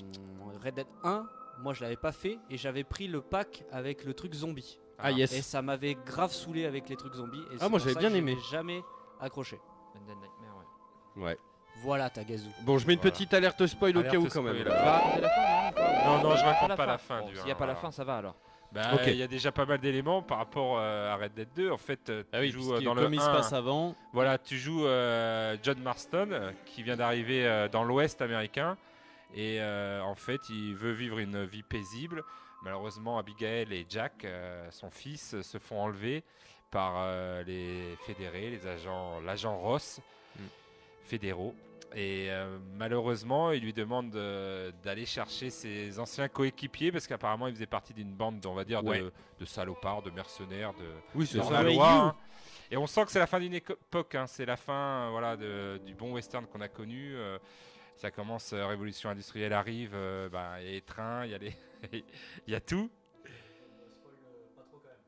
Speaker 8: Red Dead 1, moi je l'avais pas fait et j'avais pris le pack avec le truc zombie.
Speaker 5: Ah,
Speaker 6: Ah,
Speaker 5: yes. Ah,
Speaker 8: Et ça m'avait grave saoulé avec les trucs zombies. Et c'est
Speaker 5: moi,
Speaker 8: pour
Speaker 5: j'avais
Speaker 8: ça
Speaker 5: bien
Speaker 8: que je
Speaker 5: aimé.
Speaker 8: l'ai jamais accroché.
Speaker 1: Undead Nightmare, ouais.
Speaker 5: Ouais.
Speaker 8: Voilà Tagazu.
Speaker 5: Bon, je mets une
Speaker 6: Voilà.
Speaker 5: petite alerte spoil au
Speaker 6: Alerte
Speaker 5: cas où quand même.
Speaker 6: spoil, là.
Speaker 5: Va-
Speaker 1: Bah, C'est la fin, hein, non, quoi
Speaker 6: Bah, Non, non, je raconte
Speaker 1: la
Speaker 6: pas la fin
Speaker 1: Bon,
Speaker 6: du
Speaker 1: S'il n'y a
Speaker 6: un,
Speaker 1: pas la
Speaker 6: alors.
Speaker 1: fin, ça va alors.
Speaker 6: Bah, il
Speaker 5: Ok.
Speaker 6: y a déjà pas mal d'éléments par rapport euh, à Red Dead 2. En fait, euh, tu
Speaker 9: Ah oui,
Speaker 6: joues euh,
Speaker 9: puisque
Speaker 6: dans le
Speaker 9: comme il se
Speaker 6: 1,
Speaker 9: passe avant,
Speaker 6: Voilà, tu joues euh, John Marston euh, qui vient d'arriver euh, dans l'Ouest américain et euh, en fait il veut vivre une vie paisible. Malheureusement, Abigail et Jack, euh, son fils, euh, se font enlever par euh, les fédérés, les agents, l'agent Ross,
Speaker 5: Mm.
Speaker 6: fédéraux. Et euh, malheureusement, il lui demande euh, d'aller chercher ses anciens coéquipiers parce qu'apparemment il faisait partie d'une bande, on va dire, de-
Speaker 5: Ouais.
Speaker 6: de salopards, de mercenaires, de,
Speaker 5: Oui, c'est
Speaker 6: dans
Speaker 5: ça.
Speaker 6: la loi, hein. Et on sent que c'est la fin d'une éco- époque, hein. c'est la fin euh, voilà, de- du bon western qu'on a connu. euh, ça commence, euh, révolution industrielle arrive, euh, bah, il y a les trains, il y a, les... il y a tout.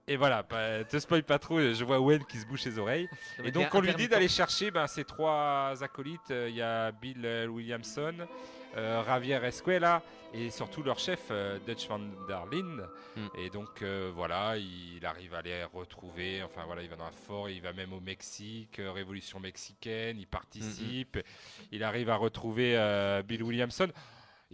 Speaker 6: Et voilà, bah, te spoil pas trop, je vois Wayne qui se bouche les oreilles. Et donc on lui dit d'aller chercher ben, ces trois acolytes, Euh, il y a Bill euh, Williamson, euh, Javier Escuela et surtout leur chef euh, Dutch van der Linde.
Speaker 5: Mm.
Speaker 6: Et donc euh, voilà, il arrive à les retrouver, enfin voilà, il va dans un fort, il va même au Mexique, euh, révolution mexicaine, il participe, il arrive à retrouver euh, Bill Williamson.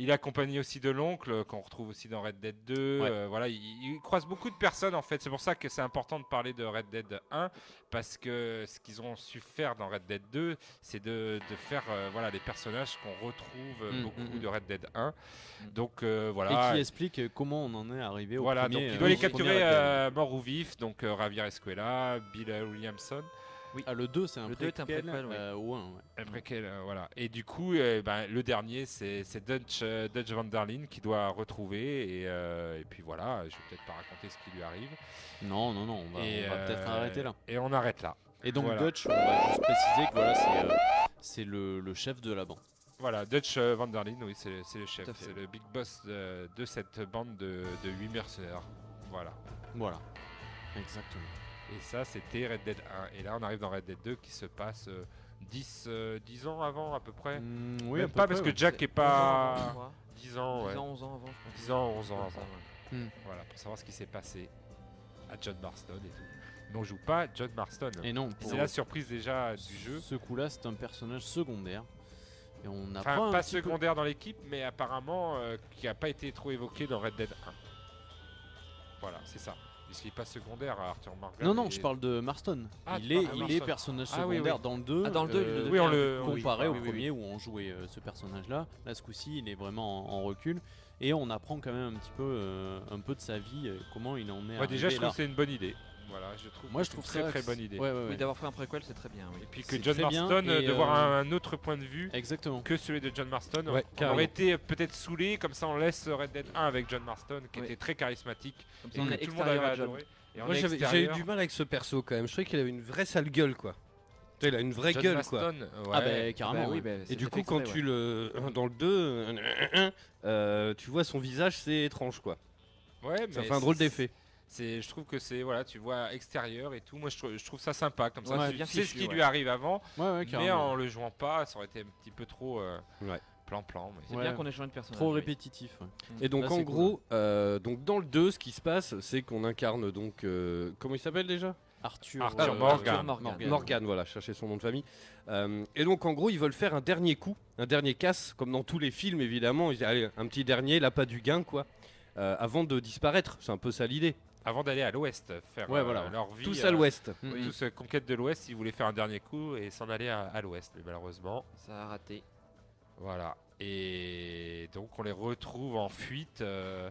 Speaker 6: Il est accompagné aussi de l'oncle euh, qu'on retrouve aussi dans Red Dead 2.
Speaker 5: Ouais.
Speaker 6: Euh, voilà, il, il croise beaucoup de personnes en fait. C'est pour ça que c'est important de parler de Red Dead 1 parce que ce qu'ils ont su faire dans Red Dead 2, c'est de, de faire euh, voilà, les personnages qu'on retrouve euh,
Speaker 5: Mm,
Speaker 6: beaucoup
Speaker 5: mm, mm.
Speaker 6: de Red Dead 1.
Speaker 1: Mm.
Speaker 6: Donc euh,
Speaker 9: et
Speaker 6: voilà.
Speaker 9: qui explique comment on en est arrivé au
Speaker 6: voilà,
Speaker 9: premier.
Speaker 6: donc
Speaker 9: euh,
Speaker 6: il doit les
Speaker 9: au premier
Speaker 6: capturer
Speaker 9: Red Dead.
Speaker 6: euh, morts ou vifs, donc euh, Javier Escuela, Bill Williamson.
Speaker 9: Ah, le 2, c'est un
Speaker 1: Le deux est un
Speaker 9: préquel,
Speaker 1: préquel, ouais.
Speaker 9: euh, au un, ouais.
Speaker 6: Après qu'elle, euh, voilà. Et du coup, euh, ben, le dernier, c'est c'est Dutch, euh, Dutch Van Der Linde qui doit retrouver. Et, euh, et puis voilà, je vais peut-être pas raconter ce qui lui arrive.
Speaker 9: Non, non, non, on va,
Speaker 6: et
Speaker 9: on va peut-être
Speaker 6: euh,
Speaker 9: arrêter là.
Speaker 6: Et on arrête là.
Speaker 9: Et donc
Speaker 6: voilà.
Speaker 9: Dutch, on va juste préciser que voilà, c'est euh, c'est le, le chef de la bande.
Speaker 6: Voilà, Dutch euh, Van der Linde, oui, c'est c'est le chef,
Speaker 1: Tout à fait.
Speaker 6: c'est le big boss de, de cette bande de, de 8 mercenaires. Voilà.
Speaker 9: Voilà. Exactement.
Speaker 6: Et ça, c'était Red Dead 1. Et là, on arrive dans Red Dead 2 qui se passe euh, 10, euh, 10 ans avant, à peu près.
Speaker 9: Mm, oui,
Speaker 6: Même
Speaker 9: à peu
Speaker 6: pas
Speaker 9: près,
Speaker 6: parce
Speaker 9: ouais.
Speaker 6: que Jack est pas. 10 ans, ouais.
Speaker 1: 10 ans, 11 ans avant, je crois.
Speaker 6: 10 ans, 11 ans
Speaker 1: Ouais,
Speaker 6: avant.
Speaker 1: ça, ouais.
Speaker 6: Voilà, pour savoir ce qui s'est passé à John Marston et tout. Mais on joue pas John Marston.
Speaker 9: Et non, pour
Speaker 6: C'est la surprise déjà du jeu.
Speaker 9: ce coup-là, c'est un personnage secondaire. Et on apprend.
Speaker 6: Enfin,
Speaker 9: un
Speaker 6: pas
Speaker 9: petit peu-
Speaker 6: secondaire dans l'équipe, mais apparemment euh, qui a pas été trop évoqué dans Red Dead 1. Voilà, c'est ça. Puisqu'il n'est pas secondaire à Arthur Morgan.
Speaker 9: Non, non,
Speaker 6: et-
Speaker 9: je parle de Marston.
Speaker 6: Ah, tu
Speaker 9: il est,
Speaker 6: parles de
Speaker 9: il est
Speaker 6: Marston.
Speaker 9: personnage
Speaker 6: Ah,
Speaker 9: secondaire
Speaker 6: oui,
Speaker 9: dans le 2.
Speaker 1: Ah, dans le deux, il le
Speaker 9: euh,
Speaker 1: devient.
Speaker 6: Oui, on le. on- oui,
Speaker 9: comparé au
Speaker 6: oui, oui.
Speaker 9: premier où on jouait euh, ce personnage-là. Là, ce coup-ci, il est vraiment en, en recul. et on apprend quand même un petit peu, euh, un peu de sa vie, euh, comment il en est
Speaker 6: Moi,
Speaker 9: arrivé
Speaker 6: déjà, je
Speaker 9: là.
Speaker 6: trouve que c'est une bonne idée. Voilà, je trouve
Speaker 9: Moi,
Speaker 6: que
Speaker 9: je
Speaker 6: c'est
Speaker 9: trouve
Speaker 6: une très
Speaker 9: ça
Speaker 6: très
Speaker 9: que
Speaker 6: bonne
Speaker 9: c'est-
Speaker 6: idée.
Speaker 9: ouais, ouais,
Speaker 1: Oui,
Speaker 9: ouais.
Speaker 1: d'avoir fait un préquel, c'est très bien. Oui.
Speaker 6: Et puis
Speaker 9: C'est
Speaker 6: que John
Speaker 9: très bien,
Speaker 6: Marston, euh,
Speaker 9: et,
Speaker 6: de voir
Speaker 9: euh,
Speaker 6: un, un autre point de vue
Speaker 9: Exactement.
Speaker 6: que celui de John Marston,
Speaker 9: Ouais,
Speaker 6: on
Speaker 9: carrément.
Speaker 6: aurait été peut-être saoulé, comme ça on laisse Red Dead 1 avec John Marston, qui
Speaker 1: Oui.
Speaker 6: était très charismatique,
Speaker 1: Comme ça,
Speaker 6: et
Speaker 1: on
Speaker 6: que
Speaker 1: est
Speaker 6: tout le monde
Speaker 1: extérieur
Speaker 6: avait
Speaker 1: à John.
Speaker 6: adoré. Et on
Speaker 5: Moi
Speaker 6: est
Speaker 5: j'avais- j'ai eu
Speaker 6: extérieur.
Speaker 5: du mal avec ce perso quand même. Je trouvais qu'il avait une vraie sale gueule quoi. Tu sais, Il a une vraie
Speaker 6: John
Speaker 5: gueule quoi. ben,
Speaker 6: Marston, ouais.
Speaker 9: Ah bah carrément.
Speaker 1: Bah oui,
Speaker 9: ouais.
Speaker 1: bah,
Speaker 5: Et
Speaker 1: c'est
Speaker 5: du
Speaker 1: fait
Speaker 5: coup quand
Speaker 1: exprès,
Speaker 5: tu
Speaker 1: ouais.
Speaker 5: le dans le 2 tu vois son visage c'est étrange quoi.
Speaker 6: Ouais,
Speaker 5: Ça
Speaker 6: mais
Speaker 5: fait un drôle
Speaker 6: c'est-
Speaker 5: d'effet.
Speaker 6: C'est, je trouve que c'est voilà, tu vois extérieur et tout. Moi, je trouve, je trouve ça sympa comme ça.
Speaker 1: Ouais,
Speaker 6: tu
Speaker 1: bien
Speaker 6: sais ce
Speaker 1: fichu,
Speaker 6: qui
Speaker 1: ouais.
Speaker 6: lui arrive avant,
Speaker 9: Ouais, ouais,
Speaker 6: mais
Speaker 9: carrément.
Speaker 6: en le jouant pas, ça aurait été un petit peu trop euh,
Speaker 5: Ouais.
Speaker 6: plan-plan. mais-
Speaker 1: C'est
Speaker 9: Ouais.
Speaker 1: bien qu'on ait changé de personnage.
Speaker 9: Trop
Speaker 1: oui.
Speaker 9: répétitif. ouais.
Speaker 5: Et donc
Speaker 9: Là,
Speaker 5: en
Speaker 9: c'est
Speaker 5: gros, euh, donc dans le 2 ce qui se passe c'est qu'on incarne donc euh, comment il s'appelle déjà
Speaker 9: Arthur,
Speaker 6: Arthur
Speaker 9: euh,
Speaker 6: Morgan.
Speaker 1: Arthur Morgan.
Speaker 9: Morgan.
Speaker 5: Morgan, voilà, chercher son nom de famille. Euh, et donc, en gros, ils veulent faire un dernier coup, un dernier casse, comme dans tous les films, évidemment. Ils disent, allez, un petit dernier, là, pas du gain, quoi. euh, avant de disparaître, c'est un peu ça l'idée.
Speaker 6: Avant d'aller à l'ouest, faire
Speaker 5: Ouais,
Speaker 6: euh,
Speaker 5: voilà.
Speaker 6: leur vie.
Speaker 5: Tous
Speaker 6: euh,
Speaker 5: à l'ouest.
Speaker 9: Mm.
Speaker 6: Tous euh, conquête de l'ouest, ils voulaient faire un dernier coup et s'en aller à, à l'ouest, mais malheureusement.
Speaker 1: Ça a raté.
Speaker 6: Voilà. Et donc on les retrouve en fuite euh,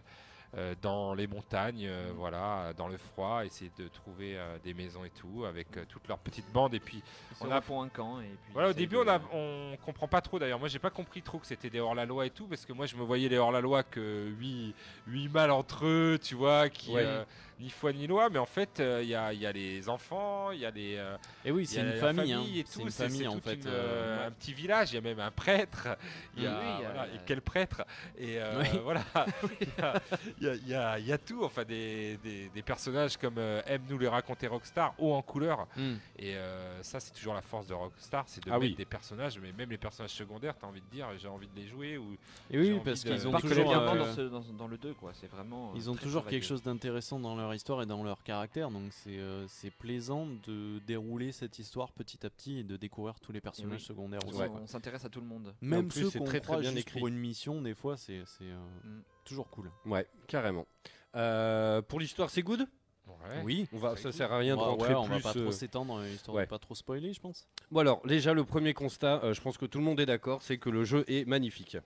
Speaker 6: euh, dans les montagnes, euh, voilà, dans le froid, essayer de trouver euh, des maisons et tout, avec euh, toute leur petite bande. Et puis
Speaker 1: Ils
Speaker 6: On
Speaker 1: se
Speaker 6: a-
Speaker 1: refont un camp. Et puis
Speaker 6: voilà, au
Speaker 1: ils essayent
Speaker 6: début
Speaker 1: de-
Speaker 6: on, a, on comprend pas trop d'ailleurs. Moi j'ai pas compris trop que c'était des hors-la-loi et tout, parce que moi je me voyais les hors-la-loi que huit huit mâles entre eux, tu vois, qui
Speaker 5: Ouais.
Speaker 6: euh, ni foi ni loi, mais en fait euh, il y, a, il y a les enfants, il y a les. euh,
Speaker 9: Et oui,
Speaker 6: il y
Speaker 9: c'est
Speaker 6: a
Speaker 9: une
Speaker 6: la
Speaker 9: famille. hein.
Speaker 6: et
Speaker 9: C'est
Speaker 6: tout,
Speaker 9: une
Speaker 6: c'est-
Speaker 9: famille
Speaker 6: c'est
Speaker 9: en
Speaker 6: toute
Speaker 9: fait.
Speaker 6: une,
Speaker 9: euh,
Speaker 6: euh, Un petit village, il y a même un prêtre. Il y a,
Speaker 1: Oui, il y a-
Speaker 6: voilà, et quel prêtre Et euh,
Speaker 9: Oui.
Speaker 6: voilà, il y a- il y, a- il y a- il y a tout, enfin des, des- des personnages comme euh, aime nous les raconter Rockstar, haut en couleur.
Speaker 9: Mm.
Speaker 6: Et euh, ça, c'est toujours la force de Rockstar, c'est de
Speaker 5: Ah
Speaker 6: mettre
Speaker 5: oui.
Speaker 6: des personnages, mais même les personnages secondaires, t'as envie de dire, j'ai envie de les jouer. Ou...
Speaker 9: Et
Speaker 6: J'ai
Speaker 9: oui,
Speaker 6: envie
Speaker 9: parce
Speaker 6: de-
Speaker 9: qu'ils ont
Speaker 1: Parce que j'aime
Speaker 9: toujours,
Speaker 1: bien
Speaker 9: euh,
Speaker 1: dans, ce- dans- dans le 2, quoi. C'est vraiment. euh,
Speaker 9: ils ont
Speaker 1: très
Speaker 9: toujours
Speaker 1: travaillé.
Speaker 9: quelque chose d'intéressant dans leur histoire et dans leur caractère. Donc c'est euh, c'est plaisant de dérouler cette histoire petit à petit et de découvrir tous les personnages secondaires
Speaker 1: On
Speaker 9: aussi.
Speaker 1: s'en-
Speaker 9: quoi.
Speaker 1: On s'intéresse à tout le monde.
Speaker 9: Même
Speaker 5: plus,
Speaker 9: ceux
Speaker 5: c'est
Speaker 9: qu'on
Speaker 5: très, très
Speaker 9: croit
Speaker 5: bien
Speaker 9: juste
Speaker 5: écrit.
Speaker 9: pour une mission, des fois, c'est c'est, euh,
Speaker 1: Mm.
Speaker 9: toujours cool.
Speaker 5: Ouais, carrément. Euh, pour l'histoire, c'est good
Speaker 6: Ouais.
Speaker 9: Oui.
Speaker 5: on va,
Speaker 6: Très
Speaker 5: Ça
Speaker 6: good.
Speaker 5: sert à rien de
Speaker 9: Ouais,
Speaker 5: rentrer
Speaker 9: Bah ouais, on va
Speaker 5: plus.
Speaker 9: pas
Speaker 5: euh,
Speaker 9: trop s'étendre, euh, histoire
Speaker 5: ouais.
Speaker 9: de pas trop spoiler, je pense.
Speaker 5: Bon, alors, déjà, le premier constat, euh, je pense que tout le monde est d'accord, c'est que le jeu est magnifique.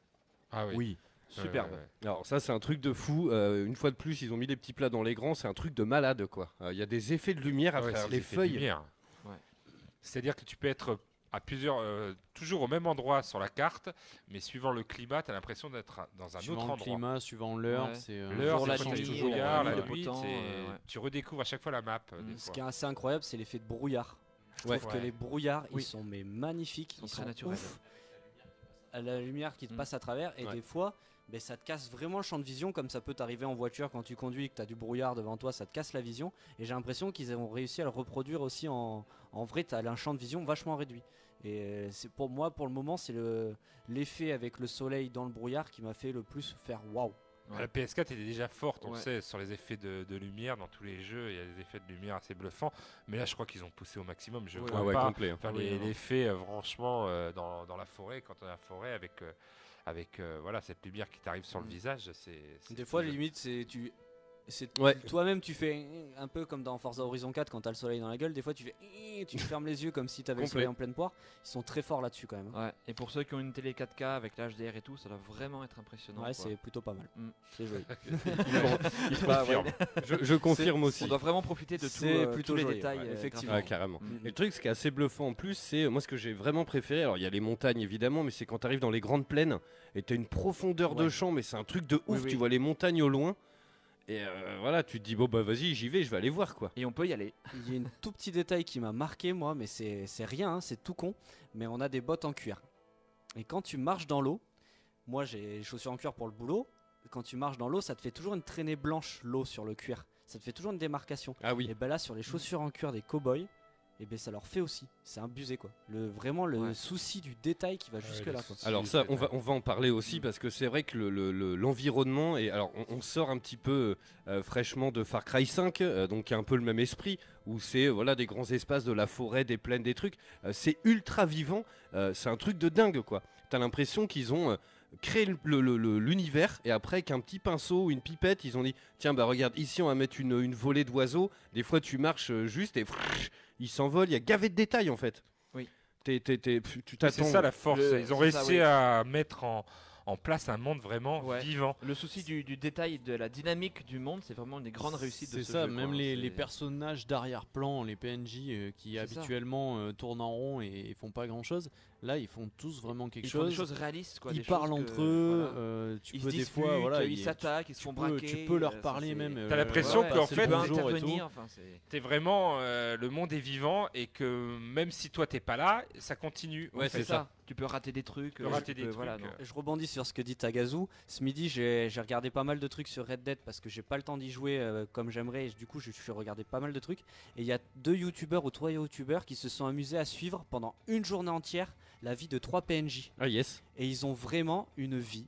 Speaker 6: Ah oui. Ouais,
Speaker 1: Superbe.
Speaker 6: ouais, ouais.
Speaker 5: Alors ça c'est un truc de fou. Euh, une fois de plus ils ont mis les petits plats dans les grands. C'est un truc de malade quoi. Euh, Il y a des effets de lumière à
Speaker 6: Ouais,
Speaker 5: travers
Speaker 6: c'est
Speaker 5: les
Speaker 6: des effets de
Speaker 5: feuilles.
Speaker 6: lumière.
Speaker 1: Ouais.
Speaker 6: C'est-à-dire que tu peux être à plusieurs, euh, toujours au même endroit sur la carte, mais suivant le climat, tu as l'impression d'être à- dans un autre
Speaker 9: Suivant
Speaker 6: endroit.
Speaker 9: le climat, suivant l'heure,
Speaker 1: Ouais.
Speaker 9: c'est. euh,
Speaker 6: L'heure,
Speaker 1: Jour, hein. la
Speaker 6: c'est quand t'as
Speaker 1: nuit,
Speaker 6: les
Speaker 1: euh,
Speaker 6: brouillards, la
Speaker 1: le
Speaker 6: nuit,
Speaker 1: beau temps,
Speaker 6: c'est-
Speaker 1: euh, ouais.
Speaker 6: tu redécouvres à chaque fois la map. euh, des
Speaker 8: Mm, Ce
Speaker 6: fois.
Speaker 8: qui est assez incroyable, c'est l'effet de brouillard. Je
Speaker 5: Ouais.
Speaker 8: trouve que
Speaker 6: Ouais.
Speaker 8: les brouillards,
Speaker 1: Oui.
Speaker 8: ils sont mais magnifiques,
Speaker 1: Ils
Speaker 8: ils
Speaker 1: sont
Speaker 8: sont,
Speaker 1: très naturels.
Speaker 8: ouf. À La lumière qui te
Speaker 1: Mm.
Speaker 8: passe à travers, et
Speaker 5: Ouais.
Speaker 8: des fois, ben, ça te casse vraiment le champ de vision, comme ça peut t'arriver en voiture quand tu conduis et que tu as du brouillard devant toi, ça te casse la vision. Et j'ai l'impression qu'ils ont réussi à le reproduire aussi en, en vrai, tu as un champ de vision vachement réduit. Et euh, c'est pour moi, pour le moment, c'est le- l'effet avec le soleil dans le brouillard qui m'a fait le plus faire waouh.
Speaker 1: Ouais.
Speaker 6: La PS4 était déjà forte, on le
Speaker 1: Ouais.
Speaker 6: sait, sur les effets de, de lumière dans tous les jeux. Il y a des effets de lumière assez bluffants, mais là, je crois qu'ils ont poussé au maximum. Je
Speaker 1: Ouais,
Speaker 6: vois
Speaker 5: Ah ouais,
Speaker 6: pas
Speaker 5: complet. hein.
Speaker 6: Enfin,
Speaker 1: Ah oui,
Speaker 6: les,
Speaker 1: non.
Speaker 6: les faits, euh, franchement, euh, dans, dans la forêt, quand on est en forêt, avec, euh, avec euh, voilà, cette lumière qui t'arrive sur le
Speaker 1: Mm.
Speaker 6: visage, c'est. c'est
Speaker 8: Des fois,
Speaker 6: fou, je-
Speaker 8: limite, c'est tu. c'est-
Speaker 5: Ouais.
Speaker 8: Toi-même, tu fais un peu comme dans Forza Horizon 4 quand t'as le soleil dans la gueule. Des fois, tu fais. Tu fermes les yeux comme si t'avais le
Speaker 5: Complet.
Speaker 8: soleil en pleine poire. Ils sont très forts là-dessus quand même. hein.
Speaker 1: Ouais. Et pour ceux qui ont une télé 4K avec l'HDR et tout, ça doit vraiment être impressionnant. quoi.
Speaker 8: ouais, c'est plutôt pas mal.
Speaker 1: Mm.
Speaker 8: C'est joli.
Speaker 5: Il se
Speaker 6: Bah,
Speaker 5: confirme. Je, je confirme
Speaker 1: C'est-
Speaker 5: aussi.
Speaker 1: On doit vraiment profiter de tout,
Speaker 8: C'est
Speaker 1: euh,
Speaker 8: plutôt
Speaker 1: tous les
Speaker 8: joli,
Speaker 1: détails.
Speaker 8: ouais,
Speaker 1: euh,
Speaker 8: effectivement.
Speaker 5: Ouais,
Speaker 1: graphiques.
Speaker 5: carrément.
Speaker 1: Mm.
Speaker 5: Et le truc, ce qui est assez bluffant en plus, c'est euh, moi ce que j'ai vraiment préféré. Alors il y a les montagnes évidemment, mais c'est quand t'arrives dans les grandes plaines et t'as une profondeur de
Speaker 1: Ouais.
Speaker 5: champ, mais c'est un truc de
Speaker 1: Oui,
Speaker 5: ouf. Tu
Speaker 1: oui.
Speaker 5: vois les montagnes au loin et euh, voilà, tu te dis bon bah vas-y, j'y vais, je vais aller voir quoi.
Speaker 1: Et on peut y aller.
Speaker 8: Il y a un tout petit détail qui m'a marqué, moi, mais c'est c'est rien, hein, c'est tout con. Mais on a des bottes en cuir. Et quand tu marches dans l'eau, moi j'ai les chaussures en cuir pour le boulot. Quand tu marches dans l'eau, ça te fait toujours une traînée blanche, l'eau sur le cuir. Ça te fait toujours une démarcation.
Speaker 5: Ah oui.
Speaker 8: Et ben là, sur les chaussures en cuir des cowboys, et ben ça leur fait aussi. C'est abusé quoi. Le vraiment le
Speaker 1: Ouais.
Speaker 8: souci du détail qui va jusque là quoi.
Speaker 5: Alors ça, on va, on va en parler
Speaker 6: Mm.
Speaker 5: aussi parce que c'est vrai que le- le- le- l'environnement et alors on, on sort un petit peu euh, fraîchement de Far Cry 5, euh, donc qui a un peu le même esprit où c'est euh, voilà des grands espaces de la forêt, des plaines, des trucs. Euh, c'est ultra vivant, euh, c'est un truc de dingue quoi. T'as l'impression qu'ils ont euh, créé le- le- le- le- l'univers et après qu'un petit pinceau ou une pipette, ils ont dit tiens bah regarde ici on va mettre une, une volée d'oiseaux. Des fois tu marches euh, juste et frrrr, ils s'envolent. Il y a gavé de détails en fait.
Speaker 1: Oui.
Speaker 5: T'es- t'es- t'es- tu
Speaker 6: Mais C'est
Speaker 5: t'attends.
Speaker 6: ça la force.
Speaker 1: Le-
Speaker 6: Ils ont
Speaker 1: c'est
Speaker 6: réussi
Speaker 1: ça, oui.
Speaker 6: à mettre en, en place un monde vraiment
Speaker 1: Ouais.
Speaker 6: vivant.
Speaker 1: Le souci du, du détail, de la dynamique du monde, c'est vraiment une des grandes réussites de
Speaker 9: C'est
Speaker 1: ce
Speaker 9: ça,
Speaker 1: jeu,
Speaker 9: même
Speaker 1: quoi.
Speaker 9: les,
Speaker 1: C'est-
Speaker 9: les personnages d'arrière-plan, les PNJ euh, qui
Speaker 1: C'est ça.
Speaker 9: habituellement euh, tournent en rond et, et font pas grand-chose, là ils font tous vraiment quelque
Speaker 1: Ils font
Speaker 9: chose.
Speaker 1: des choses réalistes, quoi,
Speaker 9: Ils
Speaker 1: des
Speaker 9: parlent
Speaker 1: choses
Speaker 9: entre
Speaker 1: que-
Speaker 9: eux,
Speaker 1: voilà.
Speaker 9: euh, tu
Speaker 1: Ils se
Speaker 9: peux des fois.
Speaker 1: disputent,
Speaker 9: Voilà,
Speaker 1: ils
Speaker 9: il-
Speaker 1: s'attaquent, ils se
Speaker 9: tu
Speaker 1: font
Speaker 9: peux-
Speaker 1: braquer,
Speaker 9: Tu peux
Speaker 1: euh,
Speaker 9: leur
Speaker 1: ça,
Speaker 9: parler
Speaker 1: c'est-
Speaker 9: même.
Speaker 6: T'as l'impression
Speaker 9: que
Speaker 6: qu'en fait,
Speaker 1: intervenir, enfin, c'est-
Speaker 6: t'es vraiment euh, le monde est vivant et que même si toi t'es pas là, ça continue. en
Speaker 1: Ouais,
Speaker 6: fait.
Speaker 1: c'est ça. Tu peux rater des trucs. euh,
Speaker 6: Tu peux rater des trucs.
Speaker 8: Je rebondis sur ce que dit Tagazu. Ce midi, j'ai j'ai regardé pas mal de trucs sur Red Dead parce que j'ai pas le temps d'y jouer euh, comme j'aimerais. Et du coup, je suis regardé pas mal de trucs. Et il y a deux youtubeurs ou trois youtubeurs qui se sont amusés à suivre pendant une journée entière la vie de trois PNJ.
Speaker 9: Ah yes.
Speaker 8: Et ils ont vraiment une vie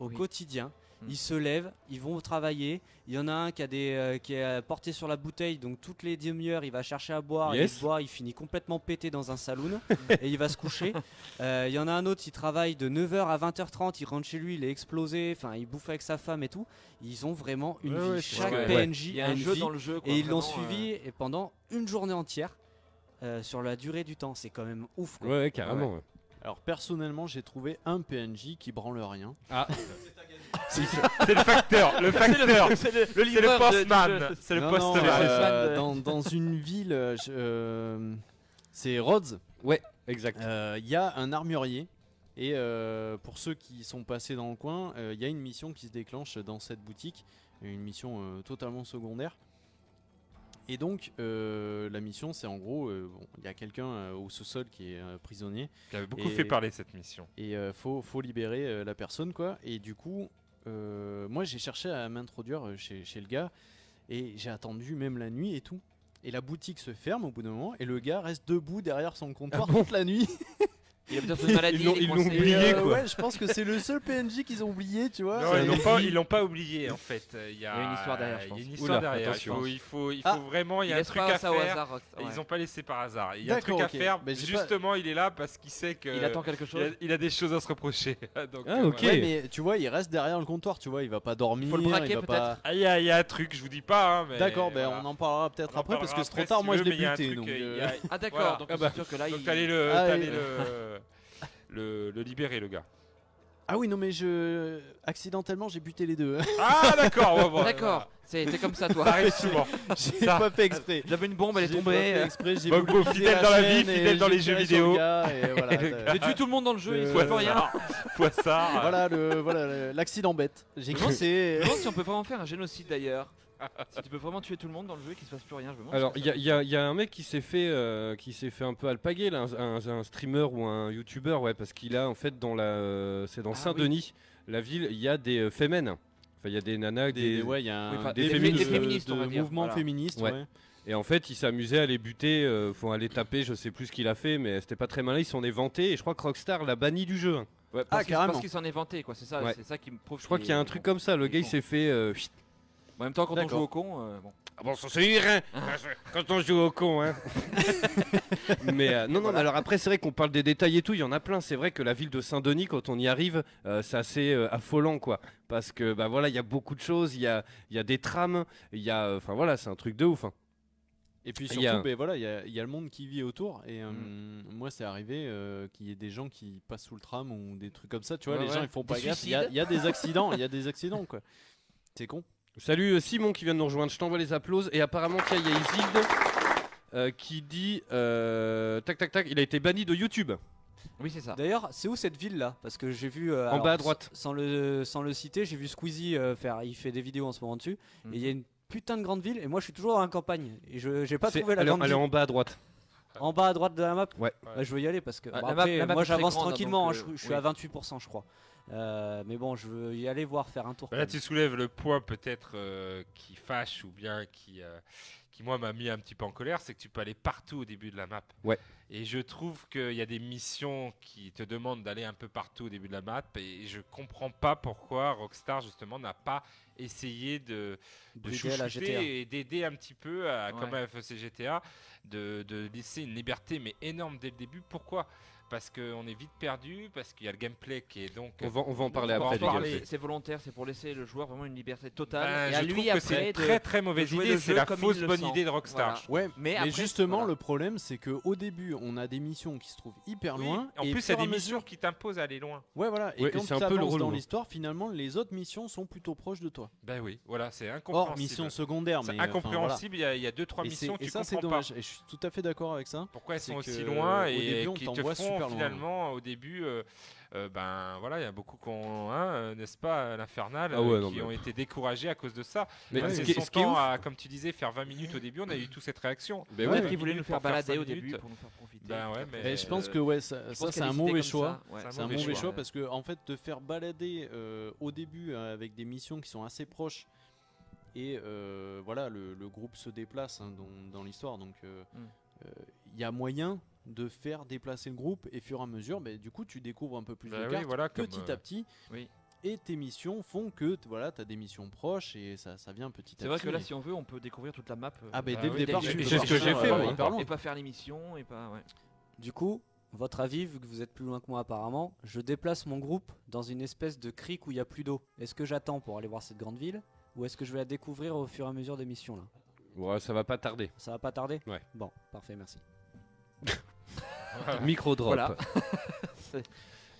Speaker 8: au
Speaker 9: Oui.
Speaker 8: quotidien.
Speaker 9: Mm.
Speaker 8: Ils se lèvent, ils vont travailler. Il y en a un qui a des euh, qui est euh, porté sur la bouteille, donc toutes les demi-heures, il va chercher à boire,
Speaker 9: Yes.
Speaker 8: il boit, il finit complètement pété dans un saloon et il va se coucher. Euh, Il y en a un autre, il travaille de 9h à 20h30, il rentre chez lui, il est explosé, enfin il bouffe avec sa femme et tout. Ils ont vraiment une
Speaker 1: Ouais,
Speaker 8: vie.
Speaker 1: ouais, c'est
Speaker 8: Chaque
Speaker 1: vrai.
Speaker 8: PNJ
Speaker 1: Il y a
Speaker 8: a
Speaker 1: un
Speaker 8: une
Speaker 1: jeu
Speaker 8: vie
Speaker 1: dans le jeu, euh, quoi,
Speaker 8: et ils l'ont
Speaker 1: vraiment,
Speaker 8: suivi et pendant une journée entière euh, sur la durée du temps. C'est quand même ouf. quoi.
Speaker 9: Alors personnellement, j'ai trouvé un PNJ qui branle rien.
Speaker 8: Ah.
Speaker 9: Si, si.
Speaker 6: C'est le facteur, le C'est le- facteur. c'est le- le C'est le livreur de- postman, du jeu. c'est le
Speaker 9: Non, non,
Speaker 6: postman.
Speaker 9: euh,
Speaker 6: C'est le
Speaker 9: dans,
Speaker 6: postman de-
Speaker 9: dans une ville, euh, je- euh, c'est Rhodes.
Speaker 5: Ouais, exact.
Speaker 9: Il Euh, y a un armurier. Et euh, pour ceux qui sont passés dans le coin, il y a une mission qui se déclenche dans cette boutique, une mission euh, totalement secondaire. Et donc, euh, la mission, c'est en gros, euh, bon, il y a quelqu'un euh, au sous-sol qui est euh, prisonnier.
Speaker 6: Qui avait beaucoup fait parler, cette mission.
Speaker 9: Et euh, faut, faut libérer euh, la personne, quoi. Et du coup, euh, moi, j'ai cherché à m'introduire euh, chez, chez le gars. Et j'ai attendu même la nuit et tout. Et la boutique se ferme au bout d'un moment. Et le gars reste debout derrière son comptoir toute la nuit.
Speaker 1: Il a peut-être une maladie,
Speaker 9: Ils l'ont-
Speaker 1: il est
Speaker 9: ils l'ont
Speaker 1: coincé. euh,
Speaker 9: oublié,
Speaker 1: Et,
Speaker 9: quoi. euh, Ouais, je pense que c'est le seul PNJ qu'ils ont oublié, tu vois.
Speaker 6: Non, ils l'ont pas, ils l'ont pas oublié en fait. Euh, Il y a,
Speaker 1: Il y a une histoire derrière, je
Speaker 6: Il y a une
Speaker 1: pense.
Speaker 6: histoire
Speaker 1: Oula,
Speaker 6: derrière. Il
Speaker 1: attention.
Speaker 6: faut, il faut, il faut
Speaker 1: Ah,
Speaker 6: vraiment, il y
Speaker 1: ils
Speaker 6: a un
Speaker 1: laissent
Speaker 6: truc
Speaker 1: pas
Speaker 6: à
Speaker 1: ça
Speaker 6: faire.
Speaker 1: au hasard, Rock-
Speaker 6: Et
Speaker 1: ouais.
Speaker 6: Ils n'ont pas laissé par hasard. Il y a un
Speaker 1: D'accord,
Speaker 6: truc à
Speaker 1: ok.
Speaker 6: faire.
Speaker 1: Mais j'ai pas-
Speaker 6: Justement, il est là parce qu'il sait que.
Speaker 1: Il attend quelque chose.
Speaker 6: Il a, il a des choses à se reprocher. Donc,
Speaker 9: Ah,
Speaker 6: euh,
Speaker 9: ok.
Speaker 6: voilà.
Speaker 9: mais tu vois, il reste derrière le comptoir, tu vois, il va pas dormir. il va pas-
Speaker 6: Ah, Il y, a- il y a un truc, je vous dis pas. hein, mais
Speaker 9: D'accord, ben,
Speaker 6: voilà.
Speaker 9: on en parlera peut-être
Speaker 6: On en
Speaker 9: après parce que
Speaker 6: parlera
Speaker 9: c'est trop
Speaker 6: après,
Speaker 9: tard.
Speaker 6: si
Speaker 9: Moi,
Speaker 6: tu
Speaker 9: je
Speaker 6: veux,
Speaker 9: l'ai
Speaker 6: mais il y a un
Speaker 9: buté.
Speaker 6: truc,
Speaker 9: donc,
Speaker 6: euh, il y
Speaker 9: euh,
Speaker 6: a- voilà.
Speaker 1: donc
Speaker 6: Ah
Speaker 1: c'est
Speaker 6: bah,
Speaker 1: sûr que là,
Speaker 6: donc
Speaker 1: il-
Speaker 6: t'allais le,
Speaker 9: Ah,
Speaker 6: t'allais
Speaker 9: il-
Speaker 6: le, le, le libérer le gars.
Speaker 9: Ah oui, non, mais je. Accidentellement, j'ai buté les deux.
Speaker 6: Ah, d'accord, ouais, bon,
Speaker 1: D'accord, voilà. c'est- t'es comme ça, toi.
Speaker 6: Ça arrive souvent.
Speaker 9: J'ai
Speaker 6: Ça.
Speaker 9: pas fait exprès.
Speaker 1: J'avais une bombe, elle est
Speaker 9: J'ai pas
Speaker 1: tombée.
Speaker 9: fait exprès, j'ai
Speaker 6: Donc,
Speaker 9: voulu
Speaker 6: bon,
Speaker 9: tirer
Speaker 6: fidèle dans la vie,
Speaker 9: chaîne et
Speaker 6: fidèle dans
Speaker 9: j'ai
Speaker 6: les jeux
Speaker 9: tiré sur
Speaker 6: vidéo.
Speaker 9: le gars, et voilà,
Speaker 6: Et le
Speaker 9: t'as-
Speaker 6: gars-
Speaker 1: J'ai tué tout le monde dans le jeu, il
Speaker 9: Euh,
Speaker 1: se passe plus rien.
Speaker 6: Poissard. Poissard.
Speaker 9: Voilà le voilà le- l'accident bête. J'ai
Speaker 1: Je
Speaker 9: commencé.
Speaker 1: me demande si on peut vraiment faire un génocide d'ailleurs. si tu peux vraiment tuer tout le monde dans le jeu et qu'il se passe plus rien, je me demande.
Speaker 5: Alors, il y, a- y a- y a un mec qui s'est fait, euh, qui s'est fait un peu alpaguer, là, un, un- un streamer ou un YouTuber, ouais, parce qu'il a en fait dans la, euh, c'est
Speaker 9: Ah
Speaker 5: dans Saint-Denis, la ville, il y a des euh, fémènes. Enfin, il y a des nanas,
Speaker 9: Des-
Speaker 5: des,
Speaker 9: ouais, il y a un-
Speaker 5: enfin,
Speaker 9: des fé- des féministes, euh, on va
Speaker 5: de
Speaker 9: dire, voilà. Ouais.
Speaker 5: Et en fait, il s'amusait à les buter, euh, faut aller taper, je sais plus ce qu'il a fait, mais c'était pas très malin, ils s'en est vanté, et je crois que Rockstar l'a banni du jeu.
Speaker 1: Ouais, parce qu'il- parce qu'il s'en est vanté, quoi, c'est ça-
Speaker 5: Ouais.
Speaker 1: c'est ça qui me prouve
Speaker 5: Je crois
Speaker 1: qu'il
Speaker 5: qu'il y a
Speaker 1: est-
Speaker 5: un truc comme ça, le
Speaker 1: il est
Speaker 5: gars il
Speaker 1: con.
Speaker 5: s'est fait. euh, chut.
Speaker 1: En même temps, quand on
Speaker 5: D'accord.
Speaker 1: joue au con, euh, bon.
Speaker 5: Ah bon, ça c'est rien Quand on joue au con, hein Mais euh, non, non, mais alors après, c'est vrai qu'on parle des détails et tout, il y en a plein. C'est vrai que la ville de Saint-Denis, quand on y arrive, euh, c'est assez euh, affolant, quoi. Parce que, bah voilà, il y a beaucoup de choses, il y a, il y a des trams, il y a. euh, Enfin voilà, c'est un truc de ouf. hein.
Speaker 9: Et puis
Speaker 5: Il y
Speaker 9: surtout,
Speaker 5: a-
Speaker 9: ben voilà, il y, a- il y a le monde qui vit autour. Et euh, moi, c'est arrivé euh, qu'il y ait des gens qui passent sous le tram ou des trucs comme ça. Tu vois,
Speaker 5: Ouais,
Speaker 9: les
Speaker 5: ouais.
Speaker 9: gens ils font
Speaker 5: Des
Speaker 9: pas gaffe. Il y, a-
Speaker 5: suicides.
Speaker 9: il y a des accidents, il y a des accidents quoi. C'est con.
Speaker 5: Salut euh, Simon qui vient de nous rejoindre, je t'envoie les applauses. Et apparemment, tiens, il y a Isilde euh, qui dit. euh, tac, tac, tac, il a été banni de YouTube.
Speaker 1: Oui, c'est ça.
Speaker 8: D'ailleurs, c'est où cette ville là Parce que j'ai vu. euh,
Speaker 5: En bas à droite.
Speaker 8: s- Sans le, sans le citer, j'ai vu Squeezie euh, faire. Il fait des vidéos en ce moment dessus. Et il y a une putain de grande ville. Et moi, je suis toujours dans la campagne. Et je j'ai pas
Speaker 5: Mhm. C'est-
Speaker 8: trouvé la
Speaker 5: elle est-
Speaker 8: grande
Speaker 5: elle est
Speaker 8: ville.
Speaker 5: en bas à droite.
Speaker 8: En bas à droite de la map
Speaker 5: Ouais.
Speaker 8: Bah, je veux y aller parce que.
Speaker 1: Ah,
Speaker 8: bon,
Speaker 1: la map-
Speaker 8: après,
Speaker 1: la map
Speaker 8: moi,
Speaker 1: est très
Speaker 8: j'avance
Speaker 1: grande, hein,
Speaker 8: tranquillement.
Speaker 1: donc,
Speaker 8: hein,
Speaker 1: euh,
Speaker 8: je, je suis à
Speaker 1: oui.
Speaker 8: 28%, je crois. Euh, mais bon, je veux y aller voir faire un tour.
Speaker 6: Bah
Speaker 8: quand
Speaker 6: Là,
Speaker 8: même.
Speaker 6: tu soulèves le point peut-être euh, qui fâche ou bien qui, euh, qui moi, m'a mis un petit peu en colère, c'est que tu peux aller partout au début de la map.
Speaker 5: Ouais.
Speaker 6: Et je trouve qu'il y a des missions qui te demandent d'aller un peu partout au début de la map, et je comprends pas pourquoi Rockstar, justement, n'a pas essayé de, de
Speaker 8: Brider la GTA.
Speaker 6: chouchouter et d'aider un petit peu, à, comme
Speaker 8: Ouais.
Speaker 6: à FCGTA, de, de laisser une liberté mais énorme dès le début. Pourquoi parce qu'on est vite perdu, parce qu'il y a le gameplay qui est donc.
Speaker 5: On va- on va en parler
Speaker 6: On va
Speaker 5: après,
Speaker 6: en
Speaker 5: les gars.
Speaker 6: parler.
Speaker 1: C'est volontaire, c'est pour laisser le joueur vraiment une liberté totale.
Speaker 6: Ben,
Speaker 1: et à
Speaker 6: je
Speaker 1: lui
Speaker 6: trouve que
Speaker 1: après
Speaker 6: c'est une
Speaker 1: de-
Speaker 6: très, très mauvaise
Speaker 1: de jouer
Speaker 6: idée,
Speaker 1: le
Speaker 6: c'est
Speaker 1: jeu
Speaker 6: la
Speaker 1: comme
Speaker 6: fausse
Speaker 1: il le
Speaker 6: bonne
Speaker 1: sent.
Speaker 6: idée de Rockstar.
Speaker 1: Voilà.
Speaker 9: Ouais, mais,
Speaker 1: après,
Speaker 9: justement,
Speaker 1: voilà.
Speaker 9: le problème, c'est que au début, on a des missions qui se trouvent hyper
Speaker 6: Oui,
Speaker 9: loin.
Speaker 6: en plus,
Speaker 9: et
Speaker 6: il y a
Speaker 9: fur et
Speaker 6: des
Speaker 9: à mesure-
Speaker 6: missions qui t'imposent à aller loin.
Speaker 9: Ouais, voilà. Et
Speaker 5: Ouais, et
Speaker 9: quand
Speaker 5: c'est un
Speaker 9: tu
Speaker 5: peu le
Speaker 9: avances
Speaker 5: relou.
Speaker 9: dans l'histoire, finalement, les autres missions sont plutôt proches de toi.
Speaker 6: Ben oui, voilà, c'est
Speaker 9: Or,
Speaker 6: incompréhensible.
Speaker 9: mission secondaire,
Speaker 6: C'est
Speaker 9: mais enfin, voilà.
Speaker 6: incompréhensible, il y a- il y a deux, trois
Speaker 9: Et
Speaker 6: missions,
Speaker 9: c'est-
Speaker 6: tu
Speaker 9: Et ça, c'est
Speaker 6: comprends pas.
Speaker 9: dommage. Et je suis tout à fait d'accord avec ça.
Speaker 6: Pourquoi elles
Speaker 9: C'est
Speaker 6: sont aussi
Speaker 9: que,
Speaker 6: loin
Speaker 9: au
Speaker 6: et
Speaker 9: début, on
Speaker 6: qui te
Speaker 9: t'envoie
Speaker 6: font
Speaker 9: super loin.
Speaker 6: finalement au début euh, euh, ben voilà il y a beaucoup qu'on hein, euh, n'est-ce pas euh, l'infernal
Speaker 5: Ah ouais,
Speaker 6: euh,
Speaker 5: non,
Speaker 6: qui
Speaker 5: mais-
Speaker 6: ont été découragés à cause de ça
Speaker 5: Mais
Speaker 6: Enfin,
Speaker 5: ce
Speaker 6: c'est
Speaker 5: qui est-
Speaker 6: son
Speaker 5: ce qui est
Speaker 6: temps
Speaker 5: ouf-
Speaker 6: à, comme tu disais faire 20 minutes au début on a eu toute cette réaction
Speaker 5: Mais
Speaker 9: ouais,
Speaker 1: Peut-être
Speaker 9: ouais.
Speaker 1: qu'ils voulaient nous faire
Speaker 6: Pour faire
Speaker 1: balader
Speaker 6: cinq
Speaker 1: au début
Speaker 6: minutes.
Speaker 1: pour nous faire profiter.
Speaker 6: ben ouais mais
Speaker 9: Et je pense que ouais, ça,
Speaker 1: Je
Speaker 9: ça,
Speaker 1: pense
Speaker 9: c'est
Speaker 1: qu'elle
Speaker 9: un
Speaker 1: est
Speaker 9: mauvais
Speaker 1: décidée comme
Speaker 9: choix.
Speaker 1: ça, ouais.
Speaker 9: C'est un mauvais choix
Speaker 1: ouais.
Speaker 9: parce que en fait, te faire balader euh, au début euh, avec des missions qui sont assez proches et euh, voilà, le, le groupe se déplace hein, dans, dans l'histoire, donc euh,
Speaker 1: Mm.
Speaker 9: euh, il y a moyen de faire déplacer le groupe et fur et à mesure, bah, du coup, tu découvres un peu plus
Speaker 6: Bah
Speaker 9: de
Speaker 6: oui,
Speaker 9: cartes
Speaker 6: voilà, comme,
Speaker 9: petit
Speaker 6: euh,
Speaker 9: à petit.
Speaker 1: oui.
Speaker 9: Et tes missions font que t- voilà, tu as des missions proches et ça, ça vient petit à petit.
Speaker 1: C'est vrai que là,
Speaker 9: et-
Speaker 1: si on veut, on peut découvrir toute la map. euh,
Speaker 9: Ah, bah,
Speaker 6: Bah
Speaker 9: dès le
Speaker 6: oui,
Speaker 9: départ,
Speaker 1: dès-
Speaker 9: tu
Speaker 1: dès-
Speaker 9: peux
Speaker 1: c'est ce que
Speaker 9: partir,
Speaker 1: j'ai fait, hein.
Speaker 9: euh,
Speaker 1: moi.
Speaker 9: hyper loin.
Speaker 1: et pas faire l'émission et pas. ouais.
Speaker 8: Du coup, votre avis, vu que vous êtes plus loin que moi apparemment, je déplace mon groupe dans une espèce de crique où il n'y a plus d'eau. Est-ce que j'attends pour aller voir cette grande ville ou est-ce que je vais la découvrir au fur et à mesure des missions là
Speaker 5: Ouais, ça va pas tarder.
Speaker 8: Ça va pas tarder
Speaker 5: Ouais.
Speaker 8: Bon, parfait, merci.
Speaker 5: Micro drop.
Speaker 1: Voilà.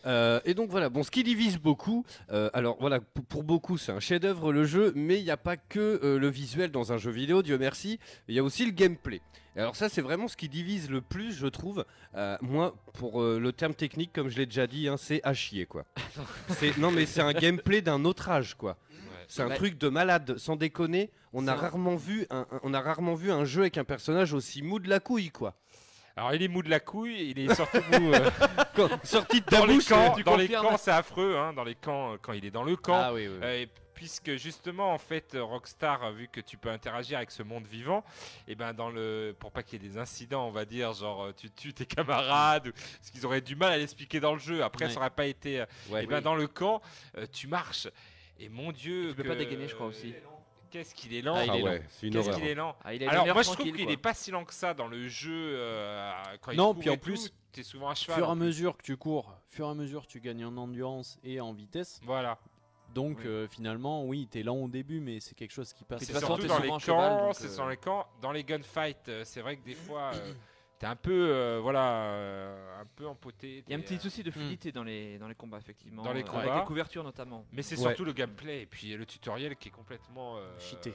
Speaker 5: Euh, et donc voilà, bon, ce qui divise beaucoup, euh, alors voilà, pour, pour beaucoup c'est un chef-d'œuvre le jeu, mais il n'y a pas que euh, le visuel dans un jeu vidéo, Dieu merci, il y a aussi le gameplay. Et alors ça c'est vraiment ce qui divise le plus, je trouve. Euh, moi, pour euh, le terme technique, comme je l'ai déjà dit, hein, c'est à chier quoi. C'est- non mais c'est un gameplay d'un autre âge quoi. C'est un
Speaker 6: Bah,
Speaker 1: Ouais.
Speaker 5: truc de malade, sans déconner. On a
Speaker 1: C'est un-
Speaker 5: rarement vu un, un- on a rarement vu un jeu avec un personnage aussi mou de la couille quoi.
Speaker 6: alors il est mou de la couille il est surtout mou euh,
Speaker 5: Quand- sorti de ta
Speaker 6: dans les
Speaker 5: bouche,
Speaker 6: camps
Speaker 5: tu
Speaker 6: dans les
Speaker 5: confirmes.
Speaker 6: camps c'est affreux hein, dans les camps euh, quand il est dans le camp
Speaker 5: Ah oui, oui, oui.
Speaker 6: Euh, et puisque justement en fait euh, Rockstar euh, vu que tu peux interagir avec ce monde vivant et ben dans le pour pas qu'il y ait des incidents on va dire genre euh, tu tues tes camarades ou- parce qu'ils auraient du mal à l'expliquer dans le jeu après
Speaker 9: Ouais.
Speaker 6: ça aurait pas été euh,
Speaker 5: Ouais.
Speaker 6: et ben dans le camp euh, tu marches et mon dieu
Speaker 1: Tu peux
Speaker 6: que-
Speaker 1: pas dégainer, je crois aussi.
Speaker 6: qu'est-ce qu'il est lent
Speaker 5: Ah,
Speaker 6: qu'est-ce qu'il est lent,
Speaker 5: ouais, c'est une
Speaker 6: Qu'est-ce
Speaker 5: horreur.
Speaker 6: qu'il est lent.
Speaker 1: Ah, il a une
Speaker 6: alors
Speaker 1: humeur
Speaker 6: moi je trouve
Speaker 1: tranquille,
Speaker 6: qu'il
Speaker 1: quoi.
Speaker 6: est pas si lent que ça dans le jeu euh, quand il
Speaker 9: Non,
Speaker 6: court
Speaker 9: puis en
Speaker 6: et tout,
Speaker 9: plus,
Speaker 6: t'es souvent à cheval hein.
Speaker 9: Fur et
Speaker 6: en
Speaker 9: à
Speaker 6: plus.
Speaker 9: mesure que tu cours, fur et à mesure tu gagnes en endurance et en vitesse.
Speaker 6: voilà
Speaker 9: Donc
Speaker 1: Oui.
Speaker 9: euh, finalement, oui, t'es lent au début, mais c'est quelque chose qui passe.
Speaker 1: Puis de
Speaker 6: C'est
Speaker 1: toute façon,
Speaker 6: surtout
Speaker 1: t'es
Speaker 6: dans les
Speaker 1: souvent
Speaker 6: camps,
Speaker 1: à cheval, donc,
Speaker 6: c'est
Speaker 1: euh,
Speaker 6: dans les camps, dans les gunfights, euh, c'est vrai que des fois, euh, t'es un peu, euh, voilà, euh, un peu empoté.
Speaker 1: Il y a un
Speaker 6: t'es,
Speaker 1: petit
Speaker 6: euh,
Speaker 1: souci de fluidité dans les dans les combats effectivement.
Speaker 6: Dans les
Speaker 1: euh, avec
Speaker 6: combats.
Speaker 1: les couvertures notamment.
Speaker 6: Mais c'est
Speaker 5: Ouais.
Speaker 6: surtout le gameplay et puis le tutoriel qui est complètement euh,
Speaker 8: Cheaté.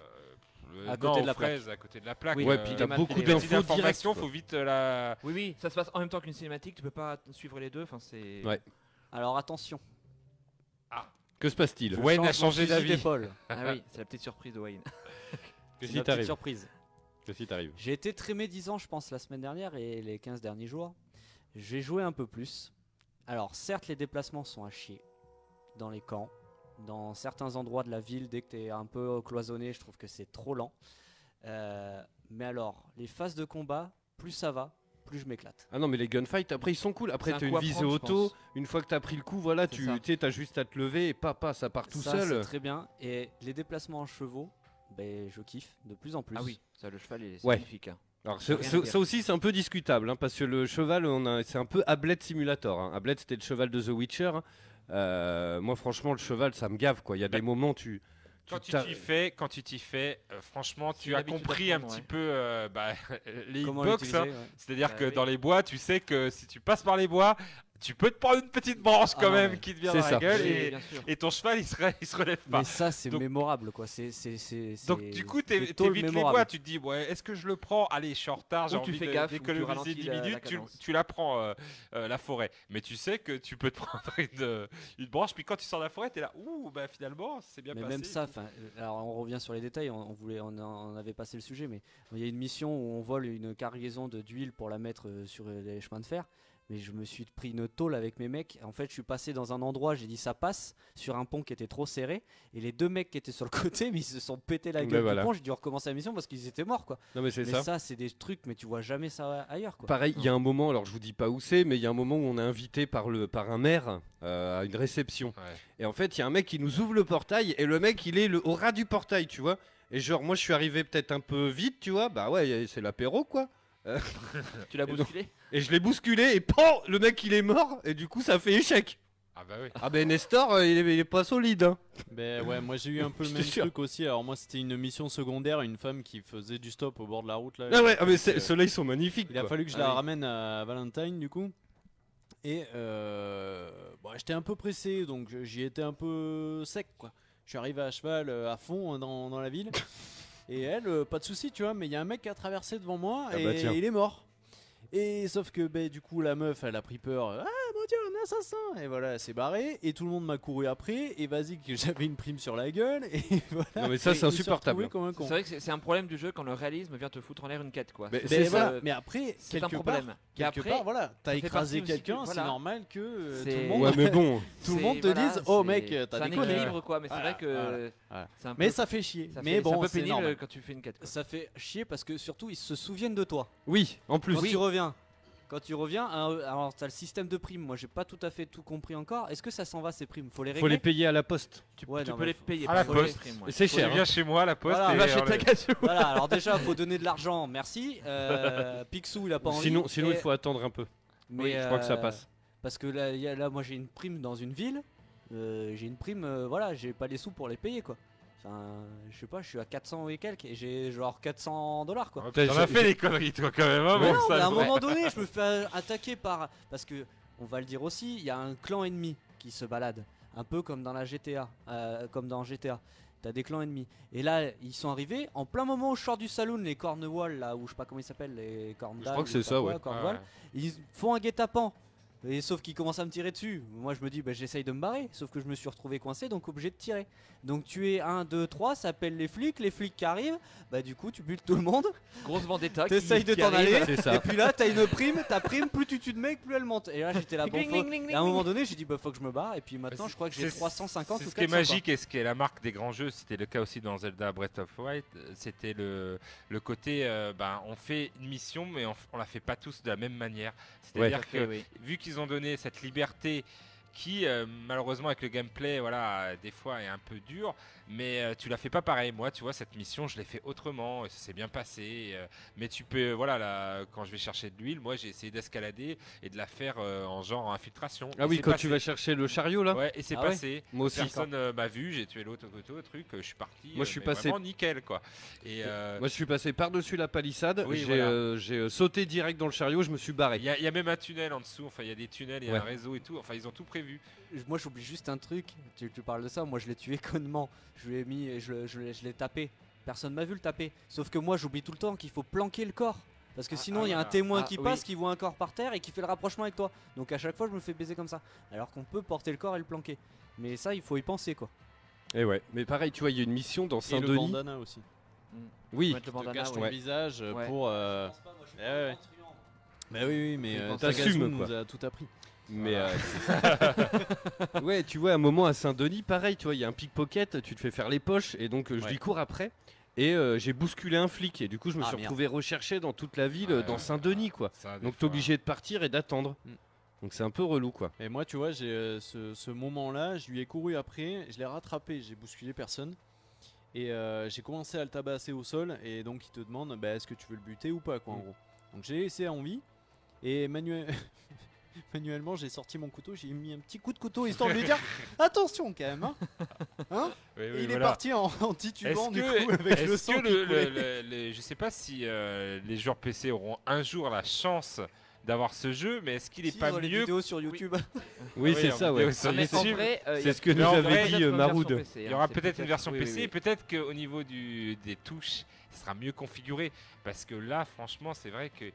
Speaker 6: euh,
Speaker 8: À
Speaker 6: non,
Speaker 8: côté de
Speaker 6: aux
Speaker 8: la plaque.
Speaker 6: fraises, à côté de la plaque.
Speaker 1: Oui,
Speaker 5: ouais,
Speaker 1: euh,
Speaker 5: puis
Speaker 1: il
Speaker 5: t'as
Speaker 1: est mal
Speaker 5: beaucoup
Speaker 1: fait, les
Speaker 6: petites
Speaker 5: d'infos directes.
Speaker 6: informations,
Speaker 5: quoi.
Speaker 6: faut vite euh, la.
Speaker 1: Oui oui, ça se passe en même temps qu'une cinématique, tu peux pas t- suivre les deux, enfin c'est
Speaker 5: Ouais.
Speaker 8: Alors attention.
Speaker 5: Que se passe-t-il
Speaker 8: je
Speaker 6: Wayne
Speaker 8: change
Speaker 6: a
Speaker 8: mon
Speaker 6: changé
Speaker 8: fusil
Speaker 6: d'avis.
Speaker 8: d'épaule.
Speaker 1: Ah oui, c'est la petite surprise de Wayne.
Speaker 5: Que
Speaker 8: C'est
Speaker 5: si
Speaker 8: ma petite
Speaker 5: t'arrives.
Speaker 8: surprise.
Speaker 5: Que si t'arrives.
Speaker 8: J'ai été très médisant, je pense, la semaine dernière et les 15 derniers jours. J'ai joué un peu plus. Alors, certes, les déplacements sont à chier. Dans les camps, dans certains endroits de la ville, dès que t'es un peu cloisonné, je trouve que c'est trop lent. Euh, mais alors, les phases de combat, plus ça va, plus je m'éclate.
Speaker 5: Ah non, mais les gunfights, après ils sont cool. Après,
Speaker 1: C'est un
Speaker 5: t'as
Speaker 1: coup
Speaker 5: une
Speaker 1: à
Speaker 5: visée
Speaker 1: prendre, je
Speaker 5: auto.
Speaker 1: pense.
Speaker 5: Une fois que t'as pris le coup, voilà,
Speaker 1: C'est
Speaker 5: tu
Speaker 1: ça.
Speaker 5: t'sais, t'as juste à te lever et papa, ça part tout
Speaker 8: ça, C'est
Speaker 5: seul.
Speaker 8: très bien. Et les déplacements en chevaux, ben, je kiffe de plus en plus.
Speaker 1: Ah oui, ça le cheval il est
Speaker 5: Ouais.
Speaker 1: magnifique. hein.
Speaker 5: Alors, ce-
Speaker 1: rien
Speaker 5: ce-
Speaker 1: dire.
Speaker 5: ça aussi, c'est un peu discutable hein, parce que le cheval, on a- c'est un peu Ablet Simulator. Hein. Ablet, c'était le cheval de The Witcher. hein. Euh, moi, franchement, le cheval, ça me gave quoi. Il y a
Speaker 6: Bah,
Speaker 5: des moments, tu.
Speaker 6: Quand tu
Speaker 5: t'as-
Speaker 6: t'y fais, quand tu t'y fais, euh, franchement,
Speaker 1: C'est
Speaker 6: tu
Speaker 1: une
Speaker 6: as
Speaker 1: habitude à
Speaker 6: compris un
Speaker 1: prendre,
Speaker 6: petit
Speaker 1: ouais.
Speaker 6: peu euh, bah, les
Speaker 8: Comment
Speaker 6: hitbox. hein.
Speaker 8: l'utiliser ouais.
Speaker 6: C'est-à-dire
Speaker 1: Bah
Speaker 6: que
Speaker 1: oui.
Speaker 6: dans les bois, tu sais que si tu passes par les bois, tu peux te prendre une petite branche
Speaker 8: Ah
Speaker 6: quand
Speaker 8: non,
Speaker 6: même
Speaker 8: mais-
Speaker 6: qui te vient
Speaker 5: C'est
Speaker 6: dans la
Speaker 5: ça.
Speaker 6: gueule
Speaker 1: Oui,
Speaker 6: et,
Speaker 1: bien sûr.
Speaker 6: et ton cheval il se, ré- il se relève pas.
Speaker 8: Mais ça, c'est
Speaker 6: Donc-
Speaker 8: mémorable, quoi. C'est, c'est, c'est,
Speaker 6: Donc
Speaker 8: c'est-
Speaker 6: du coup,
Speaker 8: des
Speaker 6: t'é-
Speaker 8: tôles
Speaker 6: t'évites les
Speaker 8: mémorables.
Speaker 6: bois, tu te dis, ouais, est-ce que je le prends Allez, je suis en retard, j'ai
Speaker 1: Ou tu
Speaker 6: envie
Speaker 1: fais
Speaker 6: de-
Speaker 1: gaffe, ou tu
Speaker 6: d'économiser
Speaker 1: ralentis
Speaker 6: 10
Speaker 1: la- la
Speaker 6: minutes, tu,
Speaker 1: cadence.
Speaker 6: tu la prends, euh, euh, la forêt. Mais tu sais que tu peux te prendre une, euh, une branche, puis quand tu sors de la forêt, t'es là, ouh, bah finalement, c'est bien
Speaker 8: Mais
Speaker 6: passé.
Speaker 8: même ça, enfin, euh, alors on revient sur les détails, on, on voulait, on, en avait passé le sujet, mais il y a une mission où on vole une cargaison de d'huile pour la mettre euh, sur euh, les chemins de fer. Mais je me suis pris une tôle avec mes mecs. En fait, je suis passé dans un endroit, j'ai dit ça passe, sur un pont qui était trop serré. Et les deux mecs qui étaient sur le côté, mais ils se sont pété la
Speaker 5: Ben
Speaker 8: gueule
Speaker 5: voilà.
Speaker 8: du pont. J'ai dû recommencer la mission parce qu'ils étaient morts, quoi.
Speaker 5: Non, mais c'est
Speaker 8: mais
Speaker 5: ça.
Speaker 8: ça, c'est des trucs, mais tu vois jamais ça ailleurs, quoi.
Speaker 5: Pareil, il y a un moment, alors je vous dis pas où c'est, mais il y a un moment où on est invité par, le, par un maire euh, à une réception.
Speaker 6: Ouais.
Speaker 5: Et en fait, il y a un mec qui nous ouvre le portail et le mec, il est le, au ras du portail, tu vois. Et genre, moi, je suis arrivé peut-être un peu vite, tu vois. Bah ouais, c'est l'apéro, quoi. Euh,
Speaker 1: Tu l'as
Speaker 5: et donc-
Speaker 1: bousculé
Speaker 5: Et je l'ai bousculé et pan, le mec il est mort et du coup ça fait échec.
Speaker 6: Ah bah oui.
Speaker 5: Ah ben Nestor, euh, il est, il est pas solide. Hein.
Speaker 9: Ben ouais, moi j'ai eu un peu le
Speaker 5: Je te
Speaker 9: même
Speaker 5: jure.
Speaker 9: truc aussi. Alors moi c'était une mission secondaire, une femme qui faisait du stop au bord de la route là.
Speaker 5: Ah ouais, ah mais
Speaker 9: Euh,
Speaker 5: c'est- ceux-là ils sont magnifiques.
Speaker 9: Il a
Speaker 5: quoi.
Speaker 9: fallu que je
Speaker 5: Ah
Speaker 9: la
Speaker 5: oui.
Speaker 9: ramène à Valentine du coup. Et euh, bon, j'étais un peu pressé, donc je- j'y étais un peu sec quoi. Je suis arrivé à cheval euh, à fond hein, dans, dans la ville. Et elle, euh, pas de souci, tu vois, mais il y a un mec qui a traversé devant moi
Speaker 5: Ah
Speaker 9: et
Speaker 5: bah tiens.
Speaker 9: il est mort. Et sauf que ben, du coup la meuf elle a pris peur. Ah mon dieu, un assassin Et voilà, elle s'est barrée et tout le monde m'a couru après et vas-y que j'avais une prime sur la gueule et voilà.
Speaker 5: Non, mais ça,
Speaker 9: Et
Speaker 5: c'est
Speaker 9: je me suis
Speaker 5: insupportable. hein.
Speaker 9: retrouvé comme un con.
Speaker 1: C'est vrai que c'est- c'est un problème du jeu quand le réalisme vient te foutre en l'air une quête quoi.
Speaker 5: Mais
Speaker 1: Ça,
Speaker 5: c'est
Speaker 9: Mais,
Speaker 1: euh,
Speaker 9: voilà, mais après,
Speaker 1: c'est
Speaker 9: quelque
Speaker 1: un problème.
Speaker 9: Part,
Speaker 1: Et
Speaker 9: quelque
Speaker 1: après,
Speaker 9: part, voilà, t'as
Speaker 1: fait partie
Speaker 9: écrasé
Speaker 1: aussi
Speaker 9: quelqu'un,
Speaker 1: que-
Speaker 9: c'est
Speaker 1: voilà.
Speaker 9: normal que euh, tout
Speaker 1: C'est-
Speaker 9: le monde,
Speaker 5: Ouais mais bon.
Speaker 9: tout le
Speaker 1: c'est-
Speaker 9: monde te
Speaker 1: voilà,
Speaker 9: dise Oh
Speaker 1: c'est-
Speaker 9: mec, t'as
Speaker 1: C'est un
Speaker 9: déconné.
Speaker 1: équilibre quoi, mais c'est
Speaker 9: Voilà,
Speaker 1: vrai que.
Speaker 9: voilà.
Speaker 1: c'est un peu-
Speaker 9: Mais ça fait chier.
Speaker 1: ça euh,
Speaker 9: mais
Speaker 1: fait- c'est un
Speaker 9: bon,
Speaker 1: peu
Speaker 9: c'est normal.
Speaker 1: pénible quand tu fais une quête quoi.
Speaker 8: Ça fait chier parce que surtout ils se souviennent de toi.
Speaker 5: Oui, en plus.
Speaker 8: Quand tu reviens, quand tu reviens, un- alors t'as le système de primes. Moi j'ai pas tout à fait tout compris encore. Est-ce que ça s'en va ces primes Faut les
Speaker 5: Faut les
Speaker 8: régler.
Speaker 5: payer à la poste.
Speaker 1: Tu,
Speaker 8: Ouais,
Speaker 1: tu
Speaker 8: non,
Speaker 1: peux
Speaker 8: mais
Speaker 1: les
Speaker 8: faut-
Speaker 1: payer.
Speaker 6: à la
Speaker 1: pour les
Speaker 6: poste.
Speaker 1: streams, ouais.
Speaker 5: Et C'est
Speaker 6: Faut que
Speaker 5: cher. hein.
Speaker 6: je viens chez moi à la poste.
Speaker 8: Voilà,
Speaker 6: et
Speaker 8: va
Speaker 6: on les-
Speaker 8: Voilà. Alors déjà faut donner de l'argent. Merci. Euh, Picsou il a
Speaker 5: hein.
Speaker 8: pas envie.
Speaker 5: Sinon, sinon il
Speaker 8: Et-
Speaker 5: faut attendre un peu.
Speaker 8: mais,
Speaker 5: je crois que ça
Speaker 8: euh,
Speaker 5: passe.
Speaker 8: Parce que là, y a- là, moi j'ai une prime dans une ville, euh, j'ai une prime, euh, voilà, j'ai pas les sous pour les payer quoi. Enfin, je sais pas, je suis à 400 et quelques et j'ai genre 400 dollars quoi.
Speaker 6: Ouais, putain, T'en as fait des conneries toi quand même. hein,
Speaker 8: Mais
Speaker 6: bon,
Speaker 8: non,
Speaker 6: ça,
Speaker 8: mais à un
Speaker 6: ouais.
Speaker 8: moment donné, je me fais euh, attaquer par. Parce que, on va le dire aussi, il y a un clan ennemi qui se balade. Un peu comme dans la GTA. euh, comme dans GTA. T'as des clans ennemis. Et là, ils sont arrivés en plein moment où je sors du saloon, les Cornwall, là, ou je sais pas comment ils s'appellent, les Cornwall.
Speaker 5: Je crois que c'est ça, ouais.
Speaker 8: Cornwall. Ils font un guet-apens. Et sauf qu'ils commencent à me tirer dessus. Moi, je me dis, bah, j'essaye de me barrer. Sauf que je me suis retrouvé coincé, donc obligé de tirer. Donc tu es 1, 2, 3, ça appelle les flics. Les flics qui arrivent, bah du coup, tu butes tout le monde.
Speaker 1: Grosse vendetta. qui-
Speaker 8: T'essayes de
Speaker 1: qui
Speaker 8: t'en
Speaker 1: arrive.
Speaker 8: aller.
Speaker 5: C'est ça.
Speaker 8: Et puis là, t'as une prime, ta prime, plus tu tues de mecs, plus elle monte. Et là, j'étais là, bon,
Speaker 1: Gling,
Speaker 8: faut-
Speaker 1: gling, gling,
Speaker 8: Et à un
Speaker 1: gling,
Speaker 8: moment donné, j'ai dit, bah, faut que je me barre. Et puis maintenant,
Speaker 6: Bah,
Speaker 8: je crois que j'ai
Speaker 6: c'est-
Speaker 8: 350
Speaker 6: c'est
Speaker 8: ou
Speaker 6: ce qui est
Speaker 8: 400, quoi.
Speaker 6: magique et ce qui est la marque des grands jeux, c'était le cas aussi dans Zelda Breath of Wild, euh, c'était le, le côté, euh, ben, on fait une mission mais on, f- on la fait pas tous de la même manière. C'est-à-dire
Speaker 1: Tout à
Speaker 6: que
Speaker 1: fait, oui.
Speaker 6: vu qu'ils ont donné cette liberté qui euh, malheureusement avec le gameplay voilà euh, des fois est un peu dur mais euh, tu la fais pas pareil moi tu vois cette mission je l'ai fait autrement et ça s'est bien passé euh, mais tu peux euh, voilà là, quand je vais chercher de l'huile moi j'ai essayé d'escalader et de la faire euh, en genre infiltration
Speaker 5: Ah
Speaker 6: Et
Speaker 5: oui,
Speaker 6: c'est
Speaker 5: quand
Speaker 6: passé.
Speaker 5: tu vas chercher le chariot là.
Speaker 6: ouais et c'est
Speaker 8: Ah ouais
Speaker 6: passé
Speaker 5: Moi aussi.
Speaker 6: personne euh, m'a vu j'ai tué l'autre l'autre, l'autre truc euh, je suis parti
Speaker 5: Moi, je suis
Speaker 6: mais
Speaker 5: passé-
Speaker 6: vraiment nickel quoi et euh,
Speaker 5: Moi je suis passé par-dessus la palissade,
Speaker 6: Oui,
Speaker 5: j'ai
Speaker 6: voilà.
Speaker 5: euh, j'ai, euh, sauté direct dans le chariot, je me suis barré.
Speaker 6: il y, a- il y a même un tunnel en dessous, enfin il y a des tunnels, il y a
Speaker 5: Ouais.
Speaker 6: un réseau et tout, enfin ils ont tout prévu.
Speaker 8: Je- Moi, j'oublie juste un truc. Tu, tu parles de ça. Moi, je l'ai tué connement. Je lui ai mis, et je, le- je l'ai- je l'ai tapé. Personne m'a vu le taper. Sauf que moi, j'oublie tout le temps qu'il faut planquer le corps. Parce que
Speaker 6: Ah,
Speaker 8: sinon,
Speaker 6: ah,
Speaker 8: il y a un
Speaker 6: voilà.
Speaker 8: témoin
Speaker 1: Ah,
Speaker 8: qui
Speaker 1: oui.
Speaker 8: passe, qui voit un corps par terre et qui fait le rapprochement avec toi. Donc à chaque fois, je me fais baiser comme ça. Alors qu'on peut porter le corps et le planquer. Mais ça, il faut y penser, quoi.
Speaker 5: Et ouais, mais pareil, tu vois, il y a une mission dans
Speaker 9: Et le
Speaker 5: Saint-Denis.
Speaker 9: bandana aussi.
Speaker 5: Oui,
Speaker 1: Mettre le
Speaker 9: Te
Speaker 1: bandana,
Speaker 9: cache ton
Speaker 1: ouais.
Speaker 9: visage euh,
Speaker 1: Ouais.
Speaker 9: pour. euh, eh ouais. Bah oui, oui, mais
Speaker 5: Oui,
Speaker 9: euh,
Speaker 5: quand
Speaker 9: Tagazu
Speaker 5: t'assumes,
Speaker 9: nous
Speaker 5: quoi.
Speaker 9: a tout appris.
Speaker 5: mais euh, ouais, tu vois, à un moment à Saint-Denis, pareil, tu vois, il y a un pickpocket, tu te fais faire les poches, et donc euh, je
Speaker 9: Ouais.
Speaker 5: lui cours après. Et euh, j'ai bousculé un flic, et du coup, je me
Speaker 9: Ah,
Speaker 5: suis
Speaker 9: merde.
Speaker 5: retrouvé recherché dans toute la ville, euh,
Speaker 6: Ouais,
Speaker 5: dans
Speaker 6: ouais,
Speaker 5: Saint-Denis,
Speaker 6: ouais.
Speaker 5: quoi.
Speaker 6: Ça, des
Speaker 5: Donc t'es
Speaker 6: fois-
Speaker 5: obligé de partir et d'attendre.
Speaker 9: Mm.
Speaker 5: Donc c'est un peu relou, quoi.
Speaker 9: Et moi, tu vois, j'ai euh, ce, ce moment-là, je lui ai couru après, je l'ai rattrapé, j'ai bousculé personne. Et euh, j'ai commencé à le tabasser au sol, et donc il te demande bah, est-ce que tu veux le buter ou pas, quoi, en gros. Donc j'ai laissé en vie, et manuel- manuellement, j'ai sorti mon couteau, j'ai mis un petit coup de couteau histoire de lui dire attention quand même, hein.
Speaker 6: Oui,
Speaker 9: Et
Speaker 6: oui,
Speaker 9: il est
Speaker 6: voilà.
Speaker 9: parti en, en titubant,
Speaker 6: Est-ce
Speaker 9: du
Speaker 6: que-
Speaker 9: coup, avec
Speaker 6: Est-ce
Speaker 9: le sang.
Speaker 6: que
Speaker 9: qui
Speaker 6: le-
Speaker 9: coulait.
Speaker 6: le- le- le- je sais pas si euh, les joueurs PC auront un jour la chance d'avoir ce jeu, mais est-ce qu'il est
Speaker 8: Si,
Speaker 6: pas
Speaker 8: dans les
Speaker 6: mieux
Speaker 8: vidéos sur YouTube.
Speaker 5: Oui,
Speaker 6: Ah oui,
Speaker 5: c'est
Speaker 6: en
Speaker 5: ça,
Speaker 6: vidéo
Speaker 5: ouais.
Speaker 6: sur
Speaker 1: Ah, mais en
Speaker 6: YouTube.
Speaker 1: vrai, euh, il y a-
Speaker 5: C'est ce que
Speaker 6: Mais
Speaker 5: nous
Speaker 6: en
Speaker 5: avait
Speaker 6: vrai,
Speaker 5: dit euh, Maroud.
Speaker 6: Il
Speaker 1: hein,
Speaker 6: y aura peut-être une version PC, et peut-être qu'au niveau du, des touches, ce sera mieux configuré. Parce que là, franchement, c'est vrai que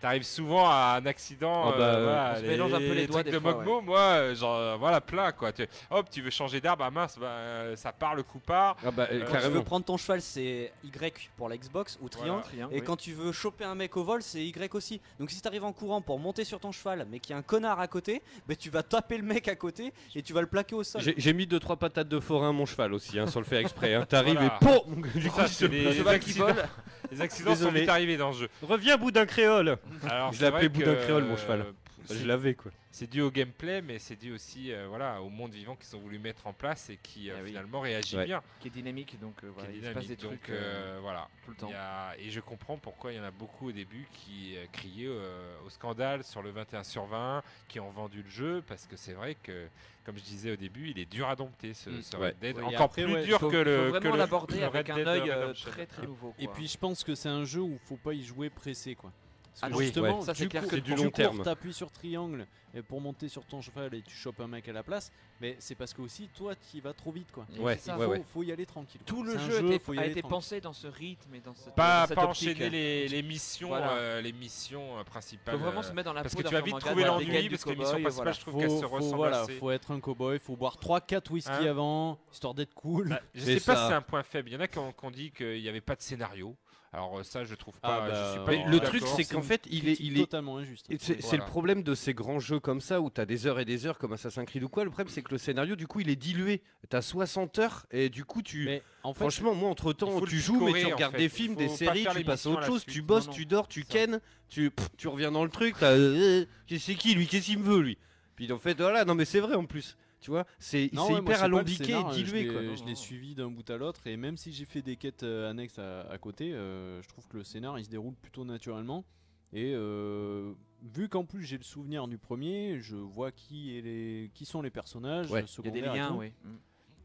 Speaker 6: t'arrives souvent à un accident.
Speaker 5: Ah bah,
Speaker 6: euh, voilà,
Speaker 1: on se mélange un peu les doigts des
Speaker 6: trucs de
Speaker 1: fois,
Speaker 6: Mogmo, moi, euh, genre, euh, voilà, plein quoi. Tu- hop, tu veux changer d'arbre, ah mince, bah, euh, ça part, le coup part.
Speaker 5: Ah bah, euh,
Speaker 6: Quand tu
Speaker 8: Quand tu veux
Speaker 5: carrément.
Speaker 8: prendre ton cheval, c'est Y pour la Xbox ou triangle.
Speaker 1: Triangle,
Speaker 8: Et
Speaker 1: oui.
Speaker 8: quand tu veux choper un mec au vol, c'est Y aussi. Donc si t'arrives en courant pour monter sur ton cheval, mais qu'il y a un connard à côté, bah, tu vas taper le mec à côté et tu vas le plaquer au sol.
Speaker 5: J'ai j'ai mis deux trois patates de forain à mon cheval aussi, hein, sans le faire exprès. hein. T'arrives
Speaker 6: Voilà.
Speaker 5: et POM Du coup,
Speaker 6: Ça,
Speaker 5: je
Speaker 6: c'est
Speaker 5: te-
Speaker 6: les, les
Speaker 5: cheval qui
Speaker 6: accidents, les accidents sont
Speaker 5: Désolé.
Speaker 6: vite arrivés dans le jeu.
Speaker 5: Reviens boudin créole
Speaker 6: Alors,
Speaker 5: Je
Speaker 6: c'est
Speaker 5: l'appelais
Speaker 6: vrai que,
Speaker 5: Boudin Créole, mon cheval.
Speaker 6: euh, pff, C'est-
Speaker 5: Je l'avais quoi.
Speaker 6: C'est dû au gameplay, mais c'est dû aussi euh, voilà, au monde vivant qu'ils ont voulu mettre en place et qui euh,
Speaker 1: Eh oui.
Speaker 6: finalement réagit
Speaker 5: Ouais.
Speaker 6: bien.
Speaker 1: Qui est dynamique, donc euh, voilà,
Speaker 6: qui est
Speaker 1: il se passe des
Speaker 6: dynamique. Donc,
Speaker 1: trucs
Speaker 6: euh,
Speaker 1: euh,
Speaker 6: voilà.
Speaker 1: tout le temps.
Speaker 6: Il y a- Et je comprends pourquoi il y en a beaucoup au début qui euh, criaient euh, au scandale sur le 21 sur 20, qui ont vendu le jeu, parce que c'est vrai que, comme je disais au début, il est dur à dompter ce,
Speaker 9: Mm.
Speaker 6: ce
Speaker 5: Ouais.
Speaker 6: Red Dead.
Speaker 9: Ouais, et
Speaker 6: Encore
Speaker 9: après,
Speaker 6: plus
Speaker 9: ouais,
Speaker 6: dur
Speaker 9: faut-
Speaker 6: que
Speaker 1: Faut
Speaker 6: le, que
Speaker 1: vraiment
Speaker 6: le-
Speaker 1: l'aborder
Speaker 6: le
Speaker 1: avec
Speaker 6: Red
Speaker 1: un
Speaker 6: Dead
Speaker 1: œil euh,
Speaker 6: Redemption.
Speaker 1: très très nouveau.
Speaker 9: Et
Speaker 1: quoi.
Speaker 9: puis je pense que c'est un jeu où faut pas y jouer pressé quoi. Parce
Speaker 1: Ah
Speaker 9: que
Speaker 1: non, oui,
Speaker 9: justement,
Speaker 1: ouais. Ça, c'est
Speaker 9: du
Speaker 1: clair
Speaker 9: cours-
Speaker 1: que
Speaker 9: tu
Speaker 5: du long
Speaker 9: cours,
Speaker 5: terme.
Speaker 9: t'appuies sur triangle et pour monter sur ton cheval et tu chopes un mec à la place, mais c'est parce que aussi toi tu y vas trop vite quoi.
Speaker 1: Et
Speaker 5: Ouais,
Speaker 1: c'est
Speaker 9: Il
Speaker 1: ça.
Speaker 9: faut,
Speaker 5: ouais, ouais.
Speaker 9: faut y aller tranquille. quoi.
Speaker 1: Tout le
Speaker 9: C'est un
Speaker 1: jeu, a été-
Speaker 9: faut y
Speaker 1: a
Speaker 9: aller
Speaker 1: été
Speaker 9: tranquille.
Speaker 1: pensé dans ce rythme et dans cette
Speaker 6: Pas,
Speaker 1: dans cette
Speaker 6: pas
Speaker 1: optique.
Speaker 6: enchaîner les, les missions,
Speaker 1: euh, Voilà.
Speaker 6: euh, les missions euh, principales.
Speaker 1: Faut vraiment
Speaker 6: euh,
Speaker 1: se mettre dans la
Speaker 6: parce
Speaker 1: peau
Speaker 6: que tu
Speaker 1: d'un
Speaker 6: vas vite
Speaker 1: Superman
Speaker 6: trouver
Speaker 1: Gun,
Speaker 6: l'ennui,
Speaker 1: des quêtes du
Speaker 6: parce que les
Speaker 1: cowboy,
Speaker 6: missions
Speaker 1: voilà.
Speaker 6: principales, je trouve qu'elles se ressemblent
Speaker 9: voilà,
Speaker 6: assez.
Speaker 9: faut être un cowboy, faut boire 3-4 whisky
Speaker 6: Hein
Speaker 9: avant, histoire d'être cool.
Speaker 6: Bah, je
Speaker 5: C'est
Speaker 6: sais pas
Speaker 5: ça.
Speaker 6: si c'est un point faible. Il y en a qui ont, qui ont dit qu'il n'y avait pas de scénario. Alors euh, ça, je trouve
Speaker 9: Ah
Speaker 6: pas. je
Speaker 9: bah,
Speaker 6: suis pas
Speaker 5: Mais
Speaker 6: du
Speaker 9: Oh,
Speaker 5: le
Speaker 6: tout
Speaker 5: truc,
Speaker 6: d'accord.
Speaker 5: c'est
Speaker 9: C'est
Speaker 5: qu'en
Speaker 9: une
Speaker 5: fait, il est,
Speaker 9: Critique
Speaker 5: il est,
Speaker 9: totalement injuste.
Speaker 5: et c'est c'est
Speaker 6: Voilà.
Speaker 5: le problème de ces grands jeux comme ça où t'as des heures et des heures comme Assassin's Creed ou quoi. Le problème, c'est que le scénario, du coup, il est dilué. T'as 60 heures et du coup, tu.
Speaker 9: Mais en fait,
Speaker 5: Franchement, moi, entre
Speaker 6: il
Speaker 5: temps,
Speaker 6: faut
Speaker 5: tu
Speaker 6: le
Speaker 5: joues, mais
Speaker 6: picorer,
Speaker 5: tu
Speaker 6: en
Speaker 5: regardes
Speaker 6: fait.
Speaker 5: des
Speaker 6: Il
Speaker 5: films,
Speaker 6: faut
Speaker 5: des
Speaker 6: pas
Speaker 5: séries,
Speaker 6: faire
Speaker 5: tu
Speaker 6: les
Speaker 5: passes à
Speaker 6: missions
Speaker 5: autre
Speaker 6: à la
Speaker 5: chose,
Speaker 6: suite.
Speaker 5: tu
Speaker 6: Non,
Speaker 5: bosses,
Speaker 1: non,
Speaker 5: tu dors, tu
Speaker 1: c'est ça.
Speaker 5: kennes, tu, pff, tu reviens dans le truc. t'as, euh, Qu'est-ce c'est qui lui Qu'est-ce qu'il me veut lui Puis en fait, voilà, non, mais c'est vrai en plus. Tu vois, c'est
Speaker 9: Non,
Speaker 5: c'est
Speaker 9: ouais, moi,
Speaker 5: hyper
Speaker 9: c'est pas le
Speaker 5: alambiqué et
Speaker 9: scénar, euh,
Speaker 5: dilué
Speaker 9: je
Speaker 5: quoi.
Speaker 9: l'ai-
Speaker 1: Non,
Speaker 9: Je
Speaker 1: non.
Speaker 9: l'ai suivi d'un bout à l'autre et même si j'ai fait des quêtes euh, annexes à, à côté, euh, je trouve que le scénar il se déroule plutôt naturellement. Et euh, vu qu'en plus j'ai le souvenir du premier, je vois qui, est les, qui sont les personnages,
Speaker 5: Ouais.
Speaker 9: euh,
Speaker 1: Il y a des
Speaker 9: secondaires et
Speaker 1: liens,
Speaker 9: tout.
Speaker 1: oui. Mm.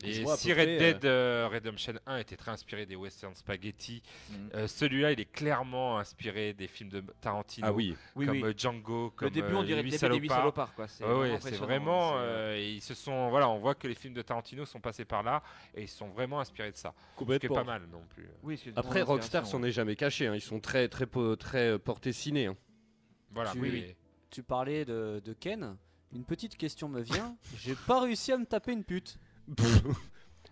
Speaker 9: Je
Speaker 6: Et
Speaker 9: vois à
Speaker 6: si
Speaker 9: peu
Speaker 6: Red
Speaker 9: près,
Speaker 6: Dead euh, Redemption 1 était très inspiré des western spaghetti,
Speaker 1: Mm.
Speaker 6: euh, celui-là il est clairement inspiré des films de
Speaker 5: Ah
Speaker 6: Tarantino,
Speaker 1: Oui,
Speaker 6: comme
Speaker 1: oui.
Speaker 6: euh, Django, comme
Speaker 1: Le début, on
Speaker 6: euh,
Speaker 1: dirait le
Speaker 6: Les Huit
Speaker 1: début des huit
Speaker 6: Salopards.
Speaker 1: salopards, quoi. C'est
Speaker 6: Ouais, ouais,
Speaker 1: vraiment
Speaker 6: c'est
Speaker 1: impressionnant,
Speaker 6: vraiment.
Speaker 1: c'est, euh,
Speaker 6: euh, ils se sont, voilà, on voit que les films de Tarantino sont passés par là et ils sont vraiment inspirés de ça. Ce qui est pas mal non plus.
Speaker 1: oui, c'est une
Speaker 5: Après,
Speaker 1: grande
Speaker 5: Rockstar
Speaker 1: inspiration,
Speaker 5: s'en est jamais caché. hein. Ils sont très, très, po- très euh, portés ciné. hein.
Speaker 6: Voilà.
Speaker 8: Tu-
Speaker 6: mais-
Speaker 8: oui. Tu parlais de, de Ken. Une petite question me vient. J'ai pas réussi à me taper une pute.
Speaker 5: Pff.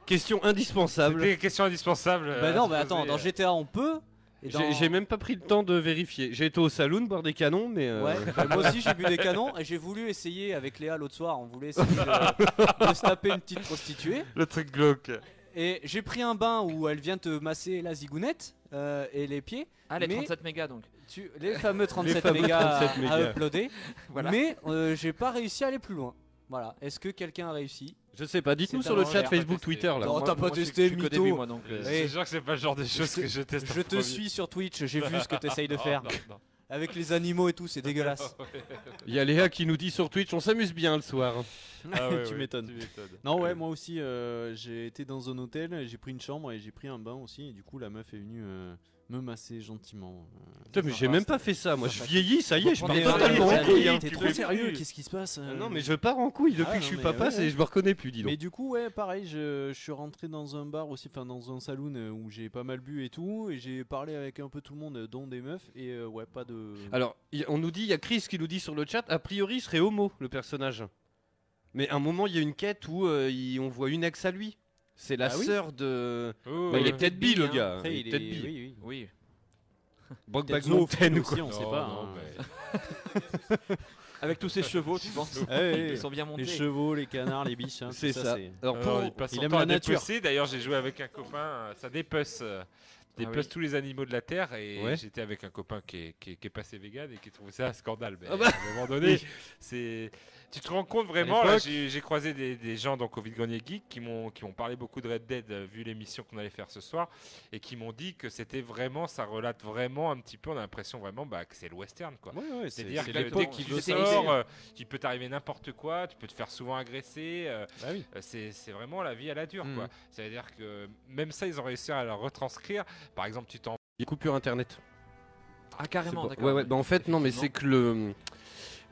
Speaker 5: Question indispensable.
Speaker 6: C'était une question indispensable.
Speaker 8: bah non, mais attends, dans GTA on peut. et dans-
Speaker 5: J'ai j'ai même pas pris le temps de vérifier. J'ai été au saloon boire des canons, mais euh,
Speaker 8: Ouais, bah moi aussi j'ai bu des canons et j'ai voulu essayer avec Léa l'autre soir, on voulait essayer de, de se taper une petite prostituée.
Speaker 6: le truc glauque.
Speaker 8: Et j'ai pris un bain où elle vient te masser la zigounette euh, et les pieds.
Speaker 1: Ah, les
Speaker 8: Mais-
Speaker 1: 37 mégas donc.
Speaker 8: Tu, les fameux 37
Speaker 5: fameux
Speaker 8: mégas, à-
Speaker 5: 37
Speaker 8: à
Speaker 5: mégas.
Speaker 8: uploader.
Speaker 1: Voilà.
Speaker 8: Mais euh, j'ai pas réussi à aller plus loin. Voilà. Est-ce que quelqu'un a réussi
Speaker 5: je sais pas. Dites-nous
Speaker 8: C'est
Speaker 5: sur le
Speaker 8: un
Speaker 5: chat
Speaker 8: enfer,
Speaker 5: Facebook,
Speaker 6: testé.
Speaker 5: Twitter là.
Speaker 8: Non,
Speaker 1: Moi,
Speaker 8: t'as
Speaker 1: moi,
Speaker 8: pas
Speaker 1: je suis-
Speaker 8: testé,
Speaker 1: je suis qu'au
Speaker 8: mytho.
Speaker 1: début, moi, donc, euh,
Speaker 6: Je te jure que c'est pas le genre de choses que je teste. en
Speaker 8: Je te
Speaker 6: premier.
Speaker 8: suis sur Twitch, j'ai vu ce que t'essayes de
Speaker 6: Oh,
Speaker 8: faire.
Speaker 6: non, non.
Speaker 8: Avec les animaux et tout, c'est dégueulasse.
Speaker 5: Il y a Léa qui nous dit sur Twitch, on s'amuse bien le soir.
Speaker 6: Ah ouais,
Speaker 9: Tu
Speaker 6: ouais,
Speaker 9: m'étonnes.
Speaker 6: tu m'étonnes.
Speaker 9: Non ouais, moi aussi euh, j'ai été dans un hôtel, j'ai pris une chambre et j'ai pris un bain aussi et du coup la meuf est venue euh, me masser gentiment. euh.
Speaker 5: Putain, mais j'ai même pas fait ça. Moi, je vieillis, ça y est, je pars
Speaker 1: Mais
Speaker 9: T'es-
Speaker 5: totalement en
Speaker 9: t'es-
Speaker 5: couille. hein.
Speaker 9: T'es
Speaker 6: tu
Speaker 9: trop
Speaker 6: peux
Speaker 9: sérieux,
Speaker 6: plus.
Speaker 9: qu'est-ce qui se passe euh
Speaker 5: Non, mais je pars en couille depuis
Speaker 9: Ah,
Speaker 5: que je suis
Speaker 9: non, mais
Speaker 5: papa,
Speaker 9: ouais,
Speaker 5: c'est-
Speaker 9: ouais.
Speaker 5: je me reconnais plus, dis donc.
Speaker 9: Mais du coup, ouais, pareil, je, je suis rentré dans un bar aussi, enfin dans un saloon euh, où j'ai pas mal bu et tout, et j'ai parlé avec un peu tout le monde, euh, dont des meufs, et euh, ouais, pas de.
Speaker 5: Alors, il- on nous dit, il y a Chris qui nous dit sur le chat, a priori, il serait homo, le personnage. Mais à un moment, il y a une quête où euh, il- on voit une ex à lui. C'est la
Speaker 9: Ah oui
Speaker 5: sœur de.
Speaker 6: Oh,
Speaker 5: Bah, il est
Speaker 6: ouais.
Speaker 5: peut-être bi, le
Speaker 9: hein.
Speaker 5: gars.
Speaker 9: Après,
Speaker 5: il est peut-être bi.
Speaker 9: Oui, oui.
Speaker 1: Oui.
Speaker 5: Brokeback
Speaker 9: Peut-être
Speaker 5: Mountain
Speaker 9: zoophile
Speaker 5: ou quoi. Oh,
Speaker 9: aussi, on sait
Speaker 6: Non,
Speaker 9: pas.
Speaker 6: non,
Speaker 9: hein.
Speaker 6: mais-
Speaker 1: Avec tous ces chevaux, tu penses
Speaker 9: Ah ouais,
Speaker 1: Ils sont bien montés.
Speaker 9: Les chevaux, les canards, les biches, hein, tout
Speaker 5: C'est ça.
Speaker 9: c'est-
Speaker 5: Alors, pour-
Speaker 6: Alors, Euh, il passe
Speaker 9: il
Speaker 6: son
Speaker 9: aime
Speaker 6: temps
Speaker 9: la
Speaker 6: à
Speaker 9: nature.
Speaker 6: dépecer. D'ailleurs, j'ai joué avec un copain. euh, Ça dépece, euh, dépece
Speaker 1: oui.
Speaker 6: tous les animaux de la terre. Et
Speaker 5: Ah Ouais.
Speaker 6: j'étais avec un copain qui est, qui est- qui est passé vegan et qui trouvait ça un scandale. Mais
Speaker 5: Ah bah.
Speaker 6: à un moment donné, c'est. Tu te rends compte vraiment, là,
Speaker 5: l'époque-
Speaker 6: j'ai j'ai croisé des, des gens dans Covid Grenier Geek qui m'ont qui m'ont parlé beaucoup de Red Dead euh, vu l'émission qu'on allait faire ce soir et qui m'ont dit que c'était vraiment, ça relate vraiment un petit peu, on a l'impression vraiment bah, que c'est le western quoi.
Speaker 9: Ouais, ouais, c'est-
Speaker 6: C'est-à-dire
Speaker 9: c'est
Speaker 6: que dès
Speaker 9: l'époque
Speaker 6: qu'il
Speaker 9: qui veut ça.
Speaker 6: sort, euh, il peut t'arriver n'importe quoi, tu peux te faire souvent agresser. euh,
Speaker 9: Bah oui. Mm.
Speaker 6: euh, C'est c'est vraiment la vie à la dure,
Speaker 5: Mhm.
Speaker 6: quoi. C'est-à-dire que même ça, ils ont réussi à la retranscrire. Par exemple, tu t'en.
Speaker 5: Il y a coupure internet.
Speaker 1: Ah, carrément,
Speaker 5: C'est pas-
Speaker 1: d'accord.
Speaker 5: Ouais, ouais, bah en fait, non, mais c'est que le.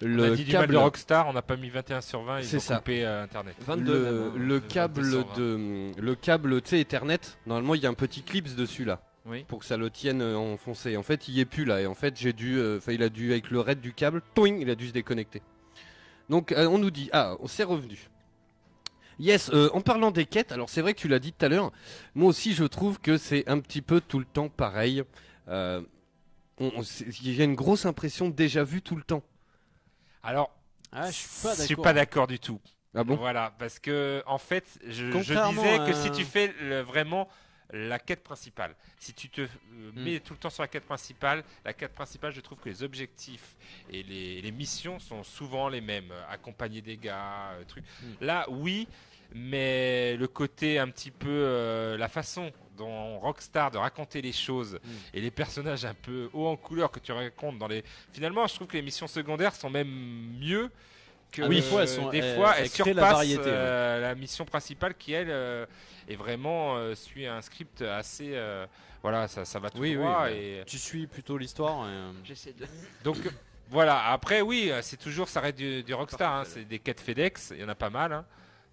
Speaker 6: On a
Speaker 5: Le
Speaker 6: dit du mal
Speaker 5: câble.
Speaker 6: de Rockstar, on n'a pas mis 21 sur 20, ils
Speaker 5: C'est
Speaker 6: ont
Speaker 5: ça.
Speaker 6: coupé euh, Internet.
Speaker 1: 22
Speaker 5: le,
Speaker 1: même, hein.
Speaker 5: le
Speaker 6: euh,
Speaker 5: câble
Speaker 6: 22,
Speaker 5: de le câble tu sais Ethernet normalement il y a un petit clips dessus là
Speaker 1: Oui.
Speaker 5: pour que ça le tienne euh, enfoncé en fait il y est plus là et en fait j'ai dû euh, enfin il a dû avec le raid du câble toing il a dû se déconnecter donc euh, on nous dit ah on s'est revenu Yes, euh, en parlant des quêtes, alors c'est vrai que tu l'as dit tout à l'heure, moi aussi je trouve que c'est un petit peu tout le temps pareil. Euh, on- on- c'est- Il y a une grosse impression de déjà vu tout le temps.
Speaker 6: Alors,
Speaker 9: Ah, je suis pas
Speaker 6: je
Speaker 9: d'accord.
Speaker 6: suis pas d'accord du tout.
Speaker 5: Ah bon
Speaker 6: Voilà, parce que en fait, je, je
Speaker 9: Contrairement
Speaker 6: disais que
Speaker 9: à-
Speaker 6: si tu fais le- vraiment la quête principale. Si tu te euh,
Speaker 9: Hmm.
Speaker 6: mets tout le temps sur la quête principale, la quête principale, je trouve que les objectifs et les, les missions sont souvent les mêmes. euh, Accompagner des gars, euh, trucs.
Speaker 9: Hmm.
Speaker 6: Là, oui, mais le côté un petit peu, euh, la façon dont Rockstar de raconter les choses
Speaker 9: Hmm.
Speaker 6: et les personnages un peu haut en couleur que tu racontes dans les. Finalement, je trouve que les missions secondaires sont même mieux. Que,
Speaker 9: Oui, des fois, elles sont-
Speaker 6: des
Speaker 9: elles-
Speaker 6: fois,
Speaker 9: elles
Speaker 6: elles
Speaker 9: créent la
Speaker 6: surpassent,
Speaker 9: variété, ouais.
Speaker 6: euh, la mission principale qui elle euh, est vraiment euh, suit un script assez euh, voilà ça, ça va tout
Speaker 9: Oui, bah, oui,
Speaker 6: droit
Speaker 9: oui.
Speaker 6: et
Speaker 9: Tu suis plutôt l'histoire. euh,
Speaker 1: J'essaie de.
Speaker 6: donc euh, voilà après oui euh, c'est toujours ça reste du, du Rockstar hein, c'est des quêtes FedEx il y en a pas mal hein,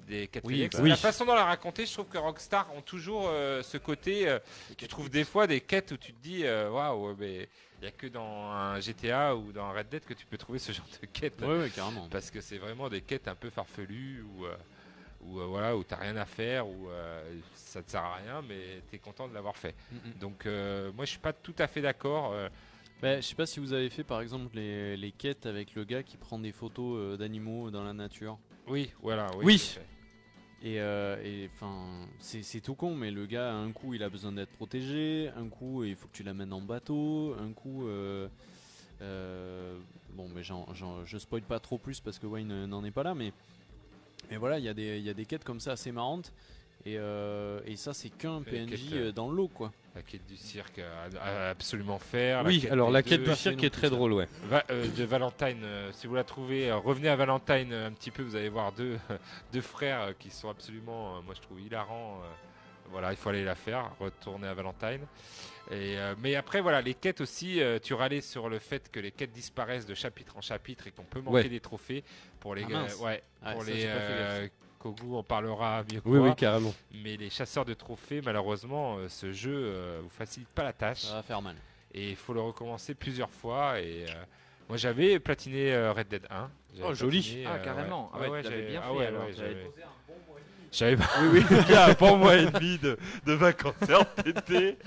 Speaker 6: des quêtes
Speaker 9: Oui,
Speaker 6: FedEx
Speaker 9: bah oui.
Speaker 6: la façon dont la raconter je trouve que Rockstar ont toujours euh, ce côté euh, tu trouves des fois des quêtes où tu te dis euh, waouh mais il y a que dans un GTA ou dans un Red Dead que tu peux trouver ce genre de quête
Speaker 9: Ouais, ouais, carrément.
Speaker 6: parce que c'est vraiment des quêtes un peu farfelues où, euh, où, euh, voilà, où t'as rien à faire, où euh, ça te sert à rien, mais t'es content de l'avoir fait.
Speaker 9: Mhm.
Speaker 6: Donc euh, moi je suis pas tout à fait d'accord. euh,
Speaker 9: Bah, je sais pas si vous avez fait par exemple les, les quêtes avec le gars qui prend des photos euh, d'animaux dans la nature.
Speaker 6: Oui, voilà, oui, tout à
Speaker 9: Et euh, et, enfin, c'est c'est tout con, mais le gars, un coup, il a besoin d'être protégé, un coup, euh, il faut que tu l'amènes en bateau, un coup. euh, euh, bon, mais j'en- j'en- je spoil pas trop plus parce que Wayne euh, n'en est pas là, mais. Mais voilà, il y, a des- il y a des quêtes comme ça assez marrantes. Et, euh, et ça, c'est qu'un
Speaker 6: Les
Speaker 9: PNJ
Speaker 6: quêtes, euh,
Speaker 9: euh, dans l'eau, quoi.
Speaker 6: La quête du cirque à, à absolument faire.
Speaker 5: Oui, alors
Speaker 6: des
Speaker 5: Ah, la quête
Speaker 6: deux-
Speaker 5: du Pas cirque fait est non très plus, ça. drôle, ouais.
Speaker 6: Va- euh, de Valentine, euh, si vous la trouvez, euh, revenez à Valentine euh, un petit peu, vous allez voir deux, deux frères euh, qui sont absolument, euh, moi je trouve, hilarants. euh, voilà, il faut aller la faire, retourner à Valentine. Et, euh, mais après, voilà, les quêtes aussi, euh, tu râlais sur le fait que les quêtes disparaissent de chapitre en chapitre et qu'on peut manquer
Speaker 5: Ouais.
Speaker 6: des trophées pour les
Speaker 5: Ah,
Speaker 6: gars-
Speaker 5: mince.
Speaker 6: ouais,
Speaker 5: Ah,
Speaker 6: pour
Speaker 5: ça,
Speaker 6: les
Speaker 5: j'ai pas fait
Speaker 6: euh,
Speaker 5: gaffe.
Speaker 6: Kogu, on parlera mieux que
Speaker 5: Oui,
Speaker 6: moi.
Speaker 5: oui, carrément.
Speaker 6: Mais les chasseurs de trophées, malheureusement, euh, ce jeu euh, vous facilite pas la tâche. Ça
Speaker 1: Ah.
Speaker 9: va faire mal.
Speaker 6: Et il faut le recommencer plusieurs fois. Et euh, moi, j'avais platiné euh, Red Dead 1. J'avais
Speaker 1: Oh, joli.
Speaker 6: platiné,
Speaker 1: Ah,
Speaker 6: euh,
Speaker 1: carrément. Ah ouais, tu l'avais
Speaker 6: j'avais-
Speaker 1: bien
Speaker 6: ah
Speaker 1: fait,
Speaker 6: ouais,
Speaker 1: alors,
Speaker 6: ouais,
Speaker 1: t'avais
Speaker 6: j'avais-
Speaker 1: posé un bon mois et demi.
Speaker 6: J'avais pas.
Speaker 1: Oui, oui.
Speaker 6: Il y a un bon mois et demi de, de vacances RTT.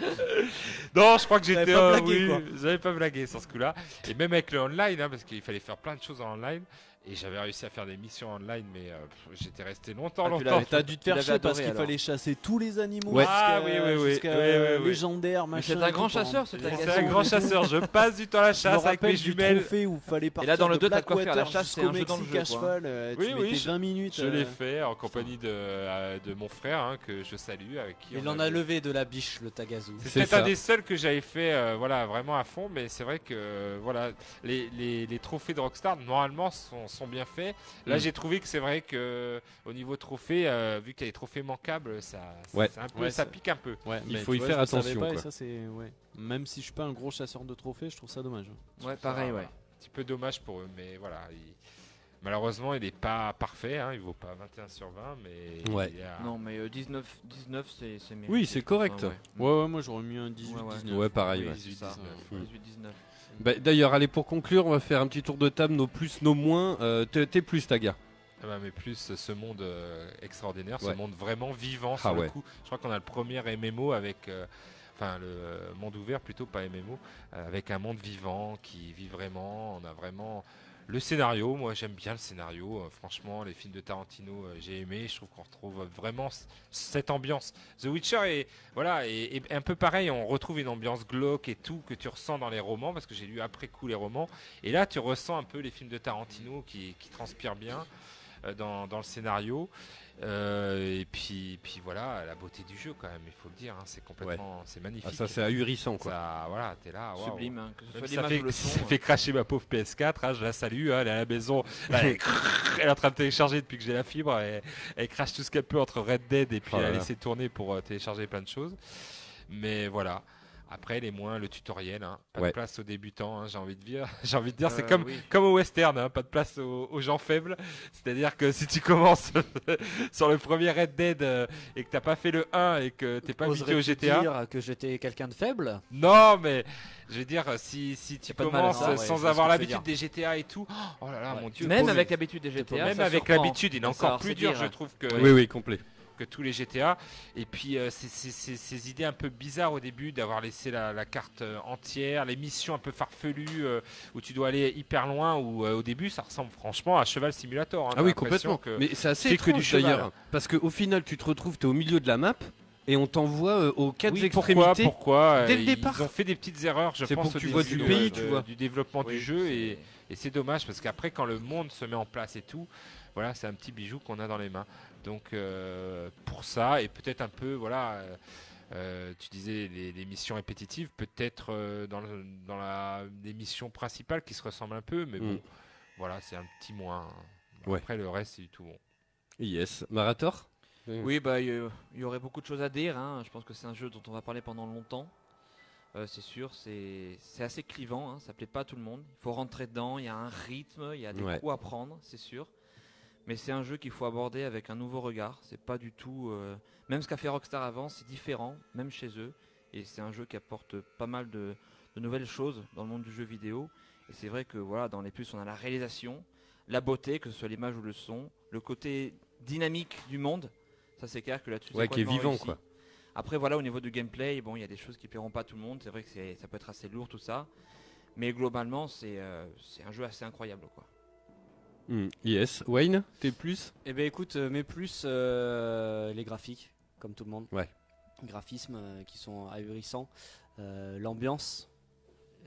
Speaker 6: non, je crois que
Speaker 5: T'avais
Speaker 6: j'étais.
Speaker 5: pas
Speaker 6: euh,
Speaker 5: blagué,
Speaker 6: oui,
Speaker 5: quoi.
Speaker 6: J'avais pas blagué sur ce coup-là. Et même avec le online, hein, parce qu'il fallait faire plein de choses en online. Et j'avais réussi à faire des missions online, mais euh, pff, j'étais resté longtemps,
Speaker 9: Ah, tu
Speaker 6: longtemps.
Speaker 9: l'avais- T'as dû te faire chier parce qu'il fallait chasser tous les animaux
Speaker 6: Ouais.
Speaker 9: jusqu'à
Speaker 6: Ah, oui, oui, oui.
Speaker 9: jusqu'à
Speaker 6: Oui, oui, oui.
Speaker 9: légendaire,
Speaker 6: Mais
Speaker 9: machin.
Speaker 6: c'est un
Speaker 9: et tout,
Speaker 6: grand
Speaker 9: pendant-
Speaker 6: chasseur, ce tagasso. C'est un grand chasseur, je passe du temps à la
Speaker 9: Je
Speaker 6: chasse
Speaker 9: me
Speaker 6: avec
Speaker 9: rappelle
Speaker 6: mes
Speaker 9: du
Speaker 6: jumelles.
Speaker 9: trophée où fallait
Speaker 6: Et
Speaker 9: partir
Speaker 6: là, dans le
Speaker 9: de
Speaker 6: deux, t'as de quoi faire, la
Speaker 9: Blackwater
Speaker 6: chasse, c'est un
Speaker 9: jusqu'au
Speaker 6: jeu dans le
Speaker 9: Mexique
Speaker 6: jeu,
Speaker 9: à
Speaker 6: quoi.
Speaker 9: cheval, euh, tu
Speaker 6: oui, oui,
Speaker 9: mettais
Speaker 6: je-
Speaker 9: 20 minutes.
Speaker 6: Je
Speaker 9: euh,
Speaker 6: l'ai fait en compagnie de, euh, de mon frère, hein, que je salue, avec qui
Speaker 8: Il
Speaker 6: on
Speaker 8: en a
Speaker 6: avait-
Speaker 8: levé de la biche, le Tagazu.
Speaker 6: C'est peut-être un des seuls que j'avais fait euh, voilà, vraiment à fond, mais c'est vrai que euh, voilà, les, les- les trophées de Rockstar, normalement, sont, sont bien faits. Là,
Speaker 5: Mm.
Speaker 6: j'ai trouvé que c'est vrai que euh, au niveau trophée, euh, vu qu'il y a des trophées manquables, ça,
Speaker 5: Ouais.
Speaker 6: c'est un peu,
Speaker 5: Ouais,
Speaker 6: ça
Speaker 5: ça-
Speaker 6: pique un peu.
Speaker 9: Ouais,
Speaker 5: Il
Speaker 9: mais
Speaker 5: faut
Speaker 9: tu
Speaker 5: y
Speaker 9: vois,
Speaker 5: faire
Speaker 9: je le savais
Speaker 5: attention,
Speaker 9: pas, et
Speaker 5: quoi.
Speaker 9: ça, c'est- ouais. Même si je suis pas un gros chasseur de trophées, je trouve ça dommage.
Speaker 6: Je trouve ça Un petit peu dommage pour eux, mais voilà. il- Malheureusement, il n'est pas parfait, hein, il vaut pas 21 sur 20, mais
Speaker 5: Ouais.
Speaker 6: il y a-
Speaker 1: Non, mais euh, 19, 19 c'est c'est mérité,
Speaker 5: Oui, c'est
Speaker 1: je pense,
Speaker 5: correct.
Speaker 6: Ah
Speaker 1: hein, ouais.
Speaker 9: Ouais, ouais, moi j'aurais mis un 18,
Speaker 1: Ouais, ouais.
Speaker 9: 19.
Speaker 5: Ouais, pareil, ouais.
Speaker 1: 18, 19.
Speaker 5: Mm.
Speaker 1: 18, 19.
Speaker 5: Bah, D'ailleurs, allez, pour conclure, on va faire un petit tour de table, nos plus, nos moins. Euh, T'es t'es plus, Taga.
Speaker 6: Ah bah, mais plus ce monde euh, extraordinaire,
Speaker 5: Ouais.
Speaker 6: ce monde vraiment vivant
Speaker 5: Ah
Speaker 6: sur le
Speaker 5: ouais.
Speaker 6: coup. Je crois qu'on a le premier MMO avec, euh, enfin le monde ouvert plutôt pas MMO, euh, avec un monde vivant qui vit vraiment. On a vraiment le scénario. Moi j'aime bien le scénario. Euh, franchement, les films de Tarantino euh, j'ai aimé. Je trouve qu'on retrouve vraiment c- cette ambiance. The Witcher est voilà et, un peu pareil. On retrouve une ambiance glauque et tout que tu ressens dans les romans parce que j'ai lu après coup les romans. Et là tu ressens un peu les films de Tarantino qui, qui transpirent bien euh, dans, dans le scénario. Euh, et puis, puis voilà, la beauté du jeu quand même, il faut le dire, hein, c'est complètement, c'est magnifique.
Speaker 5: Ah, ça, c'est ahurissant, quoi.
Speaker 6: Ça, voilà, t'es là. Ah, waouh.
Speaker 1: Sublime, hein, que ce
Speaker 6: Même
Speaker 1: soit
Speaker 6: si ça
Speaker 1: l'image
Speaker 6: fait,
Speaker 1: ou le son,
Speaker 6: ça
Speaker 1: euh.
Speaker 6: fait cracher ma pauvre PS4, hein, je la salue, hein, elle est à la maison, là, elle, est crrr, elle est en train de télécharger depuis que j'ai la fibre, elle, elle crache tout ce qu'elle peut entre Red Dead et puis
Speaker 5: Oh
Speaker 6: elle
Speaker 5: là
Speaker 6: a
Speaker 5: là.
Speaker 6: laissé tourner pour euh, télécharger plein de choses. Mais voilà. Après, les moins, le tutoriel, hein. pas
Speaker 5: Ouais.
Speaker 6: de place aux débutants, hein, j'ai envie de dire. J'ai envie de dire, c'est
Speaker 5: Euh,
Speaker 6: comme,
Speaker 5: oui.
Speaker 6: comme au western, hein, pas de place aux, aux gens faibles. C'est-à-dire que si tu commences sur le premier Red Dead euh, et que t'as pas fait le 1 et que t'es pas habitué au
Speaker 8: Oserais-tu
Speaker 6: GTA.
Speaker 8: dire que j'étais quelqu'un de faible
Speaker 6: Non, mais je veux dire, si, si tu
Speaker 8: pas de mal à
Speaker 6: commences
Speaker 8: ça, ouais, je
Speaker 6: sans
Speaker 8: vois
Speaker 6: avoir
Speaker 8: ce que tu veux
Speaker 6: l'habitude des GTA et tout, oh là là,
Speaker 8: Ouais.
Speaker 6: mon dieu.
Speaker 1: Même
Speaker 6: pauvre-
Speaker 1: avec l'habitude des GTA,
Speaker 6: Même
Speaker 1: ça
Speaker 6: avec
Speaker 1: surprend.
Speaker 6: l'habitude, il est
Speaker 1: Ça,
Speaker 6: encore
Speaker 1: alors,
Speaker 6: plus
Speaker 1: c'est
Speaker 6: dur,
Speaker 1: dire.
Speaker 6: je trouve, que,
Speaker 5: Oui, oui, complet.
Speaker 6: que tous les GTA. Et puis, euh, ces, ces- ces- ces idées un peu bizarres au début d'avoir laissé la, la carte euh, entière, les missions un peu farfelues euh, où tu dois aller hyper loin, où euh, au début, ça ressemble franchement à Cheval Simulator. hein.
Speaker 5: Ah
Speaker 6: T'as
Speaker 5: oui,
Speaker 6: l'impression
Speaker 5: complètement.
Speaker 6: que
Speaker 5: Mais c'est assez
Speaker 6: c'est que
Speaker 5: étrange
Speaker 6: du cheval.
Speaker 5: d'ailleurs. Parce qu'au final, tu te retrouves, t'es au milieu de la map. et on t'envoie euh, aux quatre
Speaker 6: Oui,
Speaker 5: extrémités
Speaker 6: pourquoi, pourquoi euh,
Speaker 5: dès le départ.
Speaker 6: Ils ont fait des petites erreurs, je
Speaker 5: C'est pour
Speaker 6: pense,
Speaker 5: que
Speaker 6: au
Speaker 5: tu vois
Speaker 6: début
Speaker 5: du
Speaker 6: de-
Speaker 5: pays,
Speaker 6: de-
Speaker 5: tu vois.
Speaker 6: du développement
Speaker 5: Oui,
Speaker 6: du jeu et, et c'est dommage parce qu'après quand le monde se met en place et tout, voilà, c'est un petit bijou qu'on a dans les mains. Donc euh, pour ça et peut-être un peu, voilà. euh, euh, tu disais les, les missions répétitives, peut-être euh, dans, le- dans la, les missions principales qui se ressemblent un peu, mais
Speaker 5: Mm.
Speaker 6: bon, voilà, c'est un petit moins.
Speaker 5: Ouais.
Speaker 6: Après le reste, c'est du tout bon.
Speaker 5: Yes, Marator
Speaker 1: Oui, bah, il y a- il y aurait beaucoup de choses à dire. hein. Je pense que c'est un jeu dont on va parler pendant longtemps. Euh, c'est sûr, c'est c'est assez clivant. hein. Ça plaît pas à tout le monde. Il faut rentrer dedans. Il y a un rythme, il y a des
Speaker 5: Ouais.
Speaker 1: coups à prendre, c'est sûr. Mais c'est un jeu qu'il faut aborder avec un nouveau regard. C'est pas du tout. euh, Même ce qu'a fait Rockstar avant, c'est différent, même chez eux. Et c'est un jeu qui apporte pas mal de, de nouvelles choses dans le monde du jeu vidéo. Et c'est vrai que voilà, dans les puces, on a la réalisation, la beauté, que ce soit l'image ou le son, le côté dynamique du monde. Ça, c'est clair que là-dessus,
Speaker 5: Ouais,
Speaker 1: c'est
Speaker 5: qui est
Speaker 1: complètement
Speaker 5: vivant,
Speaker 1: réussi.
Speaker 5: quoi.
Speaker 1: Après, voilà, au niveau du gameplay, bon, il y a des choses qui plairont pas à tout le monde. C'est vrai que c'est- ça peut être assez lourd, tout ça. Mais globalement, c'est euh, c'est un jeu assez incroyable, quoi.
Speaker 5: Hmm, Yes, Wayne, t'es plus
Speaker 8: Eh ben écoute, euh, mes plus euh, les graphiques, comme tout le monde.
Speaker 5: Ouais.
Speaker 8: Graphismes euh, qui sont ahurissants, Euh, l'ambiance,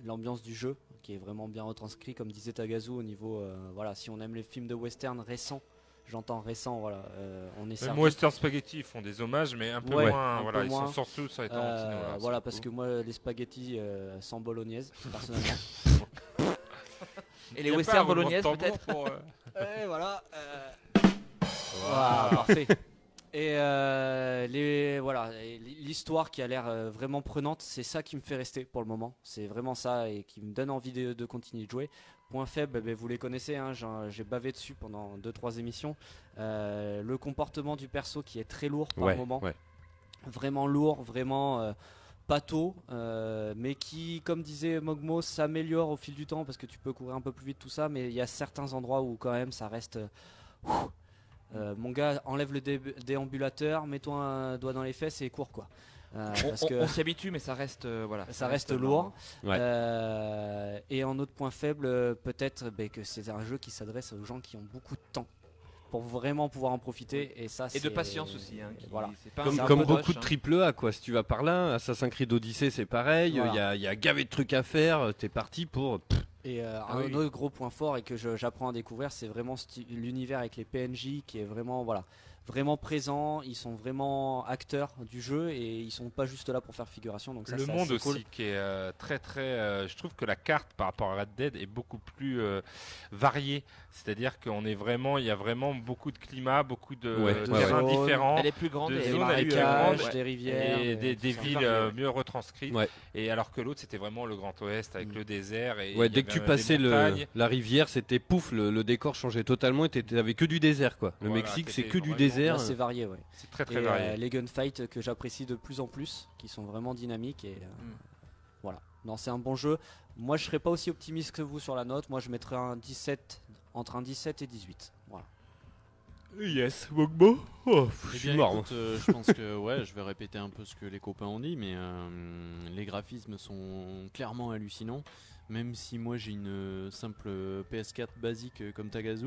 Speaker 8: l'ambiance du jeu qui est vraiment bien retranscrit, comme disait Tagazu au niveau, euh, voilà, si on aime les films de western récents, j'entends récents, voilà, euh, on est
Speaker 6: Même
Speaker 8: servi.
Speaker 6: Western Spaghetti ils font des hommages, mais un peu
Speaker 8: Ouais,
Speaker 6: moins.
Speaker 8: un
Speaker 6: voilà,
Speaker 8: peu
Speaker 6: ils
Speaker 8: moins.
Speaker 6: sont surtout sur les
Speaker 8: Euh,
Speaker 6: Tarantino. là,
Speaker 8: voilà,
Speaker 6: sur le
Speaker 8: parce
Speaker 6: coup.
Speaker 8: que moi, les spaghettis euh, sans bolognaise, personnellement.
Speaker 1: Et les westerns bolognaises, peut-être
Speaker 6: euh,
Speaker 8: Et voilà. euh,
Speaker 1: Waouh.
Speaker 8: Waouh, parfait. Et euh, les voilà, et l'histoire qui a l'air euh, vraiment prenante, c'est ça qui me fait rester pour le moment. C'est vraiment ça et qui me donne envie de, de continuer de jouer. Point faible, eh ben, vous les connaissez, hein, j'en- j'ai bavé dessus pendant 2-3 émissions. Euh, le comportement du perso qui est très lourd par
Speaker 5: Ouais,
Speaker 8: moment
Speaker 5: ouais.
Speaker 8: vraiment lourd, vraiment euh, pâteau, euh, mais qui, comme disait Mogmo, s'améliore au fil du temps parce que tu peux courir un peu plus vite, tout ça, mais il y a certains endroits où quand même ça reste... euh, ouf. Euh, mon gars, enlève le dé- déambulateur, mets-toi un doigt dans les fesses et cours quoi. Euh,
Speaker 1: On-
Speaker 8: parce
Speaker 1: Ah, on-
Speaker 8: que-
Speaker 1: on s'y habitue, mais ça reste, euh, voilà,
Speaker 8: ça,
Speaker 1: ça
Speaker 8: reste,
Speaker 1: reste
Speaker 8: lourd.
Speaker 1: normal. Ouais.
Speaker 8: Euh, et en autre point faible, euh, peut-être ben, que c'est un jeu qui s'adresse aux gens qui ont beaucoup de temps pour vraiment pouvoir en profiter. Et ça,
Speaker 1: Et de
Speaker 8: c'est-
Speaker 1: patience aussi, hein, qui-
Speaker 8: voilà.
Speaker 1: c'est pas un
Speaker 5: Comme,
Speaker 1: jeu
Speaker 5: comme
Speaker 1: un peu
Speaker 5: beaucoup
Speaker 1: rush,
Speaker 5: de
Speaker 1: hein.
Speaker 5: triple A, quoi. Si tu vas par là, Assassin's Creed Odyssey, c'est pareil. Il
Speaker 8: Voilà.
Speaker 5: y, a, y a gavé de trucs à faire. euh, T'es parti pour. pff,
Speaker 8: Et euh,
Speaker 5: Ah
Speaker 8: un
Speaker 5: oui.
Speaker 8: autre gros point fort et que je- j'apprends à découvrir, c'est vraiment sti- l'univers avec les PNJ qui est vraiment voilà vraiment présent. Ils sont vraiment acteurs du jeu et ils sont pas juste là pour faire figuration. Donc ça,
Speaker 6: le
Speaker 8: c'est
Speaker 6: monde
Speaker 8: assez
Speaker 6: aussi
Speaker 8: cool.
Speaker 6: qui est euh, très très euh, je trouve que la carte par rapport à Red Dead est beaucoup plus euh, variée c'est-à-dire qu'on est vraiment il y a vraiment beaucoup de climats beaucoup de
Speaker 5: Ouais,
Speaker 6: euh,
Speaker 5: ouais,
Speaker 6: terrains
Speaker 5: ouais.
Speaker 6: différents
Speaker 1: Elle est plus grande,
Speaker 6: de
Speaker 1: elle est
Speaker 6: zones, elle est plus
Speaker 1: marécageuse,
Speaker 6: grande,
Speaker 1: des
Speaker 6: et
Speaker 1: rivières,
Speaker 6: des,
Speaker 1: et
Speaker 6: des
Speaker 1: tout ça.
Speaker 6: villes
Speaker 1: Variée.
Speaker 6: euh, mieux retranscrites
Speaker 5: Ouais.
Speaker 6: et alors que l'autre c'était vraiment le Grand Ouest
Speaker 1: Mm.
Speaker 6: avec le désert et
Speaker 5: Ouais,
Speaker 6: il y
Speaker 5: dès que
Speaker 6: avait
Speaker 5: tu
Speaker 6: des
Speaker 5: passais le,
Speaker 6: montagnes.
Speaker 5: la rivière, c'était pouf, le, le décor changeait totalement et t'étais- t'avais que du désert, quoi. Le
Speaker 6: Voilà,
Speaker 5: Mexique, c'est
Speaker 6: t'étais
Speaker 5: que du
Speaker 6: vraiment-
Speaker 5: désert.
Speaker 8: Là, c'est varié, euh, ouais.
Speaker 6: C'est très, très
Speaker 8: Et, euh,
Speaker 6: varié.
Speaker 8: les gunfights que j'apprécie de plus en plus, qui sont vraiment dynamiques et euh,
Speaker 1: Mm.
Speaker 8: voilà. Non, c'est un bon jeu. Moi, je serais pas aussi optimiste que vous sur la note. Moi, je mettrais un 17 entre un 17 et 18. Voilà.
Speaker 5: Yes, Wogbo. Oh,
Speaker 9: Eh
Speaker 5: je suis
Speaker 9: bien,
Speaker 5: mort.
Speaker 9: écoute,
Speaker 5: moi.
Speaker 9: euh, je pense que ouais, je vais répéter un peu ce que les copains ont dit, mais euh, les graphismes sont clairement hallucinants. Même si moi j'ai une euh, simple PS4 basique euh, comme Tagazu,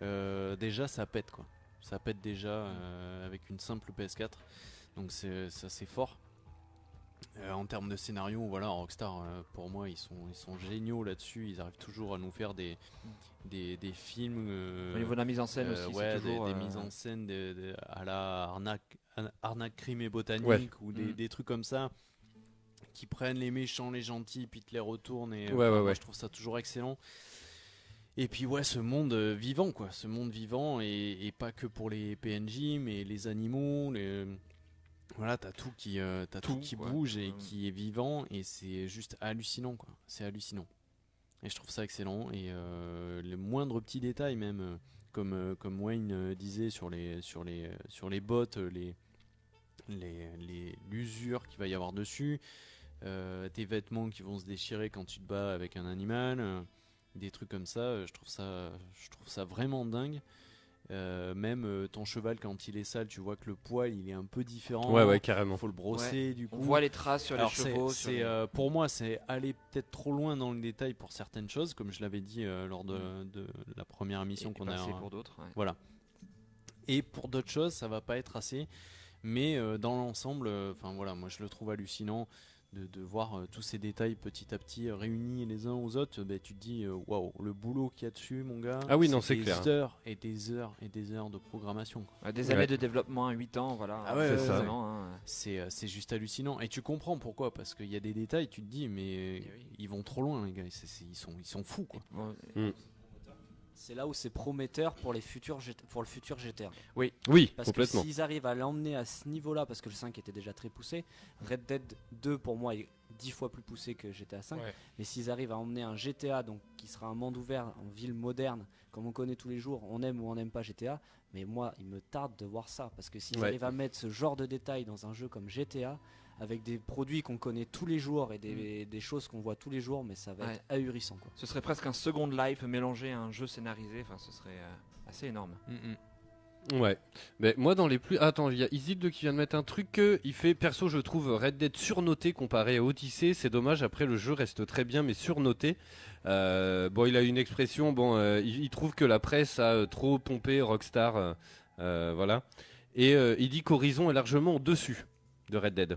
Speaker 9: euh, déjà ça pète quoi. Ça pète déjà euh, avec une simple PS4, donc c'est ça c'est fort. Euh, en termes de scénario, voilà, Rockstar, euh, pour moi, ils sont, ils sont géniaux là-dessus. Ils arrivent toujours à nous faire des, des, des films. euh,
Speaker 1: Au niveau de la mise en scène
Speaker 9: euh,
Speaker 1: aussi, c'est
Speaker 9: ouais, des-
Speaker 1: toujours,
Speaker 9: des,
Speaker 1: euh,
Speaker 9: mises en scène de- de- à la arnaque, an- arnaque crime et botanique
Speaker 5: Ouais.
Speaker 9: ou des,
Speaker 5: Mm.
Speaker 9: des trucs comme ça qui prennent les méchants, les gentils, puis te les retournent. Et,
Speaker 5: Ouais,
Speaker 9: euh,
Speaker 5: ouais,
Speaker 9: moi,
Speaker 5: ouais.
Speaker 9: Je trouve ça toujours excellent. Et puis ouais, ce monde euh, vivant, quoi, ce monde vivant et, et pas que pour les PNJ, mais les animaux, les... voilà, t'as tout qui, euh, t'as tout,
Speaker 6: Tout,
Speaker 9: qui
Speaker 6: ouais.
Speaker 9: bouge et qui est vivant et c'est juste hallucinant, quoi. C'est hallucinant. Et je trouve ça excellent. Et euh, les moindres petits détails, même euh, comme euh, comme Wayne euh, disait sur les sur les euh, sur les bottes, euh, les les- les- l'usure qu'il va y avoir dessus, euh, tes vêtements qui vont se déchirer quand tu te bats avec un animal, euh, des trucs comme ça, euh, je trouve ça, je trouve ça vraiment dingue. Euh, même euh, ton cheval quand il est sale, tu vois que le poil il est un peu différent.
Speaker 5: Ouais, ouais, carrément.
Speaker 9: Faut le brosser
Speaker 1: Ouais.
Speaker 9: du coup.
Speaker 1: On voit les traces sur les
Speaker 9: Alors, c'est-
Speaker 1: chevaux, sur
Speaker 9: c'est,
Speaker 1: les-
Speaker 9: euh, pour moi, c'est aller peut-être trop loin dans le détail pour certaines choses, comme je l'avais dit euh, lors de, de la première émission
Speaker 1: Mm. Et
Speaker 9: qu'on a. hein.
Speaker 1: passer pour d'autres, ouais.
Speaker 9: Voilà. Et pour d'autres choses, ça va pas être assez. Mais euh, dans l'ensemble, euh, enfin voilà, moi je le trouve hallucinant de, de voir euh, tous ces détails petit à petit euh, réunis les uns aux autres. Bah, tu te dis, euh, waouh, le boulot qu'il y a dessus, mon gars.
Speaker 5: Ah oui, non, c'est
Speaker 9: des
Speaker 5: clair.
Speaker 9: heures et des heures et des heures de programmation. quoi.
Speaker 1: Ah, des années de développement à 8 ans, voilà.
Speaker 9: Ah ouais,
Speaker 1: C'est
Speaker 9: ouais,
Speaker 1: ça,
Speaker 9: ouais.
Speaker 1: non, hein.
Speaker 9: C'est euh, c'est juste hallucinant. Et tu comprends pourquoi, parce qu'il y a des détails, tu te dis, mais euh, ils vont trop loin, les gars. C'est- c'est- ils, sont, ils sont fous, quoi.
Speaker 8: C'est là où c'est prometteur pour, les futurs GT pour le futur GTR.
Speaker 5: Oui. Oui,
Speaker 8: parce
Speaker 5: complètement.
Speaker 8: que s'ils arrivent à l'emmener à ce niveau-là, parce que le 5 était déjà très poussé, Red Dead 2 pour moi est 10 fois plus poussé que GTA 5.
Speaker 6: Ouais.
Speaker 8: Mais s'ils arrivent à emmener un GTA, donc qui sera un monde ouvert, en ville moderne, comme on connaît tous les jours, on aime ou on n'aime pas GTA, mais moi il me tarde de voir ça, parce que s'ils
Speaker 5: Ouais.
Speaker 8: arrivent à mettre ce genre de détails dans un jeu comme GTA, avec des produits qu'on connaît tous les jours et des, des choses qu'on voit tous les jours, mais ça va
Speaker 1: Ouais.
Speaker 8: être ahurissant quoi.
Speaker 1: Ce serait presque un second life mélangé à un jeu scénarisé, enfin ce serait euh, assez énorme.
Speaker 8: Mm,
Speaker 5: Mm, Ouais. Mais moi, dans les plus. ah, Attends, il y a Isilde qui vient de mettre un truc que il fait. Perso, je trouve Red Dead surnoté comparé à Odyssey. C'est dommage. Après, le jeu reste très bien, mais surnoté. Euh, bon, il a une expression. Bon, euh, il, il trouve que la presse a euh, trop pompé Rockstar. euh, euh, voilà. Et euh, il dit qu'Horizon est largement au-dessus de Red Dead.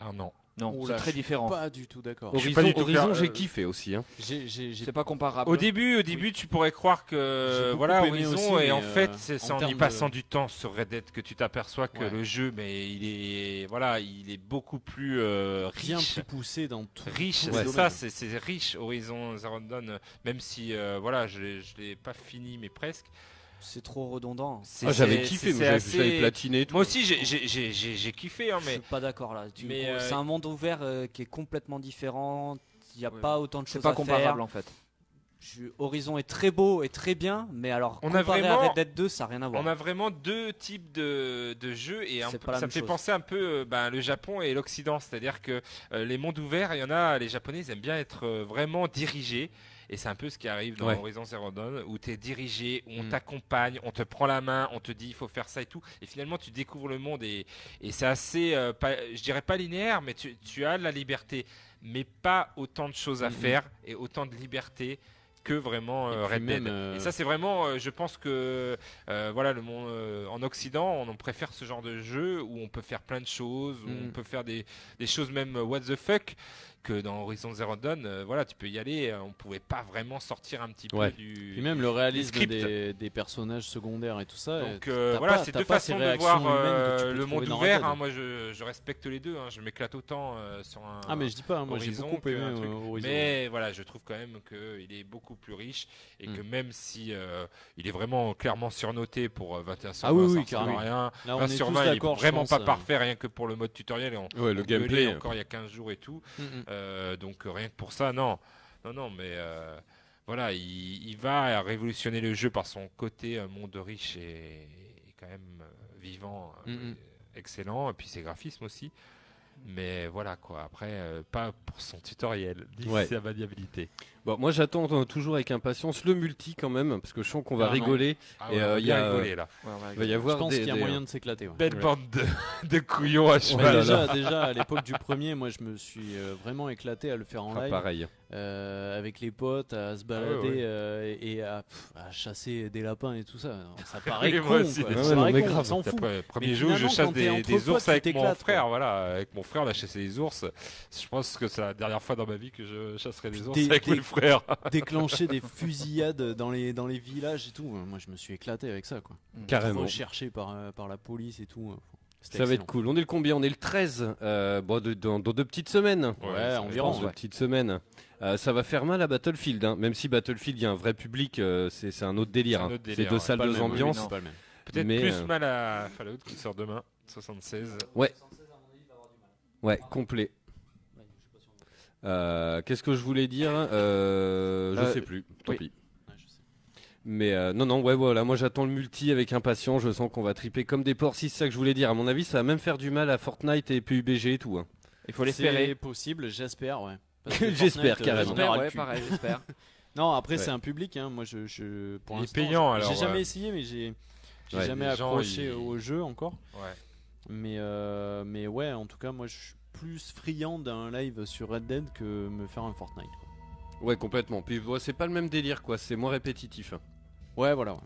Speaker 6: Ah non.
Speaker 1: Non,
Speaker 9: Oh
Speaker 1: c'est
Speaker 9: là,
Speaker 1: très
Speaker 9: je suis
Speaker 1: différent.
Speaker 9: Pas du tout d'accord.
Speaker 6: suis pas
Speaker 5: Horizon,
Speaker 6: du tout
Speaker 5: Horizon,
Speaker 6: clair, euh,
Speaker 5: j'ai kiffé aussi. hein.
Speaker 9: J'ai- j'ai- j'ai-
Speaker 1: C'est pas comparable.
Speaker 6: Au début, au début, tu pourrais croire
Speaker 9: Ah bah. J'ai
Speaker 6: que
Speaker 9: beaucoup
Speaker 6: voilà
Speaker 9: aimé
Speaker 6: Horizon
Speaker 9: aussi,
Speaker 6: et en
Speaker 9: mais,
Speaker 6: fait,
Speaker 9: euh,
Speaker 6: c'est
Speaker 9: en
Speaker 6: c'est en, y
Speaker 9: termes de-
Speaker 6: passant du temps sur Red Dead que tu t'aperçois que
Speaker 9: Ouais.
Speaker 6: le jeu, mais il est voilà, il est beaucoup plus euh,
Speaker 9: Bien
Speaker 6: riche.
Speaker 9: plus poussé dans tout.
Speaker 6: Riche,
Speaker 9: tous les
Speaker 6: c'est ça,
Speaker 9: domaines.
Speaker 6: c'est c'est riche Horizon Zero Dawn, euh, même si euh, voilà, je l'ai- je l'ai pas fini, mais presque.
Speaker 8: C'est trop redondant. hein.
Speaker 6: C'est-
Speaker 5: Ah, j'avais
Speaker 6: c'est-
Speaker 5: kiffé,
Speaker 6: c'est
Speaker 5: mais j'avais-
Speaker 6: assez-
Speaker 5: j'avais platiné. tout.
Speaker 6: Moi aussi, j'ai- j'ai- j'ai j'ai- j'ai kiffé, hein,
Speaker 8: Je
Speaker 6: mais
Speaker 8: suis pas d'accord là. Tu-
Speaker 6: mais, euh,
Speaker 8: C'est un monde ouvert euh, qui est complètement différent. Il n'y a
Speaker 1: Ouais,
Speaker 8: pas autant de
Speaker 1: C'est
Speaker 8: choses
Speaker 1: pas
Speaker 8: à
Speaker 1: comparable hein.
Speaker 8: faire.
Speaker 1: en fait.
Speaker 8: Je- Horizon est très beau et très bien, mais alors
Speaker 6: On a
Speaker 8: comparé à
Speaker 6: vraiment-
Speaker 8: Red Dead 2, ça n'a rien à voir.
Speaker 6: On a vraiment deux types de, de jeux et un
Speaker 8: C'est
Speaker 6: peu-
Speaker 8: pas la
Speaker 6: ça
Speaker 8: même
Speaker 6: me fait
Speaker 8: chose.
Speaker 6: penser un peu euh, ben, le Japon et l'Occident, c'est-à-dire que euh, les mondes ouverts, il y en a, les Japonais ils aiment bien être euh, vraiment dirigés et c'est un peu ce qui arrive dans
Speaker 5: Ouais.
Speaker 6: Horizon Zero Dawn où tu es dirigé, où
Speaker 8: Hmm.
Speaker 6: on
Speaker 5: Mm.
Speaker 6: t'accompagne, on te prend la main, on te dit il faut faire ça et tout et finalement tu découvres le monde et, et c'est assez, euh, pas- je dirais pas linéaire, mais tu, tu as de la liberté, mais pas autant de
Speaker 8: Hmm,
Speaker 6: choses à faire et autant de liberté que vraiment
Speaker 9: Et
Speaker 6: euh,
Speaker 9: puis
Speaker 6: Red Dead.
Speaker 9: même, euh,
Speaker 6: Et ça c'est vraiment, euh, je pense que euh, voilà, le monde, euh, en Occident, on, on préfère ce genre de jeu où on peut faire plein de choses, où
Speaker 9: Mm.
Speaker 5: Mhm.
Speaker 6: on peut faire des, des choses même euh, what the fuck que dans Horizon Zero Dawn. euh, voilà, tu peux y aller. euh, on pouvait pas vraiment sortir un petit
Speaker 5: Ouais.
Speaker 6: peu du.
Speaker 9: Puis même le réalisme
Speaker 6: scripts.
Speaker 9: des, des personnages secondaires et tout ça.
Speaker 6: Donc
Speaker 9: euh,
Speaker 6: euh,
Speaker 9: t'as
Speaker 6: voilà,
Speaker 9: pas-
Speaker 6: c'est
Speaker 9: t'as
Speaker 6: deux
Speaker 9: pas ces
Speaker 6: façons de
Speaker 9: réactions
Speaker 6: voir
Speaker 9: humaines
Speaker 6: euh,
Speaker 9: que tu peux
Speaker 6: le
Speaker 9: trouver
Speaker 6: monde
Speaker 9: dans
Speaker 6: ouvert.
Speaker 9: Red Dead.
Speaker 6: hein, moi, je, je respecte les deux. hein, je m'éclate autant euh, sur un.
Speaker 9: Ah mais je dis pas, hein, moi j'ai
Speaker 6: Horizon
Speaker 9: beaucoup
Speaker 6: qu'un
Speaker 9: aimé
Speaker 6: truc.
Speaker 9: euh, Horizon.
Speaker 6: Mais voilà, je trouve quand même qu'il est beaucoup plus riche et
Speaker 5: Mm.
Speaker 6: que même si euh, il est vraiment clairement surnoté pour euh, 21 sur
Speaker 9: Ah
Speaker 6: 20,
Speaker 9: oui, oui,
Speaker 6: ça ressemble à
Speaker 9: carrément.
Speaker 6: rien.
Speaker 9: Là Ah, on
Speaker 6: 20
Speaker 9: est
Speaker 6: sur
Speaker 9: tous
Speaker 6: 20, il est
Speaker 9: d'accord. je
Speaker 6: vraiment
Speaker 9: pense,
Speaker 6: pas
Speaker 9: euh.
Speaker 6: parfait rien que pour le mode tutoriel et on,
Speaker 5: Ouais, le
Speaker 6: on gueulait
Speaker 5: gameplay. hein.
Speaker 6: encore il y a 15 jours et tout.
Speaker 9: Mm, mm.
Speaker 6: Euh, donc euh, rien que pour ça, non. Non, non, mais euh, voilà, il, il va révolutionner le jeu par son côté euh, monde riche et, et quand même euh, vivant, euh,
Speaker 9: Mm,
Speaker 5: Mhm.
Speaker 6: excellent, et puis ses graphismes aussi. Mais voilà quoi, après, euh, pas pour son tutoriel, ni
Speaker 5: Ouais.
Speaker 6: sa maniabilité.
Speaker 5: Bon, moi, j'attends euh, toujours avec impatience le multi quand même, parce que je sens qu'on va
Speaker 6: Ah non.
Speaker 5: rigoler.
Speaker 6: Ah
Speaker 5: Et,
Speaker 6: ouais, on
Speaker 5: euh,
Speaker 6: va
Speaker 5: il y
Speaker 6: bien
Speaker 5: a,
Speaker 6: rigoler, là.
Speaker 1: Ouais, on va
Speaker 5: Il va y
Speaker 1: rigoler.
Speaker 5: avoir
Speaker 9: Je pense
Speaker 5: des-
Speaker 9: qu'il y a
Speaker 5: des- euh,
Speaker 6: euh,
Speaker 9: moyen de s'éclater. ouais.
Speaker 6: Belle
Speaker 5: Ouais.
Speaker 6: bande de, de couillons à
Speaker 5: Oh
Speaker 9: Ouais,
Speaker 5: là
Speaker 6: cheval.
Speaker 5: là.
Speaker 9: déjà, déjà, à l'époque du premier, moi je me suis euh, vraiment éclaté à le faire en
Speaker 5: Ah,
Speaker 9: live
Speaker 5: pareil.
Speaker 9: euh, avec les potes, à se balader
Speaker 6: Ah ouais.
Speaker 9: euh, et à, pff, à chasser des lapins et tout ça. Ça paraît
Speaker 6: Oui,
Speaker 9: con,
Speaker 6: moi aussi,
Speaker 9: quoi.
Speaker 6: déjà.
Speaker 9: Ça
Speaker 5: Ouais, non,
Speaker 9: paraît
Speaker 5: mais
Speaker 9: con,
Speaker 5: grave,
Speaker 9: on s'en
Speaker 6: T'as
Speaker 9: fout.
Speaker 6: pas-
Speaker 9: Mais
Speaker 6: Premier jour, je
Speaker 9: finalement,
Speaker 6: chasse
Speaker 9: quand t'es
Speaker 6: des,
Speaker 9: entre
Speaker 6: des
Speaker 9: potes,
Speaker 6: ours
Speaker 9: tu
Speaker 6: avec mon
Speaker 9: t'éclates,
Speaker 6: frère. Voilà, avec mon frère, on a chassé des ours. Je pense que c'est la dernière fois dans ma vie que je chasserai des ours
Speaker 9: Des-
Speaker 6: avec
Speaker 9: des-
Speaker 6: mon frère.
Speaker 9: Déclencher des fusillades dans les, dans les villages et tout. Moi je me suis éclaté avec ça. Quoi.
Speaker 6: Ah,
Speaker 5: Carrément.
Speaker 9: Recherché par, euh, par la police et tout. euh, C'était
Speaker 5: Ça va être
Speaker 9: excellent.
Speaker 5: cool. On est le combien On est le 13. euh, bon, de- dans, dans deux petites semaines.
Speaker 6: cool. Ouais,
Speaker 9: Ouais,
Speaker 6: ça
Speaker 5: Je pense,
Speaker 9: environ.
Speaker 5: deux
Speaker 9: ouais.
Speaker 5: petites semaines. Euh, ça va faire mal à Battlefield, hein. même si Battlefield, il y a un vrai public, euh, c'est c'est un autre délire.
Speaker 6: C'est un
Speaker 5: hein.
Speaker 6: autre
Speaker 5: C'est
Speaker 6: délire,
Speaker 5: deux
Speaker 6: ouais.
Speaker 5: salles,
Speaker 9: Pas le
Speaker 5: deux
Speaker 9: même,
Speaker 5: ambiances.
Speaker 9: c'est pas le même.
Speaker 6: Peut-être
Speaker 5: Mais,
Speaker 6: plus
Speaker 5: euh,
Speaker 6: mal à Fallout qui sort demain, 76.
Speaker 5: Ouais, complet. Euh, Qu'est-ce que je voulais dire Euh, Je
Speaker 1: Euh,
Speaker 5: sais plus, tant
Speaker 1: oui.
Speaker 5: pis.
Speaker 9: Ouais, je sais.
Speaker 5: Mais euh, non, non, ouais, voilà, moi j'attends le multi avec impatience, je sens qu'on va triper comme des porcs, si c'est ça que je voulais dire. À mon avis, ça va même faire du mal à Fortnite et PUBG et tout. hein.
Speaker 1: Il faut
Speaker 9: C'est
Speaker 1: l'espérer.
Speaker 9: possible, j'espère, ouais. Parce que
Speaker 5: J'espère,
Speaker 9: Fortnite, euh,
Speaker 5: carrément.
Speaker 9: j'en ai ras le
Speaker 1: ouais,
Speaker 9: cul.
Speaker 1: pareil, j'espère.
Speaker 9: Non, après
Speaker 5: Ouais.
Speaker 9: c'est un public. Hein. Moi, je, je pour
Speaker 6: Il est
Speaker 9: l'instant,
Speaker 6: payant,
Speaker 9: j'ai-
Speaker 6: alors,
Speaker 9: J'ai jamais
Speaker 6: euh,
Speaker 9: essayé, mais j'ai j'ai
Speaker 5: ouais,
Speaker 9: jamais
Speaker 6: les gens,
Speaker 9: accroché
Speaker 6: ils-
Speaker 9: au jeu encore.
Speaker 6: Ouais.
Speaker 9: Mais euh, mais ouais, en tout cas, moi, je suis plus friand d'un live sur Red Dead que me faire un Fortnite. quoi.
Speaker 5: Ouais, complètement. Puis ouais, c'est pas le même délire, quoi, c'est moins répétitif.
Speaker 9: Ouais, voilà. ouais.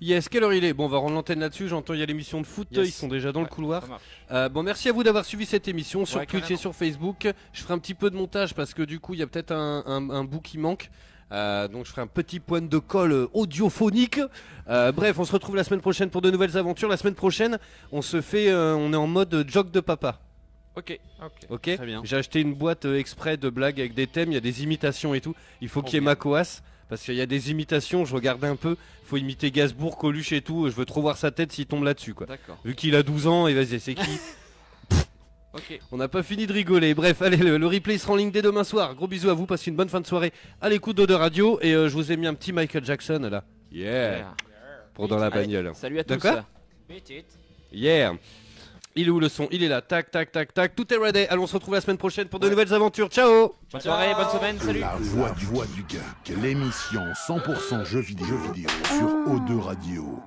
Speaker 5: Il Yes, quelle heure il est Bon, on va rendre l'antenne là-dessus. J'entends, il y a l'émission de foot.
Speaker 13: Yes.
Speaker 5: Ils sont déjà dans le
Speaker 13: Ouais,
Speaker 5: couloir.
Speaker 13: ça marche.
Speaker 5: Euh, bon, merci à vous d'avoir suivi cette émission sur
Speaker 13: Ouais,
Speaker 5: Twitch et
Speaker 13: carrément.
Speaker 5: sur Facebook. Je ferai un petit peu de montage parce que du coup, il y a peut-être un, un- un bout qui manque. Euh, donc, je ferai un petit point de colle euh, audiophonique. Euh, bref, on se retrouve la semaine prochaine pour de nouvelles aventures. La semaine prochaine, on se fait, euh, on est en mode jog de papa.
Speaker 1: Ok.
Speaker 5: Ok.
Speaker 1: Hein.
Speaker 5: J'ai acheté une boîte euh, exprès de blagues avec des thèmes, il y a des imitations et tout. Il faut
Speaker 1: Trop
Speaker 5: qu'il y ait
Speaker 1: Oh, bien.
Speaker 5: Macoas. Parce qu'il y a des imitations, je regardais un peu. faut imiter Gasbourg, Coluche et tout. Je veux trop voir sa tête s'il tombe là-dessus. quoi.
Speaker 1: D'accord.
Speaker 5: Vu qu'il a 12 ans, et vas-y, c'est qui Pff,
Speaker 1: Ok.
Speaker 5: On n'a pas fini de rigoler. Bref, allez, le, le replay sera en ligne dès demain soir. Gros bisous à vous, passez une bonne fin de soirée à l'écoute d'Ode Radio. Et euh, je vous ai mis un petit Michael Jackson là. Yeah,
Speaker 1: Yeah.
Speaker 5: Pour dans la
Speaker 1: Allez,
Speaker 5: bagnole.
Speaker 1: salut à tous.
Speaker 5: D'accord Yeah. Il est où le son Il est là. Tac, tac, tac, tac. Tout est ready. Allons, on se retrouve la semaine prochaine pour de nouvelles aventures. Ciao
Speaker 1: Bonne soirée, bonne semaine, salut
Speaker 2: La voix du, voix du geek, l'émission 100% jeux vidéo, jeux vidéo sur O2 Radio.